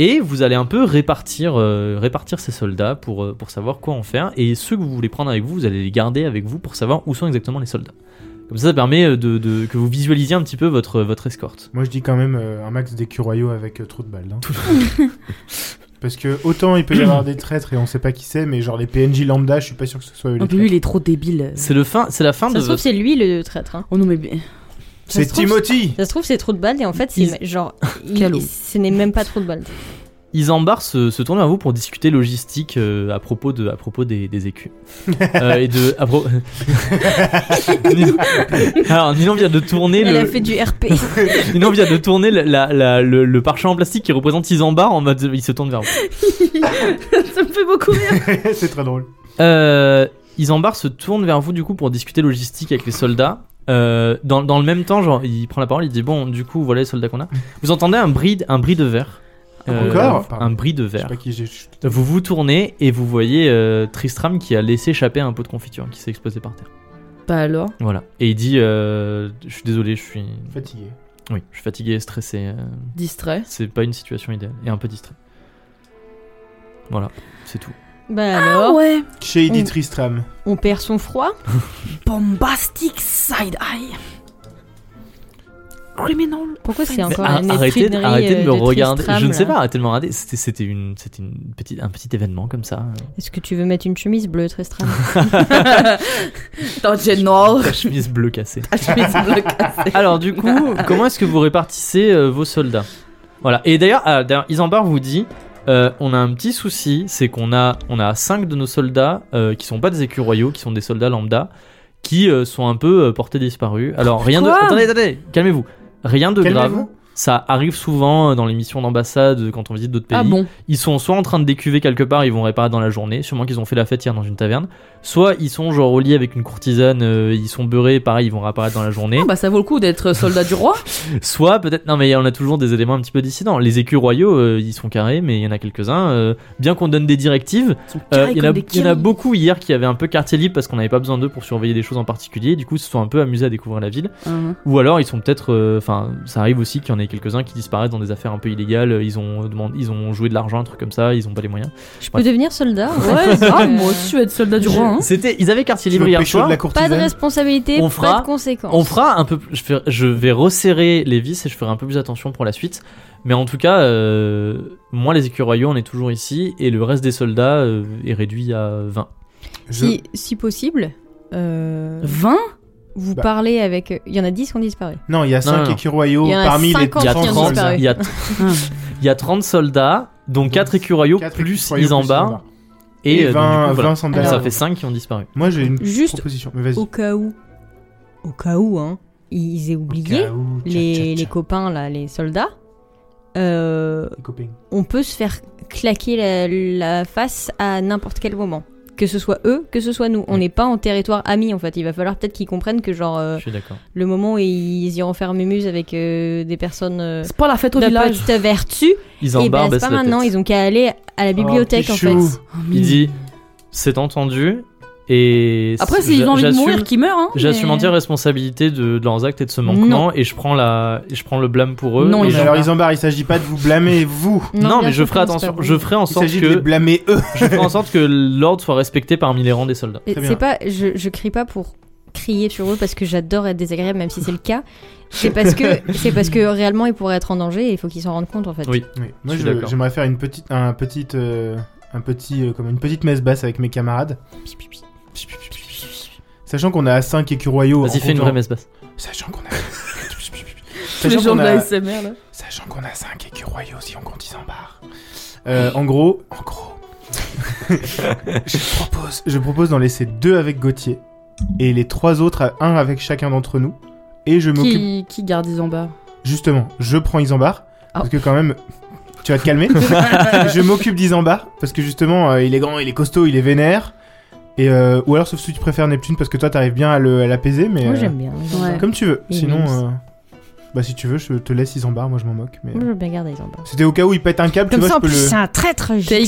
S1: Et vous allez un peu répartir, euh, répartir ces soldats pour, euh, pour savoir quoi en faire. Et ceux que vous voulez prendre avec vous, vous allez les garder avec vous pour savoir où sont exactement les soldats. Comme ça, ça permet euh, de, de- que vous visualisiez un petit peu votre, votre escorte.
S2: Moi, je dis quand même euh, un max d'écus royaux avec euh, trop de balles. hein. Parce que autant il peut y avoir des traîtres et on sait pas qui c'est, mais genre les PNJ lambda, je suis pas sûr que ce soit eux les
S3: Oh, puis lui,
S2: traîtres.
S3: il est trop débile.
S1: C'est le fin, c'est la fin
S4: Ça
S1: de
S4: se trouve,
S1: votre...
S4: c'est lui le traître. hein.
S3: Oh non, mais
S4: Ça
S2: C'est
S4: se trouve,
S2: Timothy
S4: Ça se trouve, c'est trop de balles et en fait, c'est genre. il-
S3: Quel homme.
S4: ce n'est même pas trop de balles.
S1: Isambard se, se tourne vers vous pour discuter logistique euh, à propos, de, à propos des, des écus. Euh, et de... à pro- Ninon- Alors, Ninon vient de tourner
S4: Elle
S1: le...
S4: a fait du RP.
S1: Ninon vient de tourner la- la- la- le, le parchemin en plastique qui représente Isambard en mode... Il se tourne vers vous.
S3: ça me fait beaucoup rire.
S2: C'est très drôle.
S1: Euh, Isambard se tourne vers vous du coup pour discuter logistique avec les soldats. Euh, dans, dans le même temps, genre, il prend la parole, il dit bon, du coup, voilà les soldats qu'on a. Vous entendez un bris, de- un bris de verre. Euh,
S2: Encore
S1: Un bris de
S2: Je sais
S1: verre.
S2: pas qui j'ai. je-
S1: Vous vous tournez et vous voyez euh, Tristram qui a laissé échapper un pot de confiture qui s'est explosé par terre.
S3: Bah alors
S1: Voilà. Et il dit euh, je suis désolé, je suis,
S2: Fatigué.
S1: oui, je suis fatigué, stressé. euh,
S3: Distrait.
S1: c'est pas une situation idéale et un peu distrait. Voilà, c'est tout.
S4: Bah alors,
S3: Ah, ouais
S2: Chez Edith
S4: On-
S2: Tristram.
S4: on perd son froid.
S5: Bombastic side eye. Criminal.
S4: Pourquoi c'est
S1: Mais
S4: encore
S1: ar-
S4: une
S1: arrêtez,
S4: effrinerie,
S1: arrêtez de me
S4: euh,
S1: regarder.
S4: Tristram,
S1: je ne sais
S4: là
S1: pas, arrêtez de me regarder. C'était, c'était une, c'était une petite, un petit événement comme ça.
S4: Est-ce que tu veux mettre une chemise bleue, Tristram
S3: Dans le
S4: Oh,
S3: Nord.
S1: La chemise bleue cassée.
S3: Ah, je vais casser.
S1: Alors du coup, comment est-ce que vous répartissez euh, vos soldats Voilà. Et d'ailleurs, ah, d'ailleurs, Isambard vous dit Euh, on a un petit souci, c'est qu'on a, on a cinq de nos soldats euh, qui sont pas des écus royaux, qui sont des soldats lambda, qui euh, sont un peu euh, portés disparus. Alors rien de,
S3: Quoi
S1: attendez, attendez, calmez-vous, rien de grave.
S2: Calmez-vous.
S1: Ça arrive souvent euh, dans les missions d'ambassade quand on visite d'autres pays.
S3: Ah bon
S1: Ils sont soit en train de décuver quelque part, ils vont réparer dans la journée, sûrement qu'ils ont fait la fête hier dans une taverne, soit ils sont genre au lit avec une courtisane, euh, ils sont beurrés, pareil, ils vont réapparaître dans la journée.
S3: Ah bah ça vaut le coup d'être soldat du roi.
S1: Soit peut-être, non mais on a toujours des éléments un petit peu dissidents. Les écus royaux, euh, ils sont carrés, mais il y en a quelques-uns. euh, bien qu'on donne des directives,
S3: Ils sont
S1: euh,
S3: carrés
S1: il y en a-
S3: comme des
S1: il y en a
S3: kiris.
S1: beaucoup hier qui avaient un peu quartier libre parce qu'on n'avait pas besoin d'eux pour surveiller des choses en particulier. Du coup, ils se sont un peu amusés à découvrir la ville.
S3: Hein.
S1: Ou alors, ils sont peut-être, euh, enfin, ça arrive aussi qu'il y en ait quelques-uns qui disparaissent dans des affaires un peu illégales. euh, Ils ont demandé, ils ont joué de l'argent, un truc comme ça. Ils ont pas les moyens.
S4: Je peux devenir soldat. en fait.
S3: Ouais, grave, moi aussi je veux être soldat du roi. hein.
S1: C'était, ils avaient quartier
S2: Tu
S1: libre
S2: veux
S1: hier
S2: pécho
S1: soir.
S2: de la
S4: Pas de
S2: courtisane
S4: responsabilité,
S1: On
S4: pas
S1: fera-
S4: de conséquences.
S1: On fera un peu plus. Je, ferai- je vais resserrer les vis et je ferai un peu plus attention pour la suite. Mais en tout cas, euh, moi, les écureuils, on est toujours ici et le reste des soldats euh, est réduit à 20.
S2: Je-
S4: Si, si possible, euh,
S3: 20
S4: vous
S2: Bah.
S4: parlez avec. Il y en a 10 qui ont disparu.
S2: Non, il y a
S1: Non,
S2: 5
S1: non.
S2: écus royaux
S4: Il y en a
S2: parmi les euh,
S4: 50
S1: Il y a
S4: Quand
S2: 30
S4: ils ont
S1: 30,
S4: disparu.
S1: il y a, il y a 30 soldats, dont 4 écureuils
S2: Quatre écus
S1: plus
S2: royaux
S1: ils en
S2: plus
S1: bas. Et, euh, donc, du
S2: 20,
S1: coup, voilà.
S2: 20 soldats.
S1: Donc, ça
S4: Alors-
S1: fait 5 qui ont disparu.
S2: Moi j'ai une
S4: Juste-
S2: proposition, mais vas-y.
S4: Au cas où. Au cas où, hein. Ils aient oublié.
S2: Au cas où, tcha,
S4: les,
S2: tcha, tcha.
S4: les copains, là, les soldats, euh,
S2: Les copains.
S4: on peut se faire claquer la, la face à n'importe quel moment. Que ce soit eux, que ce soit nous. On
S1: Mm.
S4: n'est pas en territoire ami, en fait. Il va falloir peut-être qu'ils comprennent que, genre, euh,
S1: Je suis d'accord.
S3: Eh
S4: le moment où ils iront faire mémuse avec euh, des personnes euh,
S3: C'est pas la fête au
S4: de
S3: village.
S4: petite vertu,
S1: Ils en
S4: et ben
S1: barre
S4: c'est
S1: baissent
S4: pas
S1: la
S4: maintenant.
S1: tête.
S4: Ils ont qu'à aller à la bibliothèque,
S2: Oh,
S4: en
S2: petit
S4: fait.
S2: chou.
S1: Il dit C'est entendu. Et
S3: Après,
S1: c'est-
S3: s'ils ont envie de
S1: j'assume-
S3: mourir, qu'ils meurent. Hein,
S1: J'assume
S3: mais-
S1: entière responsabilité de, de leurs actes et de ce
S4: Non.
S1: manquement et je prends la et je prends le blâme pour eux.
S3: Non,
S1: et
S2: Mais
S3: ils
S1: je-
S3: ont
S2: alors
S3: barre.
S2: Isambard, il s'agit pas de vous blâmer vous.
S1: non,
S4: bien
S1: mais je
S4: sûr
S1: ferai
S4: que non, c'est
S1: attention.
S4: pas
S1: Je
S4: vous.
S1: ferai en
S2: Il
S1: sorte
S2: s'agit de les
S1: que
S2: blâmer eux.
S1: je ferai en sorte que l'ordre soit respecté parmi les rangs des soldats.
S4: Et
S2: Très bien.
S4: C'est pas, je, je crie pas pour crier sur eux parce que j'adore être désagréable, même si c'est le cas. C'est parce que c'est parce que réellement ils pourraient être en danger et il faut qu'ils s'en rendent compte en fait.
S1: Oui.
S2: Oui, moi
S1: Je suis
S2: je-
S1: d'accord.
S2: j'aimerais faire une petite un petite euh, un petit euh, comme une petite messe basse avec mes camarades. Sachant qu'on a 5 écus royaux. en
S1: Vas-y, fais une
S2: comptant-
S1: vraie messe basse.
S2: Sachant qu'on a
S3: Tous les
S2: Sachant
S3: gens
S2: qu'on
S3: de
S2: a-
S3: la SMR là.
S2: Sachant qu'on a 5 écus royaux si on compte Isambard. Euh, en gros, en gros. je propose je propose d'en laisser deux avec Gauthier et les trois autres à- un avec chacun d'entre nous et je m'occupe
S3: Qui, qui garde Isambard
S2: Justement, je prends Isambard. Parce
S3: Ah.
S2: que quand même, tu vas te calmer. je m'occupe d'Isambard. Parce que justement, euh, il est grand, il est costaud, il est vénère. Et euh, ou alors, sauf si tu préfères Neptune, parce que toi, t'arrives bien à le- à l'apaiser. Mais
S4: Moi
S2: euh,
S4: j'aime bien. ils ont
S3: Ouais.
S4: pas-
S2: comme tu veux.
S4: Il est
S2: Sinon,
S4: mince.
S2: euh, bah si tu veux, je te laisse Isambard. Moi, je m'en moque. Mais euh,
S4: Moi je veux bien garder ils ont pas.
S2: c'était au cas où il pète un câble.
S5: Comme
S2: tu vois,
S5: ça, en
S2: je peux
S5: plus,
S2: le.
S5: c'est un traître.
S3: Take Isambard.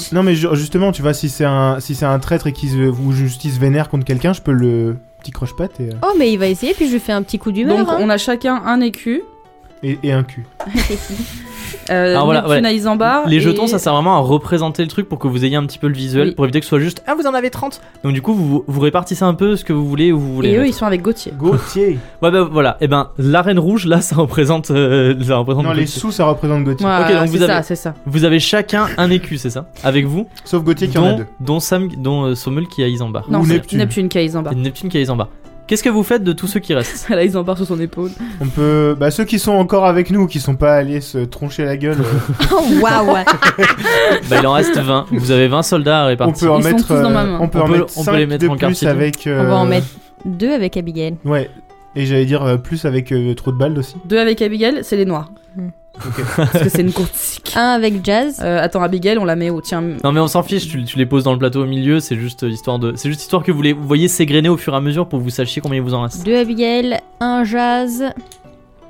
S5: J'explose.
S2: Non, mais ju- justement, tu vois, si c'est un, si c'est un traître et qu'il se- ou justice vénère contre quelqu'un, je peux le petit croche-patte et, euh,
S4: Oh mais il va essayer puis je lui fais un petit coup d'humeur.
S3: Donc,
S4: hein.
S3: on a chacun un écu.
S2: et, et un cul.
S3: Euh,
S1: Alors, Ah, voilà,
S3: Neptune
S1: ouais.
S3: à Isambard.
S1: Les
S3: Bah, et-
S1: jetons, ça sert vraiment à représenter le truc pour que vous ayez un petit peu le visuel,
S3: Oui.
S1: pour éviter que ce soit juste Ah, vous en avez 30 Donc, du coup, vous, vous répartissez un peu ce que vous voulez où vous voulez.
S3: Et eux,
S1: mettre.
S3: ils sont avec Gauthier.
S2: Gauthier.
S1: Ouais, bah voilà. Et ben, l'arène rouge, là, ça représente. euh, ça représente
S2: non, les
S1: Gauthier.
S2: sous, ça représente Gauthier.
S3: Voilà,
S1: donc
S3: c'est
S1: vous avez-
S3: ça, c'est ça.
S1: Vous avez chacun un écu, c'est ça Avec vous
S2: Sauf Gauthier qui en a
S1: dont,
S2: deux.
S1: dont Sam, dont euh, Sommel qui a Isambard.
S3: Non,
S2: Ou
S3: c'est
S2: Neptune.
S3: Neptune qui a Isambard.
S1: Et Neptune qui a Isambard. Qu'est-ce que vous faites de tous ceux qui restent
S3: Elle a Isambard sur son épaule.
S2: On peut. Bah, ceux qui sont encore avec nous, qui sont pas allés se troncher la gueule, euh,
S4: Oh, Waouh.
S1: Bah, il en reste 20. Vous avez 20 soldats à
S2: on
S1: répartir.
S2: peut en
S3: Ils sont
S2: mettre. euh,
S3: tous dans ma main.
S2: On peut
S1: On
S2: en
S1: peut-
S2: mettre
S1: on peut
S2: cinq
S1: les mettre
S2: de
S1: en
S2: plus
S1: quartier.
S2: avec. euh,
S4: On va en mettre deux avec Abigail.
S2: Ouais. Et j'allais dire euh, plus avec euh, trop de balles aussi.
S3: Deux avec Abigail, c'est les noirs.
S4: Hmm.
S3: Parce que c'est une courtique.
S4: Un avec Jazz.
S3: Euh, attends, Abigail, on la met au. Tiens,
S1: Non, mais on s'en fiche, tu, tu les poses dans le plateau au milieu, c'est juste histoire de. C'est juste histoire que vous les vous voyez s'égrener au fur et à mesure pour que vous sachiez combien il vous en
S3: Euh.
S1: reste.
S4: Deux Abigail, un Jazz.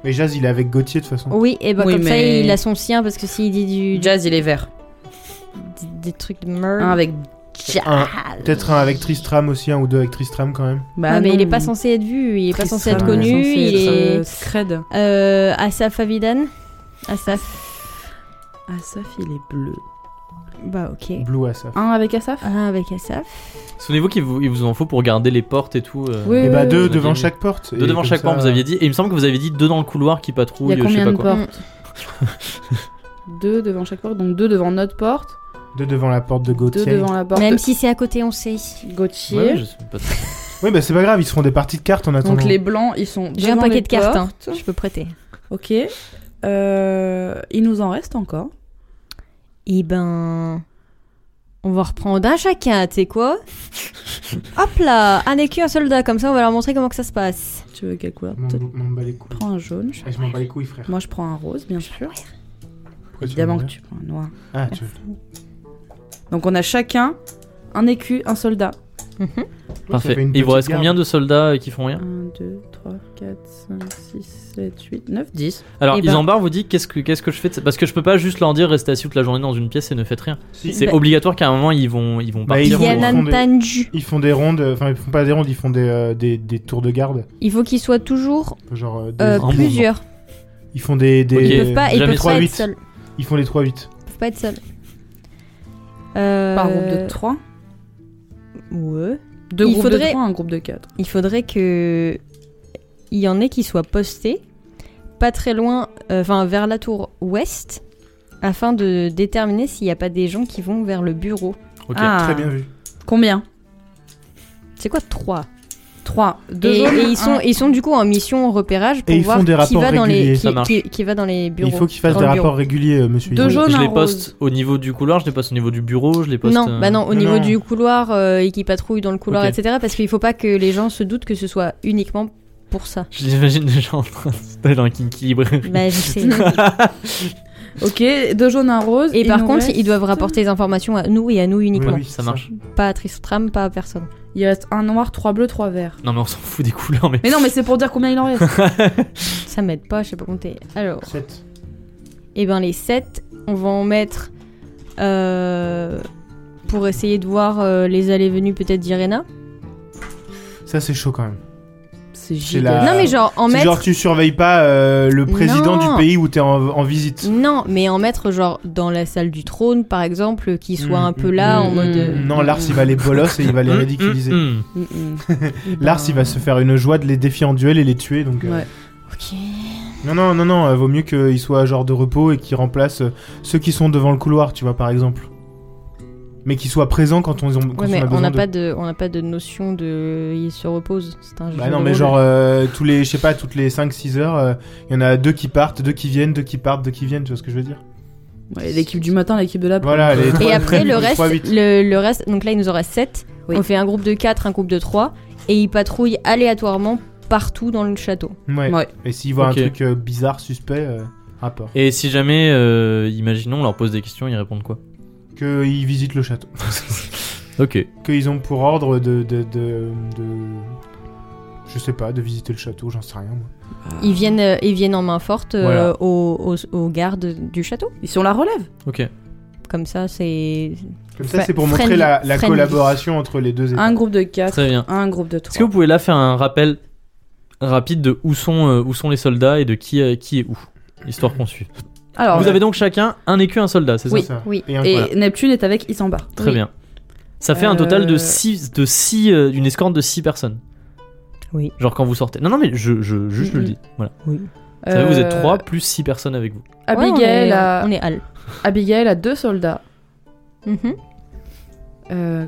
S2: Mais Jazz, il est avec Gauthier de toute
S3: Oh.
S2: façon.
S4: Oui, et ben
S3: Oui,
S4: comme ça
S3: mais-
S4: il a son sien parce que s'il dit du,
S3: Jazz, il est vert.
S4: des- des trucs de merde.
S3: Un avec.
S2: Un- Peut-être un avec Tristram aussi, un ou deux avec Tristram quand même.
S3: Bah,
S4: Ah, mais
S3: non.
S4: il est pas censé être vu, il est pas
S3: Tristram,
S4: censé être
S2: il est
S4: connu,
S3: censé
S4: il
S3: être,
S4: est.
S3: euh, Scred.
S4: Euh, Asaf Avidan Asaf.
S3: Asaf, il est bleu.
S4: Bah ok.
S2: Blue à ça.
S3: Un avec Asaf
S4: Un avec Asaf.
S1: Souvenez-vous qu'il vous, il vous en faut pour garder les portes et tout. euh,
S3: Oui,
S2: Et
S3: oui,
S2: bah,
S3: oui,
S2: deux
S1: oui.
S2: devant chaque porte.
S1: Deux
S2: Et
S1: devant
S2: comme
S1: chaque
S2: ça,
S1: porte, vous aviez dit. Et il me semble que vous avez dit deux dans le couloir qui patrouille,
S3: Il y a
S1: je sais
S3: combien
S1: pas
S3: de
S1: quoi.
S3: portes Deux devant chaque porte, donc deux devant notre porte,
S2: Deux devant la porte de
S3: deux
S2: Gauthier.
S3: devant la porte
S4: Même
S3: de
S4: si c'est à côté, on sait.
S3: Gauthier.
S1: Ouais, je sais pas.
S2: Oui, bah, c'est pas grave, ils se font des parties de cartes en attendant.
S3: Donc les blancs, ils sont.
S4: J'ai un
S3: devant
S4: paquet
S3: les
S4: de cartes, hein.
S3: portes.
S4: je peux prêter.
S3: Ok. Euh, il nous en reste encore.
S4: Eh ben. On va reprendre un chacun, tu sais quoi Hop là Un écu, un soldat, comme ça on va leur montrer comment que ça se passe.
S3: Tu veux quelle couleur
S2: M'en
S3: Te-
S2: m'en bats les couilles.
S3: Prends un jaune.
S2: Ah, je m'en bats les couilles, frère.
S3: Moi, je prends un rose, bien sûr.
S2: Pourquoi tu
S3: Évidemment
S2: m'en
S3: que
S2: bats
S3: tu prends un noir.
S2: Ah, tu
S3: Donc, on a chacun un écu, un soldat.
S4: Mhm.
S1: Parfait.
S2: fait une
S1: Et il vous
S2: petite
S1: reste
S2: garde.
S1: combien de soldats euh, qui font rien
S3: 1, 2, 3, 4, 5, 6, 7, 8, 9, 10.
S1: Alors,
S4: Eh ben-
S1: Isambard vous dit qu'est-ce que qu'est-ce que je fais de ça Parce que je peux pas juste leur dire restez assis toute la journée dans une pièce et ne faites rien.
S3: Eh
S2: Si.
S1: C'est
S4: Bah-
S1: obligatoire qu'à un moment ils vont ils vont
S2: Bah,
S1: partir.
S4: Il
S2: ils
S4: y a
S2: vont-
S1: ou-
S2: font des-
S4: Nantanju.
S2: Ils font des rondes, euh, enfin ils font pas des rondes, ils font des, euh, des, des tours de garde.
S4: Il faut qu'ils soient toujours
S2: Genre euh, des-
S4: euh,
S1: En mouvement.
S4: plusieurs.
S2: ils font des, des
S1: Ok.
S4: Ils peuvent pas, ils
S1: Jamais
S4: peuvent pas
S2: trois,
S4: être
S2: huit.
S4: seuls.
S2: ils font les 3 8.
S4: Ils peuvent pas être seuls. Euh,
S3: Par groupe de 3.
S4: ouais.
S3: Deux
S4: Il
S3: groupes de
S4: faudrait-
S3: 3, un groupe de 4.
S4: il faudrait que il y en ait qui soient postés pas très loin, euh, enfin vers la tour ouest, afin de déterminer s'il n'y a pas des gens qui vont vers le bureau.
S1: Ok.
S4: Ah.
S2: Très bien vu.
S3: Combien
S4: C'est quoi trois
S3: 3.
S4: et,
S3: 2 jaunes.
S4: et ils sont ils sont du coup en mission repérage pour
S2: Et ils
S4: voir
S2: font des
S4: qui va
S2: rapports
S4: dans les
S2: réguliers.
S4: qui,
S1: Ça marche.
S4: qui- qui va dans les bureaux.
S2: Il faut qu'ils fassent
S4: dans
S2: des
S4: le bureau.
S2: rapports réguliers, euh, monsieur.
S3: Deux
S2: Hidalgo.
S3: jaunes.
S1: Je
S3: en
S1: les
S3: rose.
S1: poste au niveau du couloir, je les poste au niveau du bureau, je les poste.
S4: Non,
S1: euh,
S4: bah non, au
S2: Non,
S4: niveau
S2: non.
S4: du couloir euh, et qui patrouille dans le couloir,
S1: Ok.
S4: etc. Parce qu'il faut pas que les gens se doutent que ce soit uniquement pour ça.
S1: Je les imagine déjà en train de se taper dans Kinky Librairie.
S4: Bah, je sais.
S3: Ok, deux jaunes, un rose.
S4: et
S3: il
S4: par
S3: nous
S4: contre,
S3: reste-
S4: ils doivent rapporter les informations à nous et à nous
S2: Oui,
S4: uniquement.
S2: oui,
S1: Ça
S2: c'est
S1: marche.
S4: Pas à Tristram, pas à personne.
S3: Il reste un noir, trois bleus, trois verts.
S1: Non mais on s'en fout des couleurs, mais.
S3: Mais non, mais c'est pour dire combien il en reste.
S4: Ça m'aide pas, je sais pas compter. Alors,
S2: Sept.
S4: et ben les 7, on va en mettre euh, pour essayer de voir euh, les allées-venues peut-être d'Irena.
S2: Ça c'est chaud quand même.
S3: C'est
S2: C'est
S3: gigantesque.
S2: la- Euh,
S4: non mais genre en
S2: C'est
S4: mettre...
S2: genre tu surveilles pas euh, le président
S4: Non.
S2: du pays où t'es en, en visite.
S4: Non, mais en mettre genre dans la salle du trône par exemple, qui soit
S2: Mm,
S4: un peu
S2: mm,
S4: là
S3: mm,
S4: en
S3: mm,
S4: mode... euh,
S2: Non, Lars il va les bolos et il
S4: mm,
S2: va les ridiculiser.
S1: Hum,
S3: Mm, mm.
S2: Lars il va se faire une joie de les défier en duel et les tuer donc. euh,
S3: Ouais.
S4: Ok.
S2: Non, non, non, non, euh, vaut mieux qu'ils soient genre de repos et qu'ils remplacent euh, ceux qui sont devant le couloir, tu vois, par exemple. Mais qu'ils soient présents quand on, quand
S4: Ouais, mais
S2: on
S4: on
S2: a besoin
S4: n'a
S2: d'eux.
S4: pas de, on n'a pas de notion de, il se repose. C'est un jeu.
S2: Bah
S4: de
S2: non, mais
S4: rôle.
S2: genre, euh, tous les, je sais pas, toutes les 5-6 heures, euh, il y en a deux qui partent, deux qui viennent, deux qui partent, deux qui viennent, tu vois ce que je veux dire
S3: Ouais, l'équipe du matin, l'équipe de l'après.
S2: Voilà, les
S4: Et
S2: trois-
S4: après le
S2: les
S4: reste,
S2: trois, huit.
S4: le, le reste, donc là il nous en reste 7.
S3: Oui.
S4: On fait un groupe de 4, un groupe de 3 et ils patrouillent aléatoirement partout dans le château.
S2: Ouais.
S3: Ouais.
S2: Et s'ils voient
S1: Ok.
S2: un truc euh, bizarre, suspect, euh, rapport.
S1: Et si jamais, euh, imaginons, on leur pose des questions, ils répondent quoi
S2: Qu'ils visitent le château.
S1: Ok.
S2: Qu'ils ont pour ordre de, de, de, de- Je sais pas, de visiter le château, j'en sais rien. Moi.
S4: Ils viennent, euh, ils viennent en main forte euh,
S2: Voilà.
S4: aux, aux- aux gardes du château.
S3: Ils sont la relève.
S1: Ok.
S4: Comme ça, c'est.
S2: Comme ça,
S4: Fri-
S2: c'est pour
S4: friendly-
S2: montrer la, la
S4: friendly.
S2: collaboration entre les deux états.
S3: Un groupe de 4,
S1: Très bien.
S3: un groupe de
S1: Est-ce que
S3: 3.
S1: vous pouvez là faire un rappel rapide de où sont, euh, où sont les soldats et de qui, euh, qui est où Histoire qu'on suit.
S3: Alors, euh,
S1: vous
S2: ouais.
S1: avez donc chacun un écu, un soldat, c'est
S3: Oui.
S1: ça
S2: Ça.
S4: oui.
S2: Et un
S3: et
S2: voilà.
S3: Neptune est avec Isambard.
S1: Très bien. Ça fait un
S3: Euh,
S1: total de 6 de six, euh, d'une escorte de 6 personnes.
S4: Oui.
S1: Genre quand vous sortez. Non non mais je, je juste je le
S3: Mhm.
S1: dis. Voilà.
S3: Euh,
S1: Ça fait, vous êtes 3 plus 6 personnes avec vous.
S4: Ouais, on, est,
S3: Abigail, euh, a...
S4: on est Al.
S3: Abigail a deux soldats.
S4: Mhm.
S3: Euh,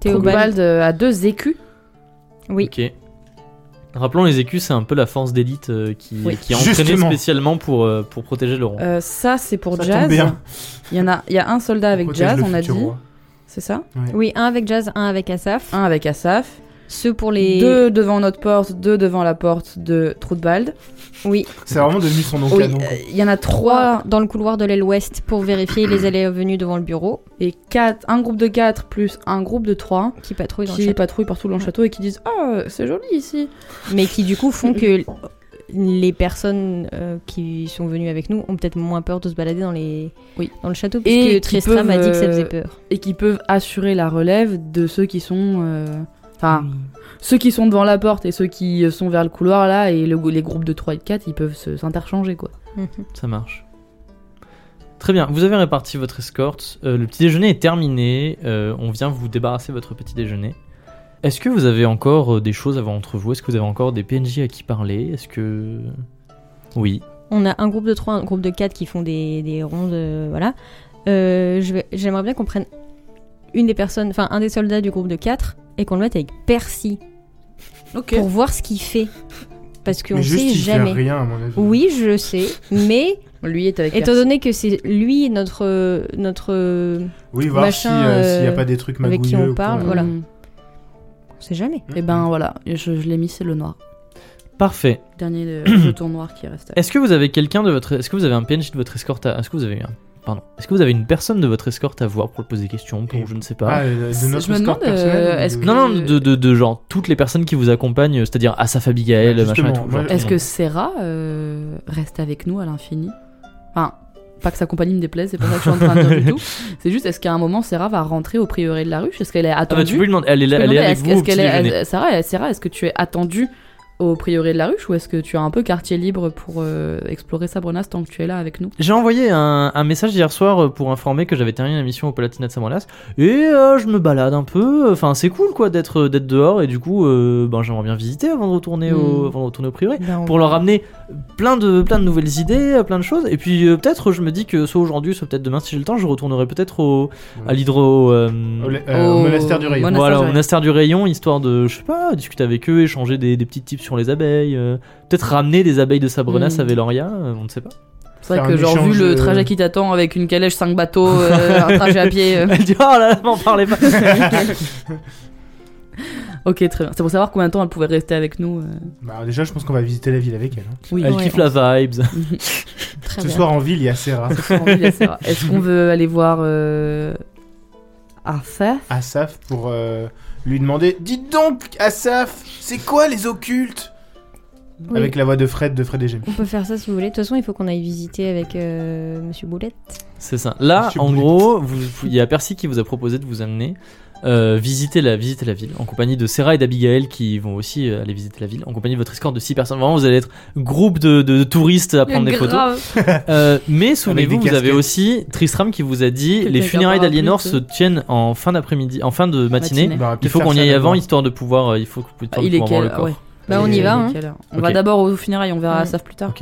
S4: Théobald.
S3: Théobald euh, a deux écus.
S4: Oui.
S1: Ok. Rappelons les écus, c'est un peu la force d'élite euh, qui,
S3: Oui.
S1: qui est entraînée
S2: Justement.
S1: spécialement pour, euh, pour protéger le rond.
S3: Euh, ça, c'est pour
S2: Ça tombe
S3: Jazz.
S2: bien.
S3: Il y en a, il y a un soldat avec
S2: Protège
S3: Jazz,
S2: le
S3: on a dit.
S2: futur roi.
S3: C'est ça
S4: Oui, un avec Jazz, un avec Asaf.
S3: Un avec Asaf.
S4: Ceux pour les.
S3: Deux devant notre porte, deux devant la porte de Troutbald.
S4: Oui.
S2: C'est vraiment devenu son nom
S3: Oui,
S2: canon.
S3: euh, il y en a
S4: Trois
S3: trois
S4: dans le couloir de l'aile ouest pour vérifier les allées et venues devant le bureau
S3: et quatre, un groupe de quatre plus un groupe de trois
S4: qui patrouillent dans le
S3: qui
S4: château.
S3: patrouillent partout dans le château et qui disent Oh, c'est joli ici.
S4: mais qui du coup font que les personnes euh, qui sont venues avec nous ont peut-être moins peur de se balader dans les
S3: Oui.
S4: dans le château
S3: qui
S4: puisque Tristram
S3: peuvent,
S4: a dit que ça faisait
S3: euh,
S4: peur.
S3: Et qui peuvent assurer la relève de ceux qui sont. euh, Enfin, ceux qui sont devant la porte et ceux qui sont vers le couloir là et le- les groupes de 3 et de 4 ils peuvent se- s'interchanger quoi.
S4: Mhm.
S1: Ça marche. Très bien, vous avez réparti votre escorte. Euh, le petit déjeuner est terminé. Euh, on vient vous débarrasser de votre petit déjeuner. Est-ce que vous avez encore euh, des choses à voir entre vous Est-ce que vous avez encore des PNJ à qui parler Est-ce que. Oui.
S4: On a un groupe de 3, un groupe de 4 qui font des, des rondes, euh, voilà. Euh, je vais- J'aimerais bien qu'on prenne une des personnes, enfin un des soldats du groupe de 4 et qu'on le mette avec Percy
S3: Ok.
S4: pour voir ce qu'il fait. parce qu'on
S2: Mais juste,
S4: sait
S2: il fait
S4: jamais.
S2: rien, à mon avis.
S4: Oui, je sais, mais
S3: Lui est avec
S4: étant donné que c'est lui notre euh, notre euh,
S2: Oui, voir si,
S4: Machin,
S2: euh, s'il n'y a
S4: euh,
S2: pas des trucs
S4: avec qui
S2: magouilleux.
S4: on
S2: ou quoi. Mm.
S4: parle, voilà. on sait jamais.
S3: Et ben voilà, je, je l'ai mis, c'est le noir.
S1: Parfait.
S3: Dernier euh, jeton noir qui reste.
S1: Est-ce que vous avez quelqu'un de votre. Est-ce que vous avez un PNJ de votre escorte à. Est-ce que vous avez un. Pardon. Est-ce que vous avez une personne de votre escorte à voir pour lui poser des questions, pour je ne sais pas
S2: Ah, euh,
S3: Je
S2: de notre
S3: me demande,
S2: escorte
S3: euh,
S2: personnelle,
S3: est-ce
S2: de-
S3: que-
S1: Non, non, de, de, de genre toutes les personnes qui vous accompagnent, c'est-à-dire Asafa Bigaël,
S2: Ouais,
S1: machin et
S2: Bah, justement,
S1: tout. genre.
S2: moi,
S3: Est-ce que Serra euh, reste avec nous à l'infini Enfin, pas que sa compagnie me déplaise, c'est pas ça que je suis en train de dire du tout. C'est juste, est-ce qu'à un moment, Serra va rentrer au prieuré de la ruche Est-ce qu'elle est
S1: Ah bah, tu
S3: attendue
S1: peux lui demander, elle est, là,
S3: Je me
S1: elle est
S3: demandais,
S1: avec
S3: est-ce-
S1: vous
S3: est-ce
S1: au petit
S3: qu'elle est-
S1: déjeuner.
S3: est- Sarah, est- Sarah, est-ce que tu es attendue au prieuré de la ruche ou est-ce que tu as un peu quartier libre pour euh, explorer Sabronas tant que tu es là avec nous
S1: J'ai envoyé un, un message hier soir euh, pour informer que j'avais terminé la mission au Palatinat de Samaras et euh, je me balade un peu. Enfin, c'est cool quoi d'être d'être dehors et du coup, euh, ben, j'aimerais bien visiter avant de retourner au
S3: Mm.
S1: avant de retourner au prieuré.
S4: Ben,
S1: pour leur amener plein de, plein de nouvelles idées, plein de choses. Et puis euh, peut-être, je me dis que soit aujourd'hui, soit peut-être demain, si j'ai le temps, je retournerai peut-être au, à l'hydro. euh,
S2: Au, la- euh, au
S3: Au-
S2: monastère du Rayon.
S3: Monastère
S1: voilà,
S3: du
S1: au
S3: Rayon.
S1: monastère du rayon, histoire de, je sais pas, discuter avec eux, échanger des, des petits tips sur les abeilles. euh, peut-être ramener des abeilles de Sabrenas
S3: Mm.
S1: à Veloria, euh, on ne sait pas.
S3: C'est
S2: Faire
S3: vrai que
S2: un
S3: genre
S2: échange,
S3: vu le
S2: euh,
S3: trajet qui t'attend avec une calèche, 5 bateaux, euh, un trajet à pied. euh.
S1: Elle dit, oh là là, m'en parlez pas.
S3: Ok, très bien. C'est pour savoir combien de temps elle pouvait rester avec nous. euh.
S2: Bah, déjà, je pense qu'on va visiter la ville avec elle. hein.
S3: Oui.
S1: Elle kiffe la vibes.
S4: Très
S2: Ce
S4: bien.
S2: soir en ville, il y a Serra,
S3: Ce soir, on vit la Sarah. Est-ce qu'on veut aller voir euh... Arthur
S2: Asaf, pour euh, lui demander Dites donc, Asaf, c'est quoi les occultes
S4: Oui.
S2: Avec la voix de Fred de Fred et Jim.
S4: On peut faire ça si vous voulez. De toute façon, il faut qu'on aille visiter avec euh, Monsieur Boulette.
S1: C'est ça. Là,
S2: Monsieur
S1: en
S2: Boulette.
S1: gros, vous- vous- il y a Percy qui vous a proposé de vous amener euh, visiter, la, visiter la ville en compagnie de Sarah et d'Abigail qui vont aussi euh, aller visiter la ville en compagnie de votre escorte de 6 personnes. Vraiment, vous allez être groupe de, de touristes à prendre des photos. Euh, mais souvenez-vous,
S2: Avec des
S1: vous avez
S2: casquettes.
S1: aussi Tristram qui vous a dit
S3: Quelqu'un
S1: les
S3: qui a
S1: funérailles
S3: pas rappelé,
S1: d'Aliénor
S3: tu
S1: se
S3: sais.
S1: tiennent en fin d'après-midi, en fin de matinée.
S3: Matinée.
S2: Bah,
S1: Il faut qu'on y aille avant histoire de pouvoir. euh, il faut que vous
S3: Ah, Il est
S1: voir le
S3: quelle
S1: corps.
S3: ouais.
S4: Bah, on
S2: Et-
S4: y va. hein.
S3: Quelle heure On
S1: Ok.
S3: va d'abord au funérailles, on verra
S4: Ouais.
S3: Asaf plus tard.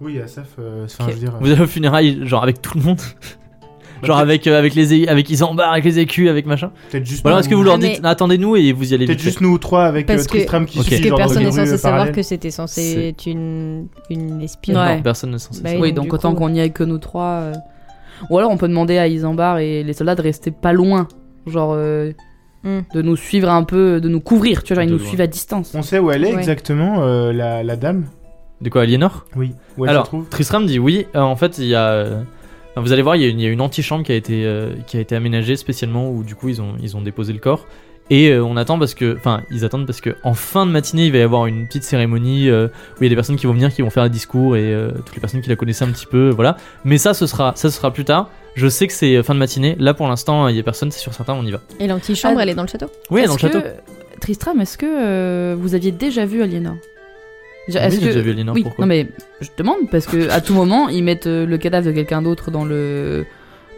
S2: Oui, Asaf, euh, enfin, je veux dire,
S1: Vous allez aux funérailles genre avec tout le monde,
S2: Bah,
S1: genre avec euh, avec les é- avec Isambard, avec les écus, avec machin.
S2: peut-être juste.
S1: Ou alors est-ce que vous
S3: Ah,
S1: leur dites
S4: mais-
S1: attendez-nous et vous y allez
S2: Peut-être
S1: vite fait.
S2: juste nous trois avec euh,
S4: Parce que-
S2: Tristram qui
S1: parce
S2: suit,
S1: que
S2: genre,
S4: que
S2: dans
S4: personne
S2: les
S4: n'est
S2: rues,
S4: censé
S2: euh,
S4: savoir
S2: parallèles.
S4: que c'était censé
S1: C'est-
S4: être une, une espionne.
S1: Non,
S3: Ouais.
S1: personne n'est censé
S4: Bah,
S1: savoir.
S4: Et
S3: Oui,
S4: donc,
S3: donc,
S4: du
S3: autant
S4: coup-
S3: qu'on n'y aille que nous trois. euh. Ou alors on peut demander à Isambard et les soldats de rester pas loin. Genre euh,
S4: Mm.
S3: de nous suivre un peu, de nous couvrir. Tu vois, genre
S1: De
S3: ils nous
S1: loin.
S3: suivent à distance.
S2: On sait où elle est
S4: Ouais.
S2: exactement, euh, la, la dame
S1: De quoi, Aliénor
S2: Oui. Où elle
S1: Alors,
S2: se trouve
S1: Tristram dit oui. Euh, en fait, il y a. euh, enfin, vous allez voir, il y a une, il y a une antichambre qui a été euh, qui a été aménagée spécialement où du coup ils ont ils ont déposé le corps et euh, on attend parce que enfin ils attendent parce que en fin de matinée il va y avoir une petite cérémonie euh, où il y a des personnes qui vont venir qui vont faire un discours et euh, toutes les personnes qui la connaissaient un petit peu voilà. Mais ça ce sera ça ce sera plus tard. Je sais que c'est euh, fin de matinée. Là pour l'instant il y a personne, c'est sur certains on y va.
S4: Et l'antichambre,
S3: Ah.
S4: elle est dans le château.
S1: Oui
S3: Est-ce
S1: dans le château.
S3: que- Tristram, est-ce que euh, vous aviez déjà vu Aliénor Je-
S1: Oui,
S3: est-ce
S1: j'ai
S3: que-
S1: déjà vu Aliénor,
S3: Oui,
S1: pourquoi
S3: non mais je te demande parce que à tout moment ils mettent euh, le cadavre de quelqu'un d'autre dans le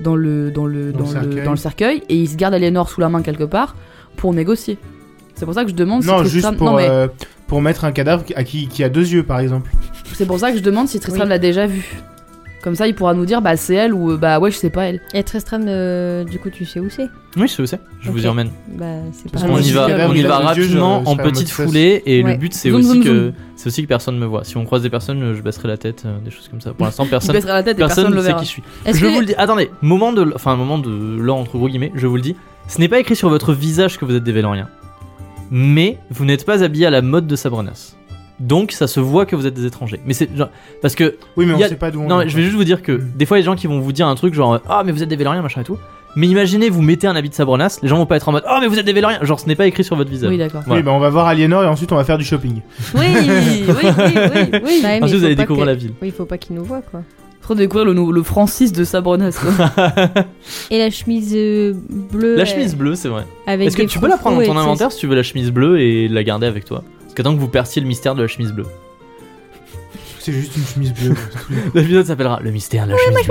S3: dans le dans
S2: Dans
S3: le
S2: le
S3: dans, le,
S2: cercueil.
S3: dans le cercueil et ils se gardent Aliénor sous la main quelque part pour négocier. C'est pour ça que je demande si
S2: Non,
S3: Tristram...
S2: juste pour,
S3: non mais
S2: euh, pour mettre un cadavre à qui, qui a deux yeux, par exemple.
S3: C'est pour ça que je demande si Tristram
S4: Oui.
S3: l'a déjà vue. Comme ça, il pourra nous dire bah c'est elle ou euh, bah ouais je sais pas elle.
S4: Et Tristram, euh, du coup, tu sais où c'est
S1: Oui je sais où c'est. Je vous
S4: Ok.
S1: y emmène.
S4: Bah, c'est
S2: Parce
S4: pas
S1: On
S4: loin.
S1: y va,
S2: cadavre,
S1: on y
S2: il a
S1: va
S2: les yeux, je-
S1: rapidement
S2: je
S1: en
S2: serai en mode
S1: petite
S2: sauce.
S1: foulée et le
S4: Ouais.
S1: but c'est
S3: Zoom,
S1: aussi
S3: zoom,
S1: que
S3: zoom.
S1: c'est aussi que personne me voit. Si on croise des personnes, euh, je baisserai la tête, euh, des choses comme ça. Pour l'instant
S3: Il
S1: personne
S3: baissera la tête et
S1: personne
S3: personne
S1: ne
S3: le
S1: sait
S3: verra.
S1: qui je suis.
S4: Est-ce
S1: Je
S4: que-
S1: vous le dis. Attendez, moment de enfin moment de là entre gros guillemets, je vous le dis, ce n'est pas écrit sur votre visage que vous êtes des Véloriens. Mais vous n'êtes pas habillé à la mode de Sabrenas. Donc ça se voit que vous êtes des étrangers. Mais c'est genre- parce que
S2: Oui, mais on
S1: Il y a-
S2: sait pas d'où on
S1: non,
S2: est,
S1: mais je vais
S2: quoi.
S1: juste vous dire que des fois, il y a des gens qui vont vous dire un truc genre Ah, mais vous êtes des Véloriens, machin et tout. Mais imaginez, vous mettez un habit de Sabrenas, les gens vont pas être en mode Ah, mais vous êtes des Véloriens. Genre, ce n'est pas écrit sur votre visage.
S3: Oui d'accord.
S1: Voilà.
S2: Oui, bah, on va voir Aliénor et ensuite on va faire du shopping.
S3: Oui oui oui oui. oui.
S4: Bah, mais
S1: Ensuite, vous
S4: il faut
S1: allez
S4: pas
S1: découvrir
S4: que-
S1: la ville.
S4: Oui, il faut pas qu'il nous voit, quoi.
S3: Faut découvrir le, nou- le Francis de Sabronas. quoi.
S4: Et la chemise euh, bleue.
S1: La
S4: euh,
S1: chemise bleue, c'est vrai.
S4: avec
S1: Est-ce que
S4: des
S1: tu peux la prendre dans
S4: froufrous
S1: ton
S4: et-
S1: inventaire si tu veux la chemise bleue et la garder avec toi Parce qu'attends que vous perciez le mystère de la chemise bleue.
S2: C'est juste une chemise bleue.
S1: L'épisode s'appellera Le mystère de la chemise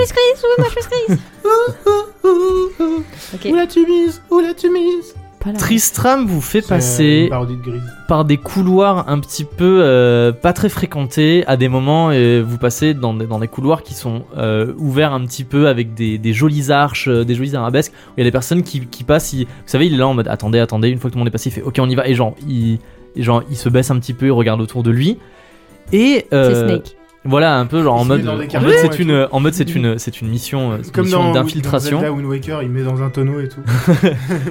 S1: bleue.
S4: Ok.
S2: Où la chemise Où la chemise
S3: Pas la-
S1: Tristram vous fait
S2: C'est euh,
S1: passer
S2: Une parodie de grise.
S1: par des couloirs un petit peu euh, pas très fréquentés à des moments et vous passez dans des, dans des couloirs qui sont euh, ouverts un petit peu avec des, des jolies arches, euh, des jolies arabesques où il y a des personnes qui, qui passent, il- vous savez il est là en mode attendez attendez une fois que tout le monde est passé il fait ok on y va et genre il, et genre, il se baisse un petit peu, il regarde autour de lui Et
S4: C'est
S1: euh,
S4: Snake.
S1: voilà, un peu genre
S2: Il
S1: en
S2: se
S1: mode,
S2: met dans des
S1: en
S2: cartons
S1: mode
S2: et
S1: c'est
S2: tout.
S1: une, en mode c'est une, c'est une mission, euh, c'est une
S2: Comme
S1: mission
S2: dans
S1: d'infiltration.
S2: Là, Wind Waker, il met dans un tonneau et tout.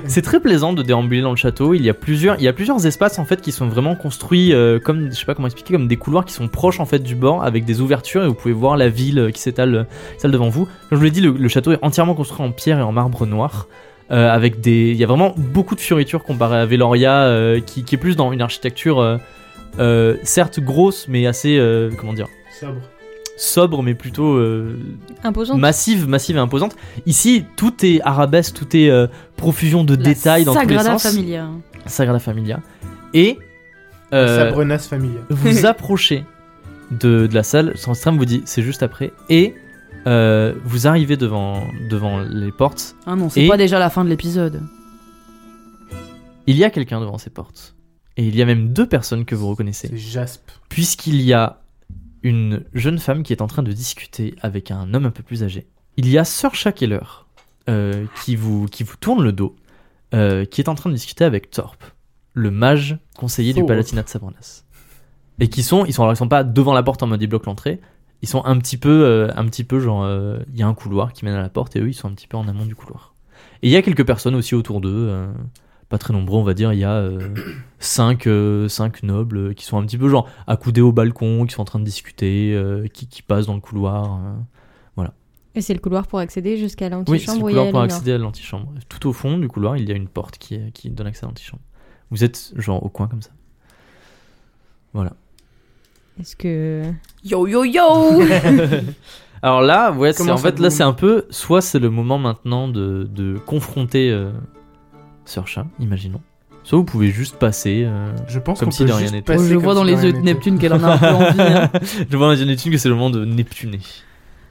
S1: C'est très plaisant de déambuler dans le château. Il y a plusieurs, il y a plusieurs espaces en fait qui sont vraiment construits euh, comme, je sais pas comment expliquer, comme des couloirs qui sont proches en fait du bord avec des ouvertures et vous pouvez voir la ville euh, qui s'étale, euh, qui s'étale devant vous. Comme je vous l'ai dit, le, le château est entièrement construit en pierre et en marbre noir. euh, avec des, il y a vraiment beaucoup de fioritures comparé à Veloria euh, qui, qui est plus dans une architecture euh, euh, certes grosse mais assez, euh, comment dire,
S2: Sobre.
S1: sobre mais plutôt euh,
S4: Imposant.
S1: massive, massive et imposante. Ici, tout est arabesque, tout est euh, profusion de détails dans tous les
S3: Sagrada
S1: sens.
S3: Familia.
S1: Sagrada Familia. Et euh,
S2: Sabrenas Familia.
S1: vous approchez de, de la salle, sans stream vous dit c'est juste après, et euh, vous arrivez devant, devant les portes.
S3: Ah non, c'est
S1: Et-
S3: pas déjà la fin de l'épisode.
S1: Il y a quelqu'un devant ces portes. Et il y a même deux personnes que vous reconnaissez.
S2: C'est Jasp.
S1: puisqu'il y a une jeune femme qui est en train de discuter avec un homme un peu plus âgé. Il y a Sir Shackler euh, qui, vous, qui vous tourne le dos, euh, qui est en train de discuter avec Thorpe, le mage conseiller du
S2: Thorpe.
S1: Palatinat de Sabranas. Et qui sont, ils sont, alors ils sont pas devant la porte en mode ils bloquent l'entrée, ils sont un petit peu, euh, un petit peu genre, euh, il y a un couloir qui mène à la porte et eux ils sont un petit peu en amont du couloir. Et il y a quelques personnes aussi autour d'eux, euh, pas très nombreux on va dire, il y a euh, cinq, euh, cinq nobles euh, qui sont un petit peu genre accoudés au balcon, qui sont en train de discuter, euh, qui, qui passent dans le couloir. euh.
S4: Et c'est le couloir pour accéder jusqu'à
S1: Oui, c'est le
S4: l'antichambre. où il y a
S1: couloir pour
S4: Eleanor.
S1: accéder à l'antichambre. Tout au fond du couloir, il y a une porte qui, est- qui donne accès à l'antichambre. Vous êtes genre au coin comme ça.
S4: Est-ce que
S5: Yo yo yo
S1: Alors là, ouais, c'est-
S2: Comment
S1: en
S2: ça
S1: fait, là,
S2: vous-
S1: c'est un peu. Soit c'est le moment maintenant de, de confronter euh, Sir Chat, imaginons. Soit vous pouvez juste passer. euh,
S2: Je pense
S1: Comme
S2: qu'on
S1: si
S2: peut
S1: de rien
S2: juste
S1: n'était.
S3: Oh,
S2: passer
S3: je vois
S2: comme si
S3: dans les
S2: de rien
S3: yeux de
S2: n'était.
S3: Neptune qu'elle en a un peu envie. hein.
S1: Je vois dans les yeux de Neptune que c'est le moment de Neptuner.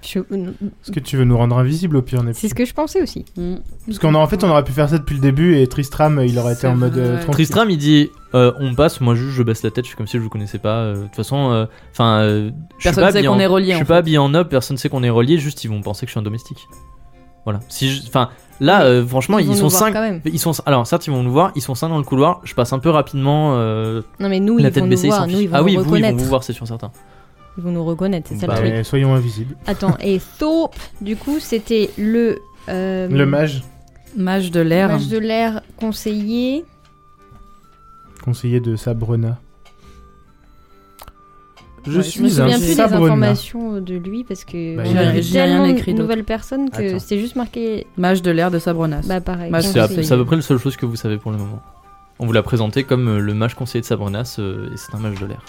S4: Je-
S2: Est-ce que tu veux nous rendre invisibles au pire,
S4: c'est
S2: Neptune
S4: ce que je pensais aussi.
S3: Mm.
S2: Parce qu'en en fait, on aurait pu faire ça depuis le début et Tristram, il aurait été
S3: C'est
S2: en mode. euh,
S3: vrai.
S2: tranquille.
S1: Tristram, il dit euh, On passe, moi juste je baisse la tête, je suis comme si je vous connaissais pas. euh, De toute façon, euh, enfin. euh, je suis
S3: Personne
S1: pas
S3: sait
S1: habillé
S3: qu'on
S1: en-
S3: est relié,
S1: Je suis
S3: en
S1: pas habillé en noble, personne sait qu'on est relié, juste ils vont penser que je suis un domestique. Voilà. Si je- Enfin, là,
S4: Oui.
S1: euh, franchement, ils,
S4: vont
S1: sont
S4: nous voir
S1: cinq.
S4: quand même.
S1: Ils sont, alors certes ils vont nous voir, ils sont cinq dans le couloir, je passe un peu rapidement euh,
S4: Non mais nous
S1: la
S4: ils
S1: tête
S4: vont
S1: baissée,
S4: nous
S1: ils s'en
S4: voir, nous
S1: fichent.
S4: ils vont
S1: Ah oui,
S4: nous
S1: vous, ils vont
S4: reconnaître.
S1: vous voir, c'est sûr certain.
S4: Ils vont nous reconnaître, c'est ça
S1: Bah,
S4: le truc.
S2: Mais soyons invisibles.
S4: Attends, et Thorpe, du coup, c'était le euh,
S2: Le mage,
S3: Mage de l'air.
S4: mage de l'air conseiller.
S2: conseiller de Sabrona. Je
S3: Ouais, je
S4: Je me
S2: suis un
S4: souviens plus des
S2: Sabrona.
S4: informations de lui parce que
S2: Bah,
S4: j'ai
S2: il a-
S4: vu
S3: j'ai rien
S4: tellement
S3: écrit
S4: de
S3: d'autre.
S4: nouvelles personnes que
S1: Attends.
S4: c'est juste marqué
S3: Mage de l'air de Sabronas.
S4: bah pareil.
S3: Mage
S1: C'est à,
S3: conseiller.
S1: c'est à peu près la seule chose que vous savez pour le moment. On vous l'a présenté comme euh, le mage conseiller de Sabranas euh, et c'est un mage de l'air.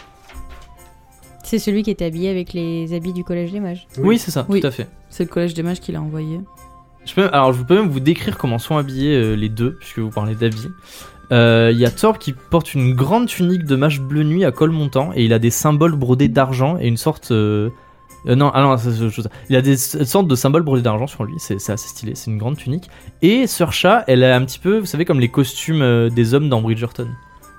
S4: C'est celui qui était habillé avec les habits du collège des mages.
S1: Oui,
S2: Oui.
S1: c'est ça,
S3: Oui.
S1: tout à fait.
S3: C'est le collège des mages qui l'a envoyé.
S1: Je peux, alors, je peux même vous décrire comment sont habillés euh, les deux, puisque vous parlez d'habits. Euh, Il y a Thorpe qui porte une grande tunique de mâche bleu nuit à col montant, et il a des symboles brodés d'argent et une sorte. euh, euh, non, ah non, ça, c'est autre chose. il a des s- sortes de symboles brodés d'argent sur lui, c'est c'est assez stylé, c'est une grande tunique. Et Sir Chat, elle a un petit peu, vous savez, comme les costumes euh, des hommes dans Bridgerton.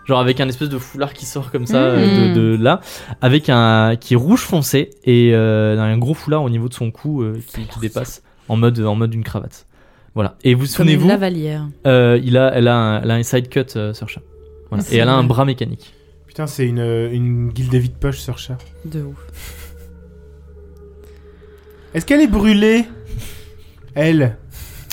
S1: Genre avec un espèce de foulard qui sort comme ça euh,
S3: Mhm.
S1: de, de là, avec un qui est rouge foncé et euh, un gros foulard au niveau de son cou euh, qui, qui dépasse en mode en mode une cravate. Voilà. Et vous
S3: Comme une
S1: souvenez-vous,
S3: lavalière.
S1: euh, il a elle a un, elle a un side cut euh, sur chat. Voilà.
S3: C'est
S1: Et elle a un
S3: vrai.
S1: bras mécanique.
S2: Putain, c'est une, euh, une guilde vie de poche sur chat.
S3: De ouf.
S2: Est-ce qu'elle est brûlée Elle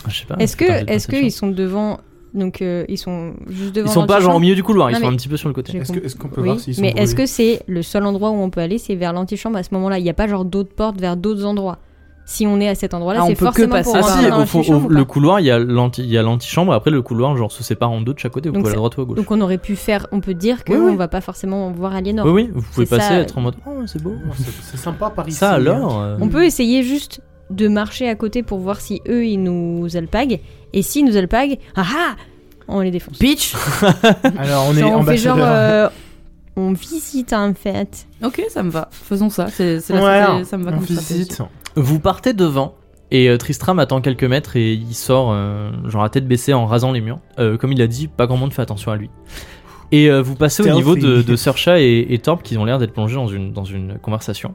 S1: Ah, Je sais pas.
S4: Est-ce que
S1: putain, j'ai
S4: est-ce
S1: pas
S4: qu'ils
S1: cette
S4: sont devant donc euh, ils sont juste devant
S1: chance. ils sont pas genre au
S4: l'antichambre
S1: milieu du couloir, ils
S4: Non,
S1: sont un
S4: mais-
S1: petit peu sur le côté.
S4: J'ai
S2: Est-ce
S4: compris.
S2: que- est-ce qu'on peut
S4: Oui,
S2: voir s'ils sont
S4: mais est-ce que
S2: brûlés
S4: c'est le seul endroit où on peut aller, c'est vers l'antichambre à ce moment-là Il n'y a pas genre d'autres portes vers d'autres endroits. Si on est à cet endroit-là,
S3: Ah, on
S4: c'est
S3: peut que
S4: forcément
S3: passer
S4: pour
S1: Ah
S3: par
S4: rentrer
S1: si,
S4: dans
S1: au fond-
S4: l'antichambre
S1: au-
S4: ou pas
S1: le couloir, il y a l'anti- il y a l'antichambre. Après, le couloir, genre, se sépare en deux de chaque côté. Vous
S4: Donc
S1: pouvez aller à
S4: c'est-
S1: droite ou à gauche.
S4: Donc on aurait pu faire, on peut dire que
S2: Oui, oui.
S4: on va pas forcément voir Aliénor.
S1: oui, oui, vous pouvez
S4: C'est
S1: passer,
S4: ça. euh,
S1: être en mode, oh, c'est beau.
S2: Oh, c'est- C'est sympa par ici.
S1: Ça
S2: hein.
S1: alors. euh,
S4: On peut essayer juste de marcher à côté pour voir si eux ils nous alpaguent et s'ils nous alpaguent, ah ah, on les défonce.
S3: Pitch
S2: Alors, on est
S4: Genre, on fait
S2: ambassadeur.
S4: genre euh, on visite un fait.
S3: Ok, ça me va. Faisons ça. C'est c'est la
S2: Ouais,
S3: stratégie- ça me va
S2: on
S3: comme
S2: visite.
S3: stratégie.
S1: Vous partez devant et euh, Tristram attend quelques mètres et il sort euh, genre à tête baissée en rasant les murs. Euh, comme il a dit, pas grand monde fait attention à lui. Et euh, vous passez au
S2: Stealthy.
S1: niveau de, de Sersha et, et Torp qui ont l'air d'être plongés dans une, dans une conversation.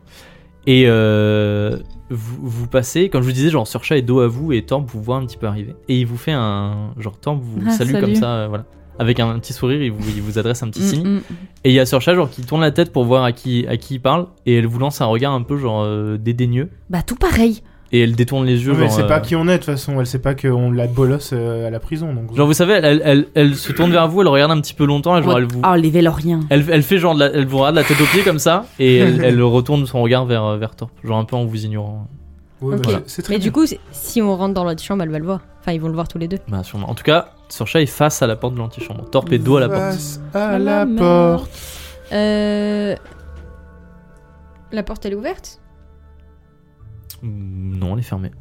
S1: Et euh, vous, vous passez, comme je vous disais, genre Sersha est dos à vous et Torp vous voit un petit peu arriver. Et il vous fait un... Genre Torp vous
S3: Ah,
S1: salue
S3: salut.
S1: comme ça, euh, voilà. avec un petit sourire, il vous, il vous adresse un petit
S3: Mm,
S1: signe.
S3: mm.
S1: Et il y a Sorcha genre qui tourne la tête pour voir à qui, à qui il parle et elle vous lance un regard un peu genre euh, dédaigneux
S5: Bah tout pareil.
S1: et elle détourne les yeux.
S2: Non, mais elle
S1: genre,
S2: sait
S1: euh,
S2: pas qui on est de toute façon, elle sait pas qu'on la bolosse euh, à la prison. Donc...
S1: genre, vous savez, elle, elle, elle- elle se tourne vers vous, elle regarde un petit peu longtemps, et genre, elle vous,
S3: Ah.
S5: Oh les Véloriens.
S1: elle, elle fait genre, de la- elle vous regarde la tête aux pieds comme ça et elle, elle retourne son regard vers euh, vers Torp, genre un peu en vous ignorant.
S2: Ouais,
S4: Ok.
S2: bah, c'est très
S4: Mais
S2: bien.
S4: du coup, c'est- si on rentre dans l'autre chambre, elle va le voir. Enfin, ils vont le voir tous les deux.
S1: Bah sûrement. En tout cas, Sorcha est face à la porte de l'antichambre. Torp est dos à la porte.
S2: Face à la
S3: La mer.
S2: porte.
S4: Euh... La porte, elle est ouverte
S1: Mm, Non, elle est fermée.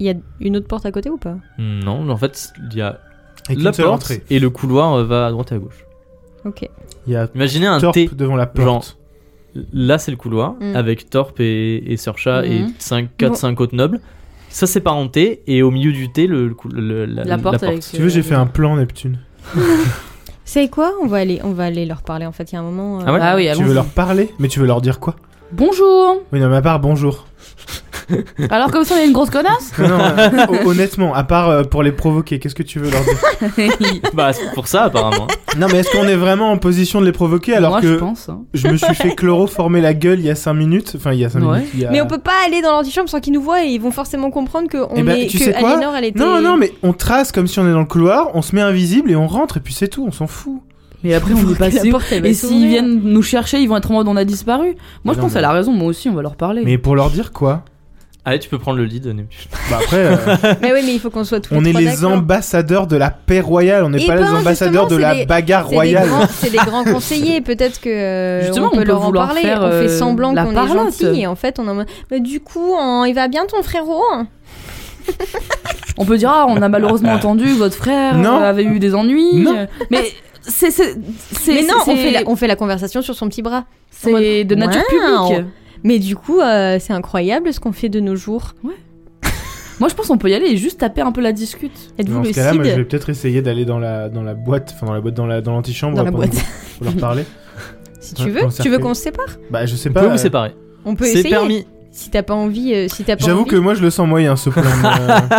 S4: Il y a une autre porte à côté ou pas
S1: Mm, Non, en fait, il y a
S2: Et
S1: la
S2: qu'une seule
S1: porte
S2: entrée.
S1: et le couloir euh, va à droite et à gauche.
S4: Ok.
S2: Il y a
S1: Imaginez un
S2: Torp
S1: T
S2: devant la porte.
S1: genre, Là, c'est le couloir
S4: Mm.
S1: avec Torp et, et Sorcha et
S3: Mhm.
S1: 5, 4,
S4: Bon.
S1: 5 autres nobles. Ça, c'est parenté, et au milieu du thé, le, le cou- le- Euh, la,
S3: La porte avec.
S2: Si tu veux, j'ai fait un plan Neptune.
S4: C'est quoi on va, aller, on va aller leur parler en fait. Il y a un moment. euh,
S1: Ah ouais
S3: Ah oui,
S2: Tu veux
S3: allons.
S2: leur parler Mais tu veux leur dire quoi
S3: Bonjour
S2: Oui, non, mais à part bonjour.
S3: Alors, comme ça, on est une grosse connasse
S2: Non, non, euh, hon- honnêtement, à part euh, pour les provoquer, qu'est-ce que tu veux leur dire
S1: Bah, c'est pour ça, apparemment.
S2: Non, mais est-ce qu'on est vraiment en position de les provoquer alors
S3: Moi,
S2: que
S3: je
S2: je,
S3: pense. hein.
S2: me suis fait chloroformer la gueule il y a 5 minutes Enfin, il y a 5
S3: Ouais.
S2: minutes. il y a-
S4: Mais on peut pas aller dans l'antichambre sans qu'ils nous voient et ils vont forcément comprendre que, on
S2: Eh ben,
S4: est,
S2: tu
S4: que
S2: sais quoi
S4: Aliénor, elle était.
S2: Non, non, mais on trace comme si on est dans le couloir, on se met invisible et on rentre et puis c'est tout, on s'en fout.
S3: Mais après, on est passé.
S4: La porte, elle va
S3: Et
S4: s'ouvrir.
S3: s'ils viennent nous chercher, ils vont être en mode on a disparu.
S2: Mais
S3: Moi, je
S2: non,
S3: pense
S2: mais-
S3: qu'elle a raison, moi aussi, on va leur parler.
S2: Mais pour leur dire quoi
S1: Allez, tu peux prendre le lead, Neptune.
S2: Bah après, euh,
S4: Mais oui, mais il faut qu'on soit tous
S2: on
S4: les
S2: est
S4: trois
S2: les
S4: d'accord.
S2: ambassadeurs de la paix royale, on n'est
S4: Eh
S2: pas les
S4: ben,
S2: ambassadeurs de
S4: justement,
S2: la
S4: c'est des-
S2: bagarre
S4: C'est des
S2: royale.
S4: grands- C'est des grands conseillers, peut-être que euh,
S3: Justement,
S4: on peut,
S3: on peut
S4: leur en
S3: vouloir
S4: parler.
S3: faire,
S4: on fait
S3: euh,
S4: semblant
S3: la
S4: qu'on est
S3: parlotte.
S4: gentil et en fait on est en mode. Mais du coup, hein, il va bien ton frérot. hein
S3: On peut dire, ah, on a malheureusement entendu que votre frère
S2: Non.
S3: euh, avait eu des ennuis.
S2: Non.
S3: Mais c'est. c'est- c'est-
S4: Mais non,
S3: c'est-
S4: on fait, la, on fait la conversation sur son petit bras. en mode,
S3: C'est de nature
S4: Waouh.
S3: publique.
S4: Mais du coup, euh, c'est incroyable ce qu'on fait de nos jours.
S3: Moi, je pense qu'on peut y aller et juste taper un peu la discute.
S2: Dans
S4: Êtes-vous
S2: ce
S4: le
S2: cas-là, moi, je vais
S4: Cid
S2: peut-être essayer d'aller dans la, dans la boîte, enfin dans la boîte, dans la- dans l'antichambre
S4: Dans la
S2: pour,
S4: boîte.
S2: pour leur parler.
S4: Si
S2: Ouais,
S4: tu veux,
S2: dans le
S4: tu veux
S2: cercueil.
S4: qu'on se sépare
S2: Bah, je sais
S1: Vous
S2: pas.
S1: pouvez vous
S2: euh,
S1: séparer.
S4: On peut
S1: C'est
S4: essayer.
S1: permis.
S4: Si t'as pas envie, euh, si t'as pas
S2: J'avoue
S4: envie.
S2: que moi je le sens moyen ce plan. mais, euh,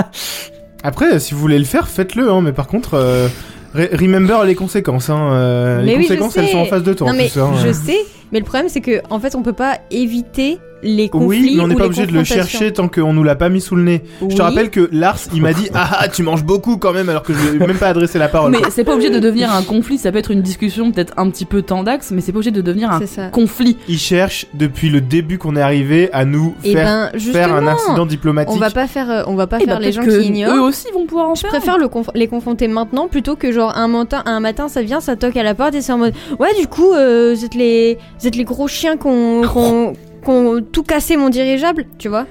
S2: Après, si vous voulez le faire, faites-le. Hein, mais par contre, euh, re- remember les conséquences. Hein, euh,
S4: Mais
S2: les
S4: oui, je
S2: conséquences,
S4: sais.
S2: elles sont en face de toi.
S4: Non
S2: en
S4: mais
S2: plus, hein.
S4: je sais, mais le problème c'est que en fait on peut pas éviter les conflits
S2: Oui, mais on
S4: ou
S2: n'est pas
S4: les
S2: obligé de le
S4: confrontations.
S2: chercher tant qu'on nous l'a pas mis sous le nez. Je te
S4: Oui,
S2: rappelle que Lars, il m'a dit Ah, ah, tu manges beaucoup quand même, alors que je lui ai même pas adressé la parole.
S3: Mais c'est pas obligé de devenir un conflit, ça peut être une discussion peut-être un petit peu tendax, mais c'est pas obligé de devenir un
S4: c'est ça.
S3: conflit. Eh
S2: Il cherche, depuis le début qu'on est arrivé, à nous
S4: Et
S2: faire,
S4: ben
S2: faire un
S4: justement,
S2: incident diplomatique.
S4: on va pas faire, euh, on va pas
S3: Eh
S4: faire
S3: bah,
S4: les gens
S3: peut-être que
S4: qui ignorent.
S3: Eux aussi vont pouvoir en
S4: Je
S3: faire.
S4: préfère le conf- les confronter maintenant plutôt que genre un matin, un matin ça vient, ça toque à la porte et c'est en mode ouais du coup euh, vous êtes les vous êtes les gros chiens qu'on qu'on qu'on tout cassé mon dirigeable, tu vois.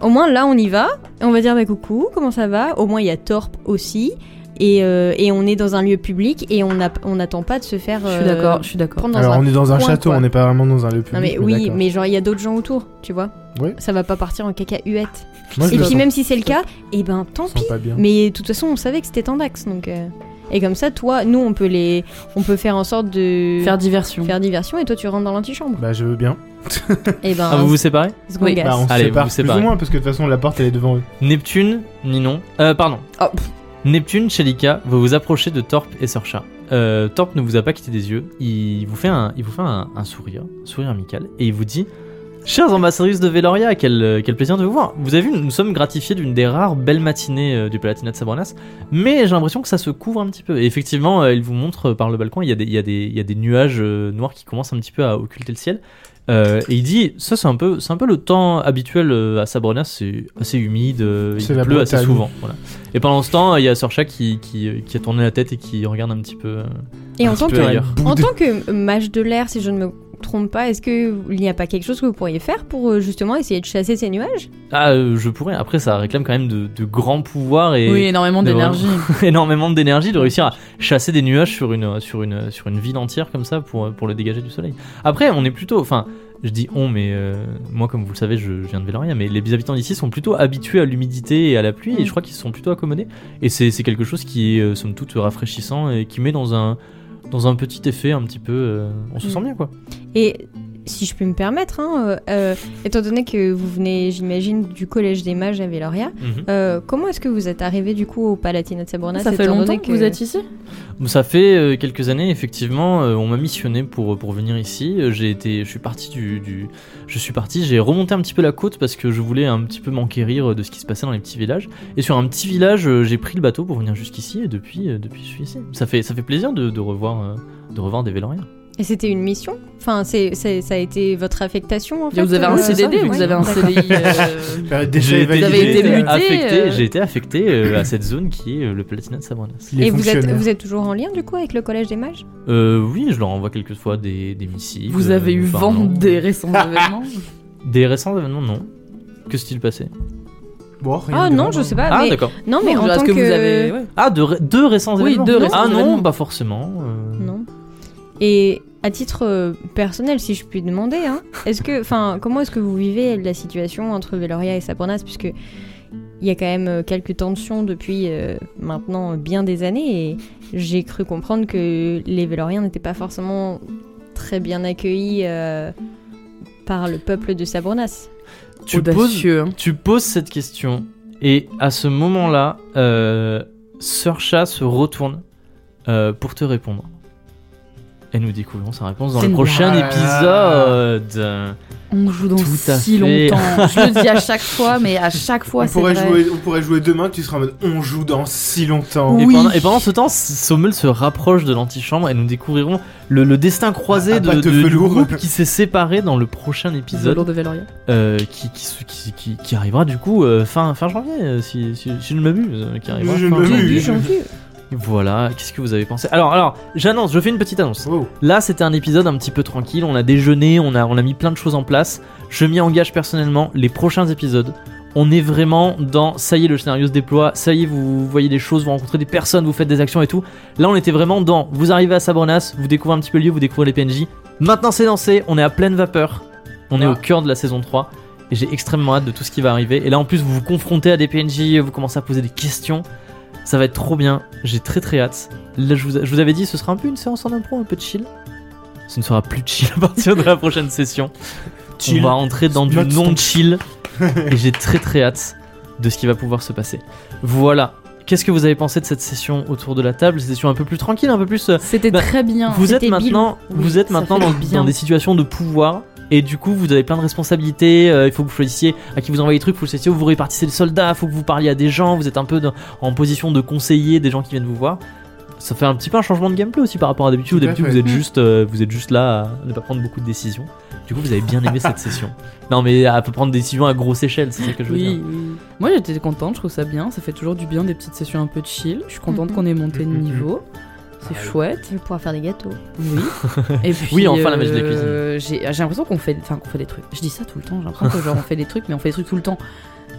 S4: Au moins là on y va, et on va dire bah coucou comment ça va. Au moins il y a Torp aussi et, euh, et on est dans un lieu public et on a- on n'attend pas de se faire.
S3: Je suis
S4: euh,
S3: d'accord, je suis d'accord.
S4: prendre dans
S2: alors,
S4: un
S2: on est dans un
S4: coin,
S2: château,
S4: quoi.
S2: on n'est pas vraiment dans un lieu
S4: Non mais
S2: public.
S4: oui,
S2: d'accord.
S4: mais genre il y a d'autres gens autour, tu vois.
S2: Oui.
S4: Ça va pas partir en cacahuète.
S2: Moi, je
S4: Et
S2: le
S4: puis
S2: sens-
S4: même si c'est le cas, et ben tant
S2: je le
S4: pis.
S2: sens pas bien.
S4: Mais de toute façon, on savait que c'était Tandax, donc. euh, Et comme ça, toi, nous, on peut les, on peut faire en sorte de
S3: Faire diversion.
S4: faire diversion, et toi, tu rentres dans l'antichambre.
S2: Bah, je veux bien.
S3: Eh
S4: Et ben,
S1: Ah, vous vous séparez
S4: c'est ce qu'on
S3: Oui.
S4: gasse.
S2: Bah, on se
S1: Allez,
S2: sépare
S1: vous
S2: plus
S1: séparez.
S2: ou moins parce que de toute façon la porte elle est devant eux.
S1: Neptune, Ninon. Euh, pardon.
S3: Oh, pff.
S1: Neptune, Chelika, vous vous approchez de Torp et Sorcha. Euh, Torp ne vous a pas quitté des yeux. Il vous fait un, il vous fait un, un sourire, un sourire amical, et il vous dit Chers ambassadrices de Veloria, quel, euh, quel plaisir de vous voir. Vous avez vu, nous sommes gratifiés d'une des rares belles matinées euh, du Palatinat de Sabornas, mais j'ai l'impression que ça se couvre un petit peu. Et effectivement, euh, il vous montre euh, par le balcon, il y a des, il y a des, il y a des nuages euh, noirs qui commencent un petit peu à occulter le ciel. Euh, et il dit, ça c'est un peu, c'est un peu le temps habituel euh, à Sabronas, c'est assez humide, euh, il
S2: C'est la
S1: pleut assez
S2: Bretagne.
S1: souvent. voilà. Et pendant ce temps, il y a Sorcha qui, qui, euh, qui a tourné la tête et qui regarde un petit peu. euh,
S4: Et
S1: un
S4: en
S1: petit
S4: tant
S1: peu
S4: que,
S1: ailleurs.
S4: en tant que mage de l'air, si je ne me trompe pas, est-ce que il n'y a pas quelque chose que vous pourriez faire pour euh, justement essayer de chasser ces nuages
S1: Ah, euh, je pourrais. Après, ça réclame quand même de, de grands pouvoirs et
S3: Oui, énormément
S1: de-
S3: d'énergie.
S1: énormément d'énergie de réussir à chasser des nuages sur une, sur une, sur une ville entière comme ça pour, pour le dégager du soleil. Après, on est plutôt. Enfin, je dis on, mais euh, moi, comme vous le savez, je, je viens de Véloria, mais les habitants d'ici sont plutôt habitués à l'humidité et à la pluie et je crois qu'ils se sont plutôt accommodés. Et c'est c'est quelque chose qui est, euh, somme toute, rafraîchissant et qui met dans un. Dans un petit effet, un petit peu, euh, on se
S4: Mm.
S1: sent bien quoi.
S4: Et si je peux me permettre, hein, euh, euh, étant donné que vous venez, j'imagine, du collège des mages à Véloria,
S1: Mhm.
S4: euh, comment est-ce que vous êtes arrivé du coup au Palatinat de Sabrina
S3: Ça fait
S4: étant
S3: longtemps
S4: donné
S3: que vous êtes ici
S1: Ça fait euh, quelques années, effectivement, euh, on m'a missionné pour, pour venir ici. Euh, J'ai été, je suis parti du, du- je suis parti, j'ai remonté un petit peu la côte parce que je voulais un petit peu m'enquérir euh, de ce qui se passait dans les petits villages. Et sur un petit village, euh, j'ai pris le bateau pour venir jusqu'ici et depuis, euh, depuis, je suis ici. Ça fait, ça fait plaisir de, de revoir, euh, de revoir des Véloriens.
S4: Et c'était une mission Enfin, c'est, c'est- ça a été votre affectation en fait
S3: Vous avez un
S4: euh,
S3: CDD,
S4: ça
S3: vous
S4: Ouais,
S3: avez un
S4: d'accord.
S3: CDI. euh,
S2: Période d'essai
S1: été-
S2: validée.
S3: Vous avez été
S1: j'ai
S3: muté,
S1: affecté,
S3: euh.
S1: j'ai été affecté euh, à cette zone qui est euh, le Palatinat de Sabranas.
S2: Il est
S4: Et vous êtes,
S2: fonctionnaire.
S4: vous êtes toujours en lien du coup avec le Collège des Mages
S1: Euh, oui, je leur envoie quelquefois des, des missiles.
S3: Vous avez
S1: euh,
S3: eu
S1: par
S3: vent
S1: an.
S3: des récents événements
S1: Des récents événements, non. Que s'est-il passé
S2: Bon, rien
S4: Ah
S2: de
S4: non,
S2: grave,
S4: je sais
S2: hein.
S4: pas.
S1: Ah,
S4: mais...
S1: d'accord.
S4: Non, mais
S3: Non,
S4: en
S3: genre, est-ce
S4: tant que.
S3: que vous avez- ouais.
S1: Ah, de ré- deux récents
S3: Oui,
S1: événements.
S3: deux récents
S1: Ah non,
S3: événements.
S1: pas forcément. euh.
S4: Non. Et à titre euh, personnel, si je puis demander, hein, est-ce que, enfin, comment est-ce que vous vivez la situation entre Veloria et Sapornas, puisque il y a quand même euh, quelques tensions depuis euh, maintenant euh, bien des années, et j'ai cru comprendre que les Véloriens n'étaient pas forcément très bien accueillis euh, par le peuple de Sabornas.
S1: Tu, poses,
S3: audacieux. hein.
S1: tu poses cette question, et à ce moment-là, euh, Sœur Chat se retourne euh, pour te répondre. Et nous découvrons sa réponse dans
S3: C'est
S1: le
S3: une
S1: prochain
S2: blague.
S1: épisode.
S3: On joue dans
S1: Tout à
S3: si
S1: fait.
S3: longtemps. Je le dis à chaque fois, mais à chaque fois,
S2: On
S3: c'est
S2: pourrait,
S3: vrai.
S2: jouer, on pourrait jouer demain, tu seras en mode on joue dans si longtemps.
S1: Et, pendant, et pendant ce temps, Sommel se rapproche de l'antichambre et nous découvrirons le, le destin croisé
S2: Un
S1: de,
S2: pacte
S1: de- du
S2: velours.
S1: groupe qui s'est séparé dans le prochain épisode.
S3: Velours de Veloria.
S1: euh, qui, qui, se- qui, qui, qui arrivera du coup euh, fin, fin janvier, euh, si, si, si je ne m'abuse. euh, Qui arrivera
S2: Je ne
S1: fin
S2: m'abuse.
S1: janvier.
S2: Oui.
S1: Voilà, qu'est-ce que vous avez pensé Alors, alors j'annonce, je fais une petite annonce.
S2: Wow.
S1: Là, c'était un épisode un petit peu tranquille, on a déjeuné, on a, on a mis plein de choses en place. Je m'y engage personnellement, les prochains épisodes. On est vraiment dans ça y est, le scénario se déploie, ça y est, vous voyez des choses, vous rencontrez des personnes, vous faites des actions et tout. Là, on était vraiment dans vous arrivez à Sabornas, vous découvrez un petit peu le lieu, vous découvrez les PNJ. Maintenant, c'est lancé, on est à pleine vapeur, on est
S2: Ah.
S1: au cœur de la saison 3 et j'ai extrêmement hâte de tout ce qui va arriver. Et là, en plus, vous vous confrontez à des PNJ, vous commencez à poser des questions. Ça va être trop bien, j'ai très très hâte. Là, je vous, je vous avais dit, ce sera un peu une séance en impro, un peu de chill. Ce ne sera plus de chill à partir de la prochaine session.
S2: Chill.
S1: On va entrer dans du
S2: Not stop.
S1: non-chill. et j'ai très très hâte de ce qui va pouvoir se passer. Voilà. Qu'est-ce que vous avez pensé de cette session autour de la table Cette session un peu plus tranquille, un peu plus. euh,
S3: C'était
S1: Bah,
S3: très bien.
S1: vous êtes
S3: C'était
S1: maintenant,
S3: bilou.
S1: vous
S3: Oui,
S1: êtes
S3: ça
S1: maintenant
S3: fait
S1: dans,
S3: bien.
S1: dans des situations de pouvoir. Et du coup, vous avez plein de responsabilités. euh, il faut que vous choisissiez à qui vous envoyez les trucs. Faut que vous choisissiez où vous répartissez les soldats. Faut que vous parliez à des gens. Vous êtes un peu dans- en position de conseiller des gens qui viennent vous voir. Ça fait un petit peu un changement de gameplay aussi par rapport à d'habitude. où
S2: Tout à
S1: D'habitude,
S2: fait.
S1: vous êtes juste, euh, vous êtes juste là à ne pas prendre beaucoup de décisions. Du coup, vous avez bien aimé cette session. Non, mais à peu prendre des décisions à grosse échelle, c'est ça que je veux dire.
S3: Oui, oui. Moi j'étais contente, je trouve ça bien. Ça fait toujours du bien des petites sessions un peu chill. Je suis contente
S4: Mhm.
S3: qu'on ait monté de
S2: Mhm.
S3: niveau. C'est
S2: Ah oui.
S3: chouette.
S4: Tu vas pouvoir faire des gâteaux.
S3: Oui. Et puis,
S1: Oui, enfin, la magie de la cuisine.
S3: euh, J'ai j'ai l'impression qu'on fait, enfin, qu'on fait des trucs. Je dis ça tout le temps. J'ai l'impression que genre on fait des trucs, mais on fait des trucs tout le temps.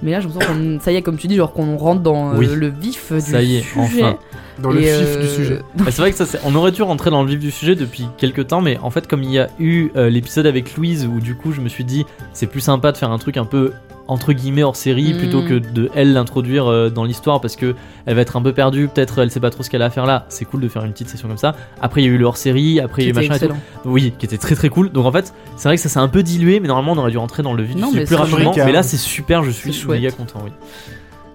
S3: Mais là, j'ai l'impression qu'on, ça y est, comme tu dis, genre qu'on rentre dans euh,
S1: Oui.
S3: le vif du
S1: Ça y est,
S3: sujet.
S1: enfin.
S2: Dans le
S3: Et,
S2: fif
S3: euh,
S2: du sujet.
S1: Bah, c'est vrai que ça, c'est- on aurait dû rentrer dans le vif du sujet depuis quelques temps, mais en fait, comme il y a eu euh, l'épisode avec Louise où du coup je me suis dit c'est plus sympa de faire un truc un peu entre guillemets hors série
S3: Mm.
S1: plutôt que de elle l'introduire euh, dans l'histoire parce que elle va être un peu perdue, peut-être elle sait pas trop ce qu'elle a à faire là. C'est cool de faire une petite session comme ça. Après, il y a eu le hors série, après il y a eu
S3: C'était
S1: machin et tout.
S3: excellent.
S1: Oui, qui était très très cool. Donc en fait, c'est vrai que ça s'est un peu dilué, mais normalement on aurait dû rentrer dans le vif du
S3: Non,
S1: sujet
S3: mais
S1: plus
S3: c'est
S1: rapidement.
S2: chouette.
S1: Mais là, c'est super, je suis
S3: C'est chouette.
S1: méga content, oui.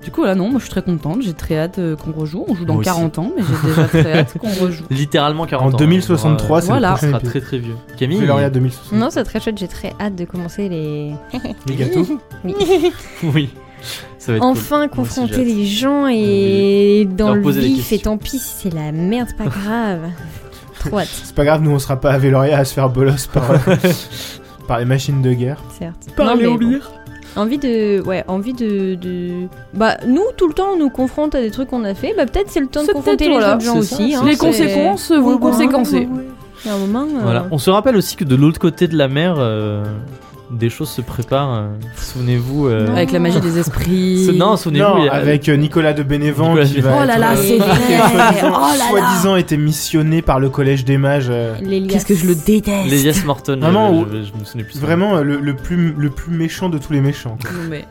S3: Du coup, là, non, moi je suis très contente. J'ai très hâte euh, qu'on rejoue. On joue dans
S1: Moi aussi.
S3: 40 ans, mais j'ai déjà très hâte qu'on rejoue.
S1: Littéralement 40
S2: En
S1: ans.
S2: 2063,
S1: hein,
S2: c'est
S1: on aura-
S3: Voilà.
S2: le
S1: ça
S2: prochain
S1: sera
S2: épisode.
S1: très très vieux. Camille,
S2: Véloria 2063.
S4: Non, c'est très chouette, j'ai très hâte de commencer les.
S2: Les gâteaux.
S4: Oui.
S1: oui, ça va être cool.
S4: Enfin,
S1: Moi aussi, j'ai
S4: confronter
S1: hâte.
S4: les gens et dans
S1: Leur
S4: le
S1: poser des
S4: vif, et
S1: questions.
S4: tant pis si c'est la merde, c'est pas grave. Trop hâte,
S2: C'est pas grave, nous on sera pas à Véloria à se faire bolos par, euh, par les machines de guerre.
S4: certes.
S3: Parler
S4: mais
S3: au
S4: bon. Envie de. Ouais, envie de, de- Bah, nous, tout le temps, on nous confronte à des trucs qu'on a fait. Bah, peut-être c'est le temps
S3: C'est
S4: de confronter
S3: peut-être,
S4: les
S3: voilà,
S4: autres gens
S1: c'est ça,
S4: aussi.
S1: c'est
S4: hein,
S3: Les
S4: c'est-
S3: conséquences
S4: Ouais,
S3: vont
S4: ouais,
S3: conséquencer.
S4: Il y a un moment. euh,
S1: Voilà. On se rappelle aussi que de l'autre côté de la mer, euh, des choses se préparent. euh, Souvenez-vous. euh,
S4: Non.
S3: Avec la magie des esprits.
S1: ce- Non, souvenez-vous. il
S2: non,
S1: y a-
S2: avec euh, Nicolas de Bénévent
S1: Nicolas
S2: qui
S1: de-
S2: va.
S5: Oh là
S2: être,
S5: là,
S2: euh,
S5: c'est
S2: qui a
S5: vrai.
S2: soi-disant-
S5: Oh là là.
S2: Soi-disant été missionné par le collège des mages. euh,
S4: les liasses.
S5: Qu'est-ce que je le déteste.
S1: Elias Morton.
S2: Vraiment,
S1: j'avais-
S2: ou-
S1: j'avais- je, me souvenais plus.
S2: Vraiment euh, le, le plus, le plus méchant de tous les méchants. quoi.
S3: Non, mais-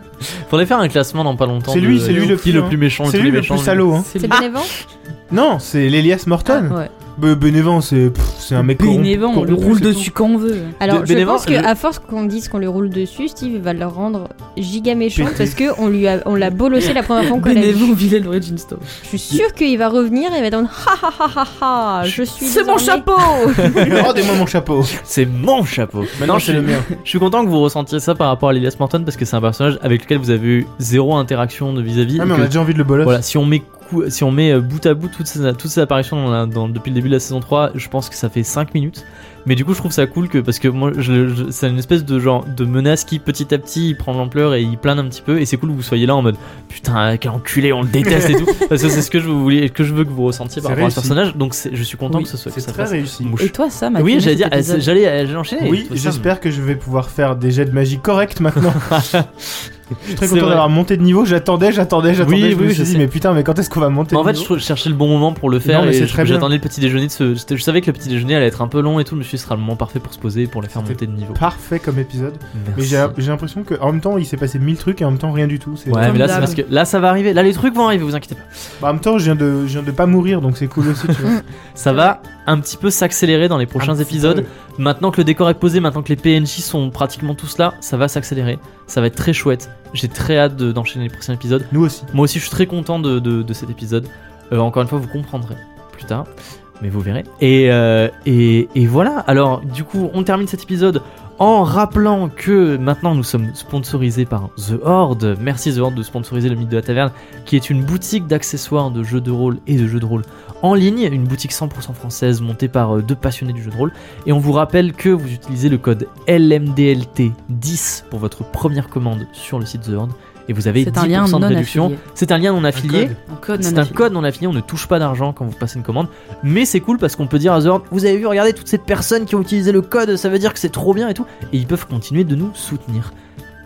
S1: Faudrait faire un classement dans pas longtemps.
S2: C'est
S1: de-
S2: lui, c'est lui le
S1: qui
S2: plus,
S1: le
S2: hein.
S1: plus méchant.
S2: C'est
S1: tous les
S2: lui le
S1: méchants,
S2: plus salaud. Hein.
S3: C'est
S4: C'est
S3: bien.
S4: Bénévent Ah,
S2: Non, c'est l'Elias Morton.
S3: Ouais.
S2: Bah, Bénévent, c'est pff, c'est un mec corrompu.
S3: Bénévent, on le
S2: corrompu,
S3: roule
S2: c'est
S3: dessus quand on veut.
S4: Alors,
S1: De-
S4: je
S1: Bénévent,
S4: pense
S1: je-
S4: qu'à force qu'on dise qu'on le roule dessus, Steve va le rendre giga méchant
S2: Pété.
S4: parce qu'on lui a, on l'a bolossé la première fois qu'on l'a vu.
S3: Bénévent, vilaine origin story.
S4: Je suis sûre qu'il va revenir et va dire ha ha ha ha ha, je suis.
S3: C'est mon
S4: désormais-
S3: chapeau
S2: tout. Rendez-moi mon chapeau.
S1: C'est mon chapeau.
S2: Maintenant,
S1: je,
S2: hein. c'est le mien.
S1: je suis content que vous ressentiez ça par rapport à Elias Morton parce que c'est un personnage avec lequel vous avez eu zéro interaction de vis-à-vis.
S2: Ah,
S1: et
S2: mais on
S1: que-
S2: a déjà envie de le bolos.
S1: Voilà, si on met, cou- si on met euh, bout à bout toutes ces, toutes ces apparitions dans la- dans- depuis le début de la saison 3, je pense que ça fait 5 minutes. Mais du coup, je trouve ça cool que, parce que moi, je- je- c'est une espèce de genre de menace qui petit à petit il prend de l'ampleur et il plane un petit peu. Et c'est cool que vous soyez là en mode putain, quel enculé, on le déteste et tout. Parce que c'est ce que je, voulais, que je veux que vous ressentiez par
S2: C'est
S1: rapport à ce
S2: réussi.
S1: personnage. Donc c'est- je suis content
S2: Oui,
S1: que ce soit. que
S2: C'est
S1: ça
S2: très
S1: fasse
S2: réussi.
S1: mouche.
S3: Et toi, Sam, à
S1: Oui,
S3: quel
S1: j'allais
S3: âge
S1: dire,
S3: t'étais
S1: euh,
S3: jeune
S1: j'allais euh, j'allais enchaîner.
S2: Oui,
S1: Tout ça,
S2: j'espère que je vais pouvoir faire des jets de magie corrects maintenant. je suis très
S1: C'est
S2: content
S1: vrai.
S2: d'avoir monté de niveau. J'attendais, j'attendais, j'attendais.
S1: Oui,
S2: je me
S1: oui,
S2: suis
S1: je
S2: dit,
S1: sais.
S2: mais putain, mais quand est-ce qu'on va monter
S1: Mais en
S2: de
S1: fait,
S2: niveau
S1: je trou- je cherchais le bon moment pour le faire
S2: Non, mais
S1: et
S2: c'est
S1: je-
S2: très bien.
S1: j'attendais le petit déjeuner de ce. j'étais- Je savais que le petit déjeuner allait être un peu long et tout, mais je me suis dit, ce sera le moment parfait pour se poser et pour les faire
S2: C'était
S1: monter de niveau.
S2: Parfait comme épisode. Mais
S1: Merci.
S2: j'ai j'ai l'impression que en même temps, il s'est passé mille trucs et en même temps, rien du tout. C'est-
S1: Ouais,
S3: Comme
S1: mais là, c'est
S3: d'hab.
S1: parce que là, ça va arriver. Là, les trucs vont arriver, vous inquiétez pas.
S2: Bah, en même temps, je viens, de, je viens de pas mourir, donc c'est cool aussi, tu vois.
S1: Ça va un petit peu s'accélérer dans les prochains
S2: Un petit
S1: épisodes. Maintenant que le décor est posé, maintenant que les PNJ sont pratiquement tous là, ça va s'accélérer. Ça va être très chouette. J'ai très hâte de- d'enchaîner les prochains épisodes.
S2: Nous aussi.
S1: Moi aussi, je suis très content de, de- de cet épisode. Euh, encore une fois, vous comprendrez plus tard. Mais vous verrez. Et, euh, et, et voilà. Alors, du coup, on termine cet épisode en rappelant que maintenant nous sommes sponsorisés par The Horde. Merci The Horde de sponsoriser le mythe de la taverne, qui est une boutique d'accessoires de jeux de rôle et de jeux de rôle en ligne. Une boutique 100% française montée par euh, deux passionnés du jeu de rôle. Et on vous rappelle que vous utilisez le code LMDLT10 pour votre première commande sur le site The Horde. Et vous avez
S3: C'est un lien
S1: 10% de
S3: non
S1: réduction.
S3: affilié.
S1: C'est un lien non
S2: Un
S1: affilié.
S2: code.
S3: Un code non
S1: C'est un
S3: affilié.
S1: code non affilié. On ne touche pas d'argent quand vous passez une commande. Mais c'est cool parce qu'on peut dire à The Horde, vous avez vu, regardez toutes ces personnes qui ont utilisé le code, ça veut dire que c'est trop bien et tout. Et ils peuvent continuer de nous soutenir.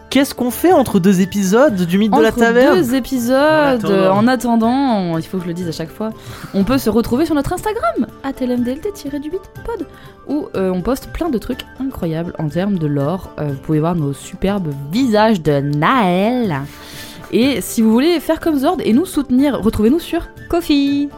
S1: Qu'est-ce qu'on fait entre deux épisodes du mythe de la
S3: Entre
S1: taverne
S3: deux épisodes, euh, en attendant, on- il faut que je le dise à chaque fois, on peut se retrouver sur notre Instagram, atlmdlt-pod, où euh, on poste plein de trucs incroyables en termes de lore. Euh, vous pouvez voir nos superbes visages de Naël. Et si vous voulez faire comme Zord et nous soutenir, retrouvez-nous sur
S4: Kofi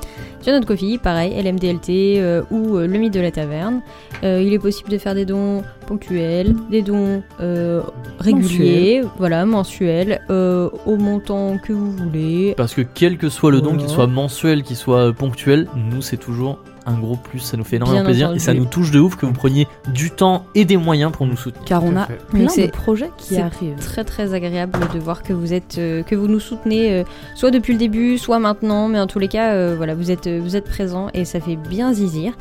S4: Sur notre Kofi, pareil, LMDLT euh, ou euh, le mythe de la taverne. Euh, il est possible de faire des dons ponctuels, des dons euh, réguliers, voilà, mensuels, euh, au montant que vous voulez.
S1: Parce que quel que soit le don,
S4: Voilà.
S1: qu'il soit mensuel, qu'il soit euh, ponctuel, nous c'est toujours un gros plus. Ça nous fait énormément
S4: Bien
S1: plaisir
S4: entendu.
S1: et ça nous touche de ouf que vous preniez du temps et des moyens pour nous soutenir.
S3: car on
S2: Tout à
S3: a
S2: fait.
S3: plein
S4: Donc
S3: de
S4: c'est-
S3: projets qui
S4: c'est
S3: arrivent.
S4: Très très agréable de voir que vous êtes, euh, que vous nous soutenez, euh, soit depuis le début, soit maintenant, mais en tous les cas, euh, voilà, vous êtes, euh, vous êtes présents et ça fait bien zizir.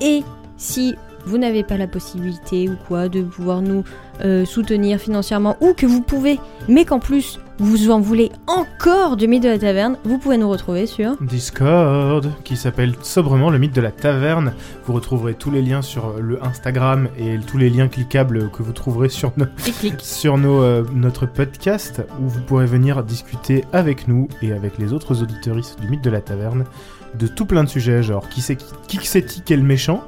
S4: Et si vous n'avez pas la possibilité ou quoi de pouvoir nous euh, soutenir financièrement ou que vous pouvez, mais qu'en plus vous en voulez encore du mythe de la taverne, vous pouvez nous retrouver sur.
S2: Discord, qui s'appelle sobrement le mythe de la taverne. Vous retrouverez tous les liens sur euh, le Instagram et tous les liens cliquables que vous trouverez sur, nos- sur nos, euh, notre podcast, où vous pourrez venir discuter avec nous et avec les autres auditoristes du mythe de la taverne de tout plein de sujets, genre qui c'est qui, qui c'est qui qui est le méchant,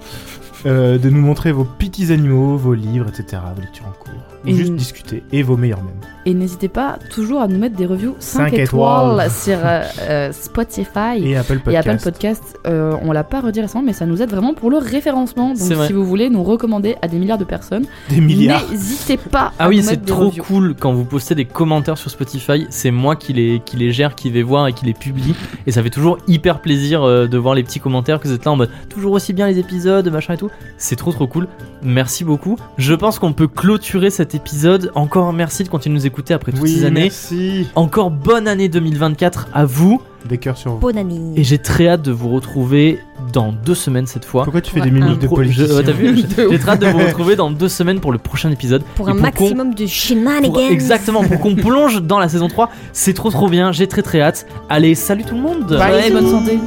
S2: euh, de nous montrer vos petits animaux, vos livres, etc., vos lectures en cours. Ou
S3: Et-
S2: juste discuter, et vos meilleurs mêmes.
S3: Et n'hésitez pas toujours à nous mettre des reviews 5,
S2: Cinq
S3: étoiles,
S2: étoiles.
S3: sur euh, euh, Spotify.
S2: Et Apple Podcast.
S3: Et Apple Podcast, euh, on l'a pas redit récemment, mais ça nous aide vraiment pour le référencement.
S1: C'est
S3: Donc
S1: vrai.
S3: si vous voulez nous recommander à des milliards de personnes,
S2: Des milliards.
S3: n'hésitez pas. à
S1: Ah oui,
S3: nous mettre
S1: c'est
S3: des
S1: trop
S3: reviews.
S1: cool quand vous postez des commentaires sur Spotify. C'est moi qui les, qui les gère, qui vais voir et qui les publie. Et ça fait toujours hyper plaisir euh, de voir les petits commentaires que vous êtes là en mode toujours aussi bien les épisodes, machin et tout. C'est trop trop cool. Merci beaucoup. Je pense qu'on peut clôturer cet épisode. Encore merci de continuer de nous écouter après toutes
S2: Oui,
S1: ces années.
S2: merci.
S1: Encore bonne année 2024 à vous.
S2: Des cœurs sur vous.
S4: Bonne
S1: Et
S4: année
S1: j'ai très hâte de vous retrouver dans deux semaines cette fois.
S2: Pourquoi tu fais
S4: Ouais,
S2: des
S4: un
S2: mimiques de
S1: Pro- je-
S2: politicien
S1: ouais, T'as vu
S3: De
S1: J'ai très hâte de vous retrouver dans deux semaines pour le prochain épisode.
S4: pour
S1: Et
S4: un
S1: qu'on-
S4: maximum de shenanigans.
S1: pour- exactement, pour qu'on plonge dans la saison 3. C'est trop trop bien, j'ai très très hâte. Allez, salut tout le monde
S3: Ouais, bonne santé.